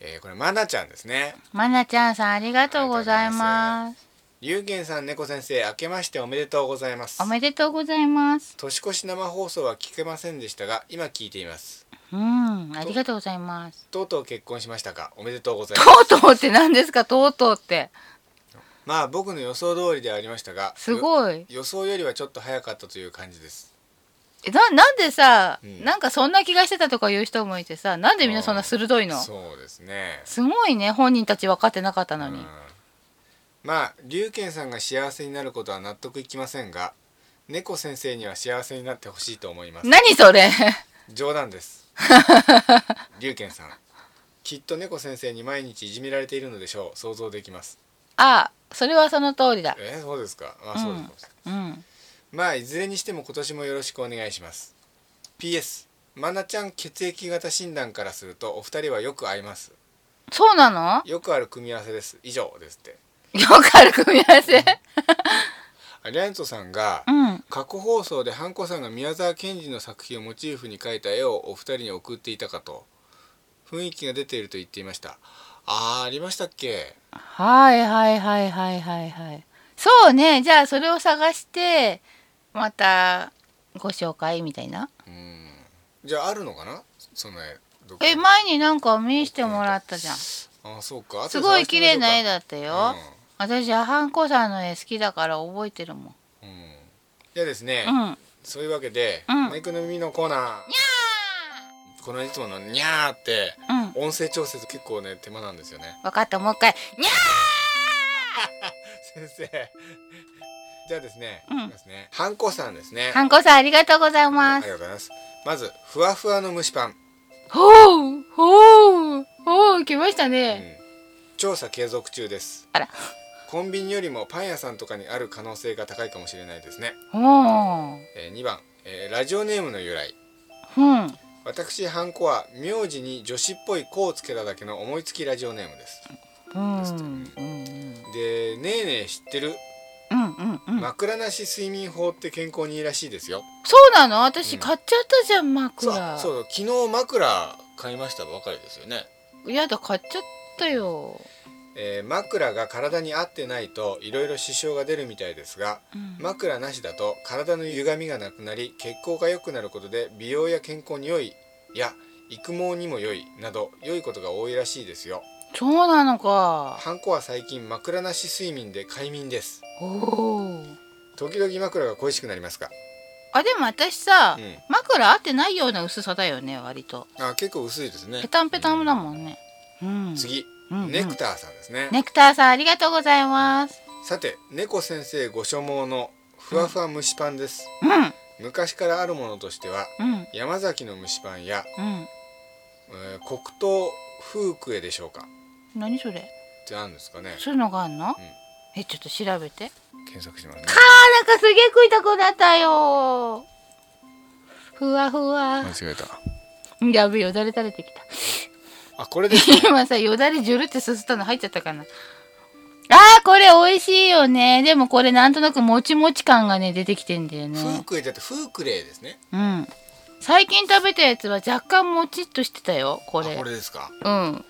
B: えーこれまなちゃんですね
A: まなちゃんさんありがとうございます。
B: 龍玄さん猫先生明けましておめでとうございます
A: おめでとうございます。
B: 年越し生放送は聞けませんでしたが今聞いています
A: うんありがとうございます。
B: とうとう結婚しましたかおめでとうござい
A: と
B: ます
A: うとうって何 ですかとうとうって
B: まあ僕の予想通りではありましたが
A: す
B: よ
A: ごい。
B: 予想よりはちょっと早かったという感じです
A: えななんでさ、
B: うん
A: なんかそんな気がしてたとか言う人もいてさなんでみんなそんな鋭いの。
B: そうですね
A: すごいね本人たち分かってなかったのに
B: うん。まあ龍玄さんが幸せになることは納得いきませんが猫先生には幸せになってほしいと思います
A: 何そ れ。
B: 冗談です 龍賢さんきっと猫先生に毎日いじめられているのでしょう想像できます
A: あそれはその通りだ。
B: えーそうですかあそうですか、
A: うん
B: まあいずれにしても今年もよろしくお願いします PS まなちゃん血液型診断からするとお二人はよく合います
A: そうなの？
B: よくある組み合わせです以上ですって
A: よくある組み合わせ。
B: アリアントさんが
A: うん。
B: 過去放送でハンコさんが宮沢賢治の作品をモチーフに描いた絵をお二人に送っていたかと雰囲気が出ていると言っていましたあーありましたっけ
A: はいはいはいはいはいはい。そうね。じゃあそれを探してまたご紹介みたいな。
B: うんじゃああるのかなその絵どこ
A: え前になんか見してもらったじゃん。す
B: あそうか後で
A: ご
B: 探
A: い
B: して
A: 綺
B: みましょうか
A: 麗な絵だったよ。私ハンコさんの絵好きだから覚えてるもん。
B: うん、うんじゃあですね、
A: うん。
B: そういうわけで、
A: うん
B: マイクの耳のコーナーこのいつもの「にゃー」って
A: うん。
B: 音声調節結構ね手間なんですよね
A: 分かったもう一回。にゃ
B: 先生じゃあですね、
A: うん
B: いきますねハンコさんですね
A: ー。ハンコさんありがとうござい
B: あ
A: ま
B: り
A: す。
B: がとうございますまずふわふわの蒸しパン
A: ほう。来ましたね、
B: 調査継続中です
A: あら
B: コンビニよりもパン屋さんとかにある可能性が高いかもしれないですね、
A: おー
B: え2番、えーラジオネームの由来
A: うん
B: 私ハンコは名字に女子っぽい「子」をつけただけの思いつきラジオネームです
A: うん
B: ですって
A: うん
B: で「ねえねえ知ってる
A: うんうんうん
B: 枕なし睡眠法って健康にいいらしいですよ
A: そうなの私
B: うん
A: 買っちゃったじゃん
B: そう
A: 枕
B: そう昨日枕買いましたばかりですよね、
A: やだ買っちゃったよ、
B: えー枕が体に合ってないといろいろ支障が出るみたいですが
A: うん
B: 枕なしだと体の歪みがなくなり血行が良くなることで美容や健康に良いや育毛にも良いなど良いことが多いらしいですよ
A: そうなのか
B: ハンコは最近枕なし睡眠で快眠です
A: おお
B: 時々枕が恋しくなりますか
A: あでも私さ、
B: うん
A: 枕合ってないような薄さだよね割と
B: あ結構薄いですね
A: ペタンペタンだもんねうん
B: 次、
A: うんうん
B: ネクターさんですね
A: ネクターさんありがとうございます
B: さて猫先生ご所望のふわふわ蒸しパンです、
A: うんうん
B: 昔からあるものとしては
A: うん
B: 山崎の蒸しパンや、
A: うん
B: えー黒糖風クエでしょうか
A: 何それ
B: ってあるんですかね
A: そういうのがあんの、
B: ん
A: えちょっと調べて
B: 検索しますね
A: あなんかすげえ食いたくなったよふわふわ
B: 間違えた
A: やべえよだれ垂れてきた
B: あこれ です
A: 今さよだれジュルってすすったの入っちゃったかなあーこれ美味しいよねでもこれなんとなくもちもち感がね出てきてんだよ
B: 風
A: ね
B: クエだって風クレーですね
A: うん最近食べたやつは若干もちっとしてたよこ
B: あ
A: れ
B: これですか
A: うん
B: うん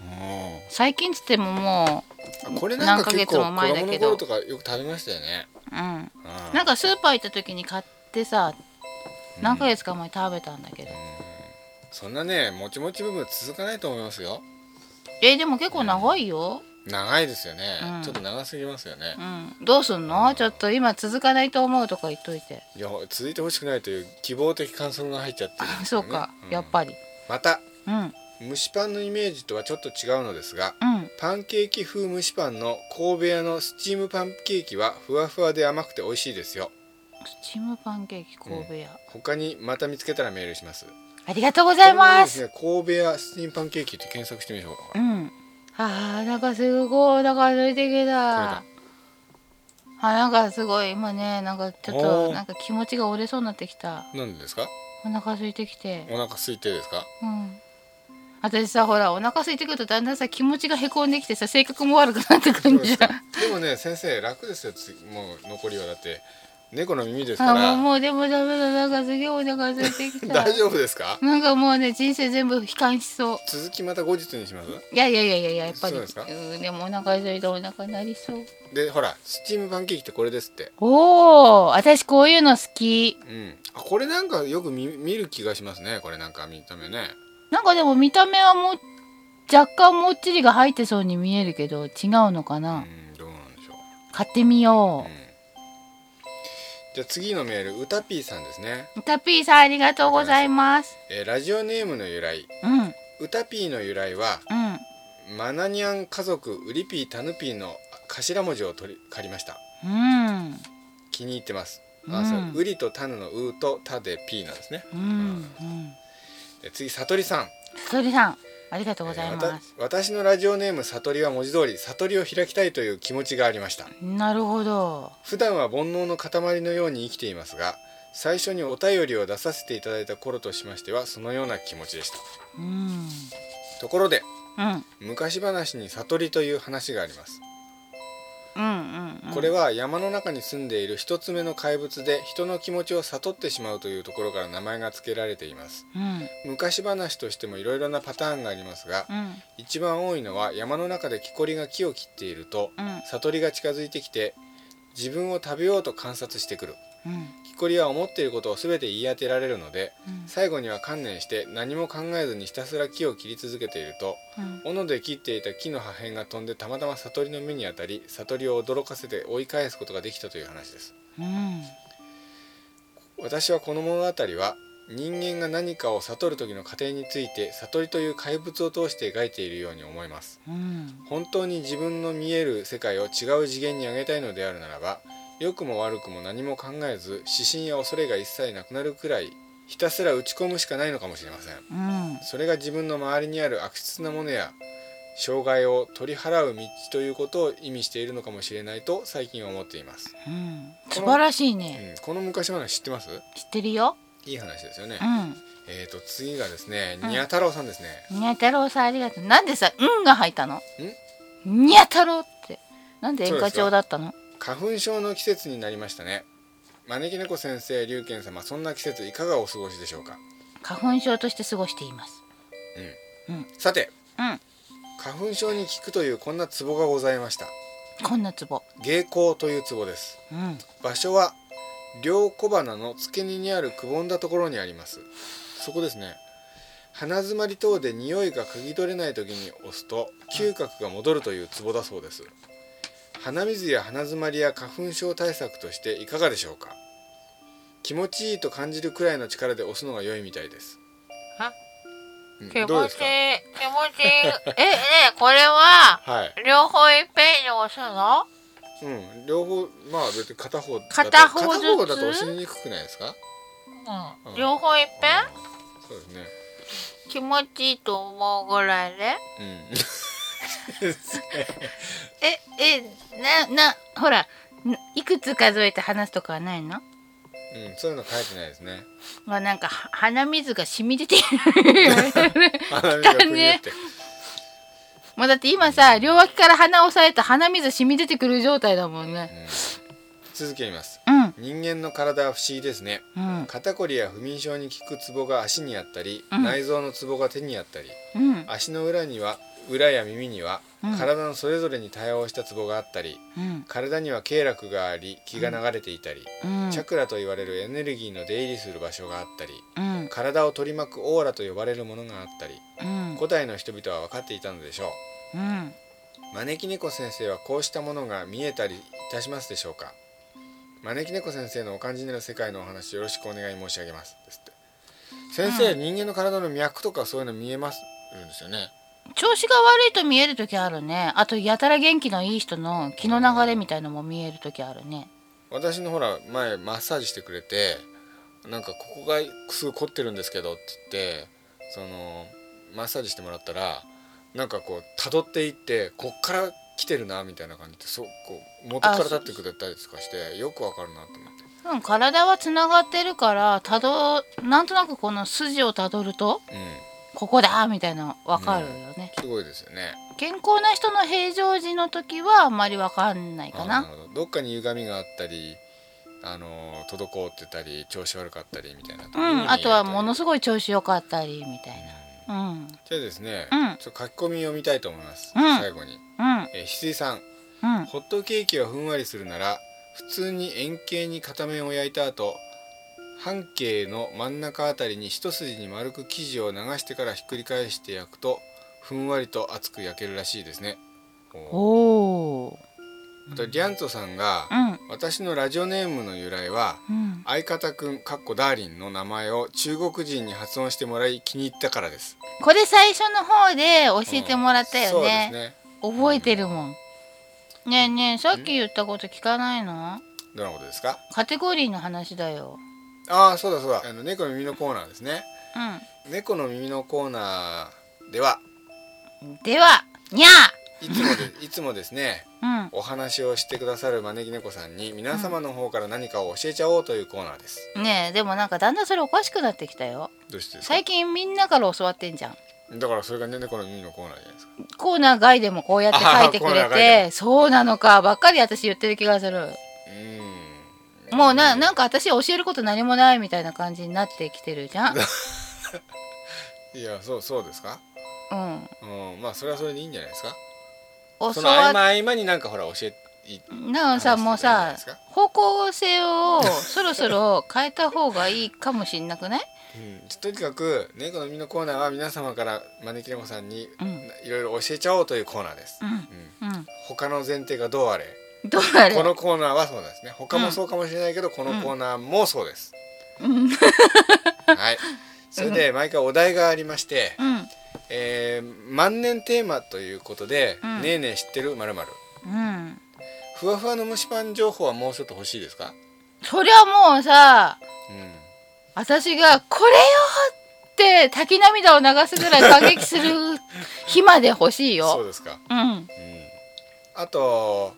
A: 最近つってもも
B: あこれなんか結
A: 何ヶ月
B: 構
A: も前だけど
B: 子供の頃とかよく食べましたよね
A: ううん
B: うん
A: なんかスーパー行った時に買ってさ何ヶ月か前に食べたんだけど、
B: そんなねもちもち部分続かないと思いますよ
A: えでも結構長いよ、
B: 長いですよね、
A: うん
B: ちょっと長すぎますよね、
A: うん、どうすんのちょっと今続かないと思うとか言っといて
B: いや続いてほしくないという希望的感想が入っちゃってるんです
A: そ
B: よ
A: う
B: ね、
A: か、
B: ん
A: やっぱり
B: また
A: うん
B: 蒸しパンのイメージとはちょっと違うのですが
A: うん
B: パンケーキ風蒸しパンの神戸屋のスチームパンケーキはふわふわで甘くて美味しいですよ
A: スチームパンケーキ神戸屋、
B: 他にまた見つけたらメールします
A: ありがとうございま
B: これ
A: す
B: もいいですね神戸屋スチームパンケーキって検索してみましょう
A: う
B: か
A: んあーなんかすごいなんか歩いてきたあなんかすごい今ねなんかちょっ
B: お
A: と
B: ー
A: なんか気持ちが折れそうになってきた
B: なんでですか
A: お腹空いてきて
B: お腹空いてですか
A: うん私さほらお腹空いてくるとだんだんさ気持ちがへこんできてさ性格も悪くなってく
B: そう
A: る
B: で
A: じ
B: す
A: ゃ
B: か
A: ん
B: でもね先生楽ですよつもう残りはだって猫の耳ですか
A: あもう
B: ら
A: もうでもダメだなんかすげえお腹空いてきた
B: 大丈夫ですか
A: なんかもうね人生全部悲観しそう
B: 続きまた後日にします
A: いやいやいやいやいややっぱり
B: そうですか
A: んでもお腹空いてお腹なりそう
B: でほらスチームパンケーキってこれですって
A: おお私こういうの好き
B: うんあこれなんかよく見見る気がしますねこれなんか見た目ね
A: なんかでも見た目はもう若干もっちりが入ってそうに見えるけど違うのか
B: う
A: な、
B: んどうなんでしょ
A: 買ってみ
B: う、う
A: よ
B: ん、じゃあ次のメールうたぴーさんですね、
A: う、タピーさんありがとうございます
B: えーラジオネームの由来
A: うんうん
B: うたぴーの由来はマナニャン家族ウリピータヌピーの頭文字を取り借りました
A: うん
B: 気に入ってます
A: う
B: あ
A: ん
B: そうウリとタヌのウとタでピーなんですね
A: うんうん
B: で次さとりさん
A: さとりさんありがとうござい
B: えーわ
A: ま
B: た
A: す、
B: 私のラジオネームさとりは文字通り悟りを開きたいという気持ちがありました
A: なるほど
B: 普段は煩悩の塊のように生きていますが最初にお便りを出させていただいた頃としましてはそのような気持ちでした
A: うん
B: ところで
A: うん
B: 昔話に悟りという話があります
A: うんうんうん
B: これは山の中に住んでいる一つ目の怪物で人の気持ちを悟ってしまうというところから名前が付けられています
A: うん
B: 昔話としてもいろいろなパターンがありますが
A: うん
B: 一番多いのは山の中で木こりが木を切っていると
A: うん
B: 悟りが近づいてきて自分を食べようと観察してくる
A: うん
B: 木こりは思っていることを全て言い当てられるので
A: うん
B: 最後には観念して何も考えずにひたすら木を切り続けていると
A: うん
B: 斧で切っていた木の破片が飛んでたまたま悟りの目に当たり悟りを驚かせて追い返すことができたという話です
A: うん
B: 私はこの物語は人間が何かを悟る時の過程について悟りという怪物を通して描いているように思います
A: うん
B: 本当に自分の見える世界を違う次元に上げたいのであるならば良くも悪くも何も考えず指針や恐れが一切なくなるくらいひたすら打ち込むしかないのかもしれません
A: うん
B: それが自分の周りにある悪質なものや障害を取り払う道ということを意味しているのかもしれないと最近は思っています、
A: うん、素晴らしいうね、
B: ん、この昔話知ってます
A: 知ってるよ
B: いい話ですよね、
A: う
B: えっ、と次がですねにゃ太郎さんですね、
A: んにゃ太郎さんありがとうなんでさ「うん」が入ったのにゃ太郎ってなんで演歌調だったの
B: 花粉症の季節になりましたね招き猫先生龍賢様そんな季節いかがお過ごしでしょうか
A: 花粉症として過ごしています
B: さて
A: うん
B: 花粉症に効くというこんなツボがございました
A: こんなツボ
B: 芸香というツボです
A: うん
B: 場所は両小鼻の付け根にあるくぼんだところにありますそこですね鼻づまり等で匂いが嗅ぎ取れない時に押すと嗅覚が戻るというツボだそうです鼻水や鼻づまりや花粉症対策としていかがでしょうか気持ちいいと感じるくらいの力で押すのが良いみたいです
D: あ
B: うん
D: 気持ちいい気
B: ど
D: 持
B: うで
D: ち
B: す
D: い い
B: か
D: えねえこれは
B: はい
D: 両方いっぺんに押すの
B: うん両方まあ別に片方だと
A: 片方ずつ
B: 片方だと押しにくくないですか
D: う
B: うん
D: ん両方いっぺん
B: そうですね
D: 気持ちいいと思うぐらいで
B: うん
A: ええななほらないくつ数えて話すとかはないの
B: うん、そういうの書いてないで すね。
A: まあなんかは鼻水が染み出てる
B: 鼻水がくにゅって。
A: もうだって今さ両脇から鼻を押さえて鼻水染み出てくる状態だもんね
B: 続けます。
A: うん
B: 人間の体は不思議ですね。
A: うん
B: 肩こりや不眠症に効くツボが足にあったり、
A: うん
B: 内臓のツボが手にあったり、
A: うん
B: 足の裏には裏や耳には、
A: うん
B: 体のそれぞれに対応したツボがあったり、
A: うん
B: 体には経絡があり気が流れていたり、
A: うん
B: チャクラと言われるエネルギーの出入りする場所があったり、
A: うん
B: 体を取り巻くオーラと呼ばれるものがあったり、
A: うん
B: 古代の人々は分かっていたのでしょ
A: う
B: う。
A: ん
B: 招き猫先生はこうしたものが見えたりいたしますでしょうか招き猫先生のお感じになる世界のお話よろしくお願い申し上げますですって先生、人間の体の脈とかそういうの見えまするんですよね
A: 調子が悪いと見える時あるねあとやたら元気のいい人の気の流れみたいのも見える時あるね
B: 私のほら前マッサージしてくれてなんかここがすごい凝ってるんですけどって言ってそのマッサージしてもらったらなんかこう辿っていってこっから来てるなみたいな感じでそうこう元から立ってくれたりとかしてよくわかるなと思って。
A: うん体はつながってるからたどなんとなくこの筋をたどると
B: うん
A: ここだみたいなわかるよね、
B: すごいですよね。
A: 健康な人の平常時の時はあんまりわかんないか
B: あ
A: な
B: るほどどっかに歪みがあったり、あの滞ってたり、調子悪かったりみたいな。
A: うんあとはもの
B: ご
A: すごい調子良かったりみたい
B: じ
A: なうん
B: ゃあですね、
A: うん
B: ちょっと書き込み読みたいと思います。
A: うん
B: 最後に、
A: うん
B: えー、翡翠さん、
A: うん
B: ホットケーキはふんわりするなら、普通に円形に片面を焼いた後。半径の真ん中あたりに一筋に丸く生地を流してからひっくり返して焼くとふんわりと熱く焼けるらしいですね。おー
A: おー
B: あとリャンツォさんが、
A: うん
B: 私のラジオネームの由来は
A: うん
B: 相方くんかっこダーリンの名前を中国人に発音してもらい気に入ったからです
A: これ最初の方で教えてもらったよ
B: そうですね
A: 覚えてるもんねえねえさっき言ったこと聞かないの
B: どんなことですか
A: カテゴリーの話だよ
B: ああそうだそうだあの猫の耳のコーナーですね
A: う
B: 猫の耳のコーナーでは
A: んではにゃ
B: いつもでいつもですね
A: ー
B: お話をしてくださる招き猫さんに皆様の方から何かを教えちゃおうというコーナーです
A: うんねえでもなんかだんだんそれおかしくなってきたよ
B: どうしてですか
A: 最近みんなから教わってんじゃん
B: だからそれがね猫の耳のコーナーじゃないですか
A: コーナー外でもこうやって書いてく
B: あーコーナ
A: れ
B: ー外で
A: てそうなのかばっかり私言ってる気がする
B: うーん
A: もうななんか私教えること何もないみたいな感じになってきてるじゃん う
B: いやそうそうですか
A: ん
B: うんまあそれはそれでいいんじゃないですかそ
A: 教
B: の合
A: わっ
B: 間合間になんかほら教えい
A: なんかさもう
B: 話
A: さ
B: してくれるんじゃないですか
A: 方向性をそろそろ変えた方がいいかもしんなくない
B: うんとにかく猫の実のコーナーは皆様から招き猫さんに
A: うん
B: いろいろ教えちゃおうというコーナーです、
A: うん
B: うん
A: うん
B: 他の前提がどうあれ
A: どうあれ
B: このコーナーはそうなんですね他もそうかもしれないけど、このコーナーもそうです、はいそれで毎回お題がありまして、
A: うん
B: えー万年テーマということで「
A: うん
B: ねえねえ知ってるまる
A: うん
B: ふわふわの蒸しパン情報はもうちょっと欲しいですか、
A: そりゃもうさ
B: うん
A: 私が「これよ!」っって滝涙を流すぐらい過激する日まで欲しい
B: そう
A: よ。
B: ですか、
A: うん
B: うん、あと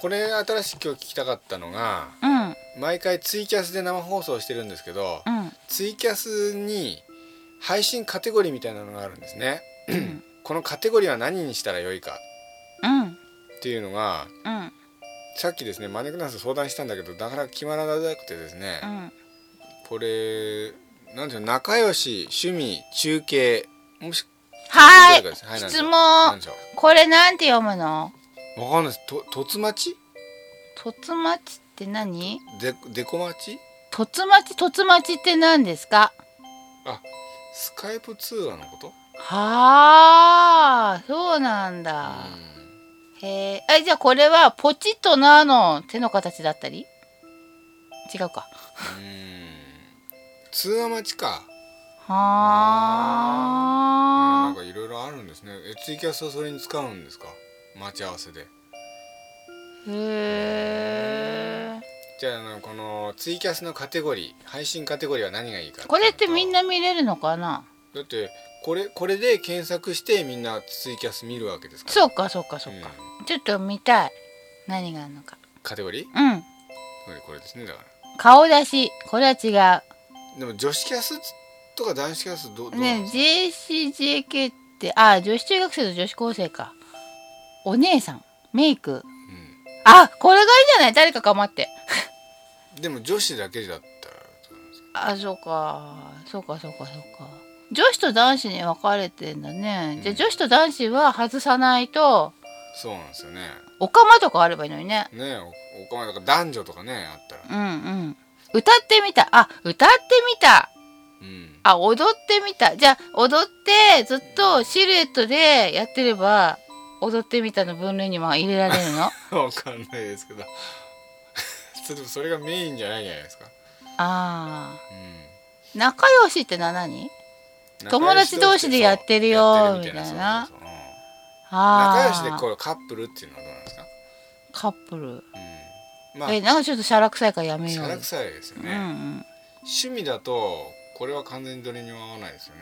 B: これ新しく今日聞きたかったのが
A: うんうん
B: 毎回ツイキャスで生放送してるんですけど、ツイキャスに配信カテゴリーみたいなのがあるんですね、
A: ん
B: このカテゴリーは何にしたらよいか
A: うん
B: っていうのが
A: うん
B: さっきですねマネックナースと相談したんだけどなかなか決まらなくてですね、
A: うん
B: これなんていうの仲良し趣味中継もし
A: は
B: どれかです
A: い
B: なんでし
A: 質
B: ょう
A: 問
B: なんでしょ
A: これなんて読むの？
B: うわかんないですととつまち
A: とつまちって何？
B: ででこまち
A: とつまちとつまちって何ですか？
B: スカイプ通話のこと
A: はあそうなんだ。へえ。えじゃあこれはポチッとなの手の形だったり？違うか。
B: うんうん通話待ちかな
A: は
B: んかいろいろあるんですねえツイキャスはそれに使うんですか待ち合わせで
A: あ。へえ。
B: じゃああのこのツイキャスのカテゴリー配信カテゴリーは何がいいか
A: これってみん
B: な
A: な見れるのかな？
B: だってこれこれで検索してみんなツイキャス見るわけですから
A: そうかそうかそう
B: うん
A: か。ちょっと見たい。何があるのか。
B: カテゴ
A: う
B: リー
A: ん。
B: これですねだから
A: 顔出し。これは違う。
B: でも女子キャスとか男子キャスどどうなん
A: ね
B: ですか、
A: JCJK ってあ女子中学生と女子高生かお姉さんメイクあこれがいいんじゃない誰かかまって
B: うん、でも女子だけだったらどうなんですか
A: あそうかそうかそうかそうか女子と男子に分かれてんだね、じゃあ
B: うん
A: 女子と男子は外さないと
B: そうなんですよね
A: おかまとかあればいいのにね
B: ねおおかまとか男女とかねあったら
A: うんうん歌ってみたあ歌ってみた
B: うん
A: あ踊ってみたじゃあ踊ってずっとシルエットでやってれば踊ってみたの分類にも入れられ るの
B: わかんないですけど それでもそれがメインじゃないじゃないですか、
A: あー
B: う
A: 仲良しってな何
B: ん、
A: 友達同士でやってるよ
B: そうやってる
A: みたいな
B: そうそうそううん仲
A: あ
B: 良し
A: ー
B: でこうカップルっていうのはどうなんですか、
A: カップル、
B: うん、まあ
A: えなんかちょっとしゃらくさいからやめ
B: し
A: よう
B: ゃ
A: よ
B: らくさいですよね、
A: うんうん、
B: 趣味だとこれは完全にどれにも合わないですよね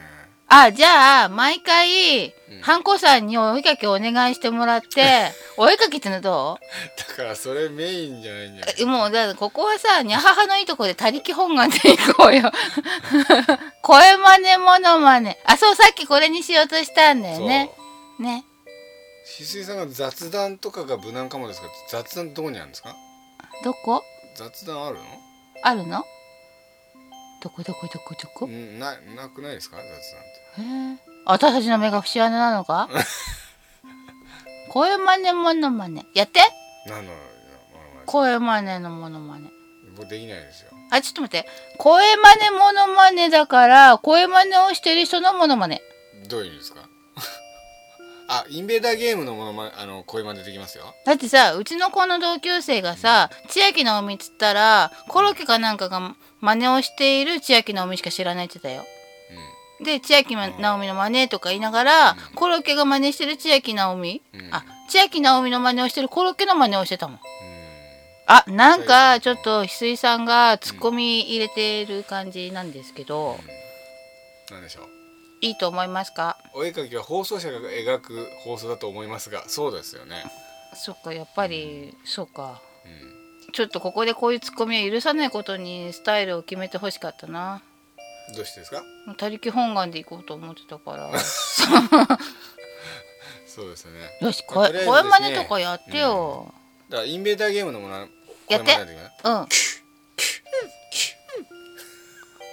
A: あじゃあ毎回
B: うん
A: ハンコさんにお絵かきお願いしてもらって お絵かきってのど
B: だからそれメインじゃないんじゃないう
A: えもうだからここはさにゃははのいいとこで他力本願でいこうよ 声真似モノマネあそうさっきこれにしようとしたんだよね
B: そう
A: ね
B: 翡翠さんが雑談とかが無難かもですが雑談どこにあるんですか
A: どこ
B: 雑談あるの
A: あるのどこどこどこどこ
B: うんななくないですか雑談って
A: へえ私たちの目が不幸なの か声真似モノマネやって
B: 何のものまね
A: 声真似のモノマネ
B: 僕できないですよ
A: あちょっと待って声真似モノマネだから声真似をしてる人のモノマネ
B: どういう意味ですか あインベーダーゲームのものまあの声真似できますよ
A: だってさうちの子の同級生がさ千秋直美っつったらコロッケかなんかが真似をしている千秋直美しか知らないって言ってたよで千秋ま直美の真似とか言いながら、コロッケが真似してる千秋直美、
B: うん
A: あ千秋直美の真似をしてるコロッケの真似をしてたもん
B: うん
A: あなんかちょっと翡翠さんがツッコミ入れてる感じなんですけど、
B: うんなんでしょう
A: いいと思いますか
B: お絵描きは放送者が描く放送だと思いますがそうですよね
A: そっかやっぱり、そうか
B: うん
A: ちょっとここでこういうツッコミを許さないことにスタイルを決めてほしかったな
B: どうしてですか
A: もう他力本願でいこうと思ってたから
B: そうですよね
A: よし
B: まあ
A: 声
B: とりあえず
A: 声真似
B: ですね
A: とかやってよ、
B: だからインベーダーゲームのものは
A: やって
B: これまでだけどね
A: うん、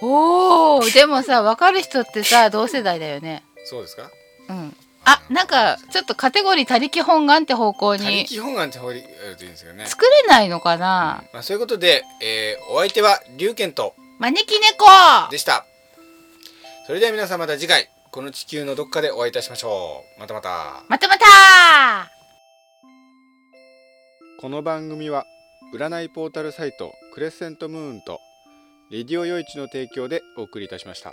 A: おーでもさ分かる人ってさ同世代だよね
B: そうですか
A: うんあなんかちょっとカテゴリー他力本願って方向
B: 他
A: に
B: 力本願って方にやるといいんですけどね
A: 作れないのかな、
B: まあそういうことで、えーお相手は龍賢と
A: 招き猫
B: でしたそれでは皆さんまた次回この地球のどっかでお会いいたしましょうまたまた
A: またまた
B: この番組は占いポータルサイトクレッセントムーンとレディオイチの提供でお送りいたしました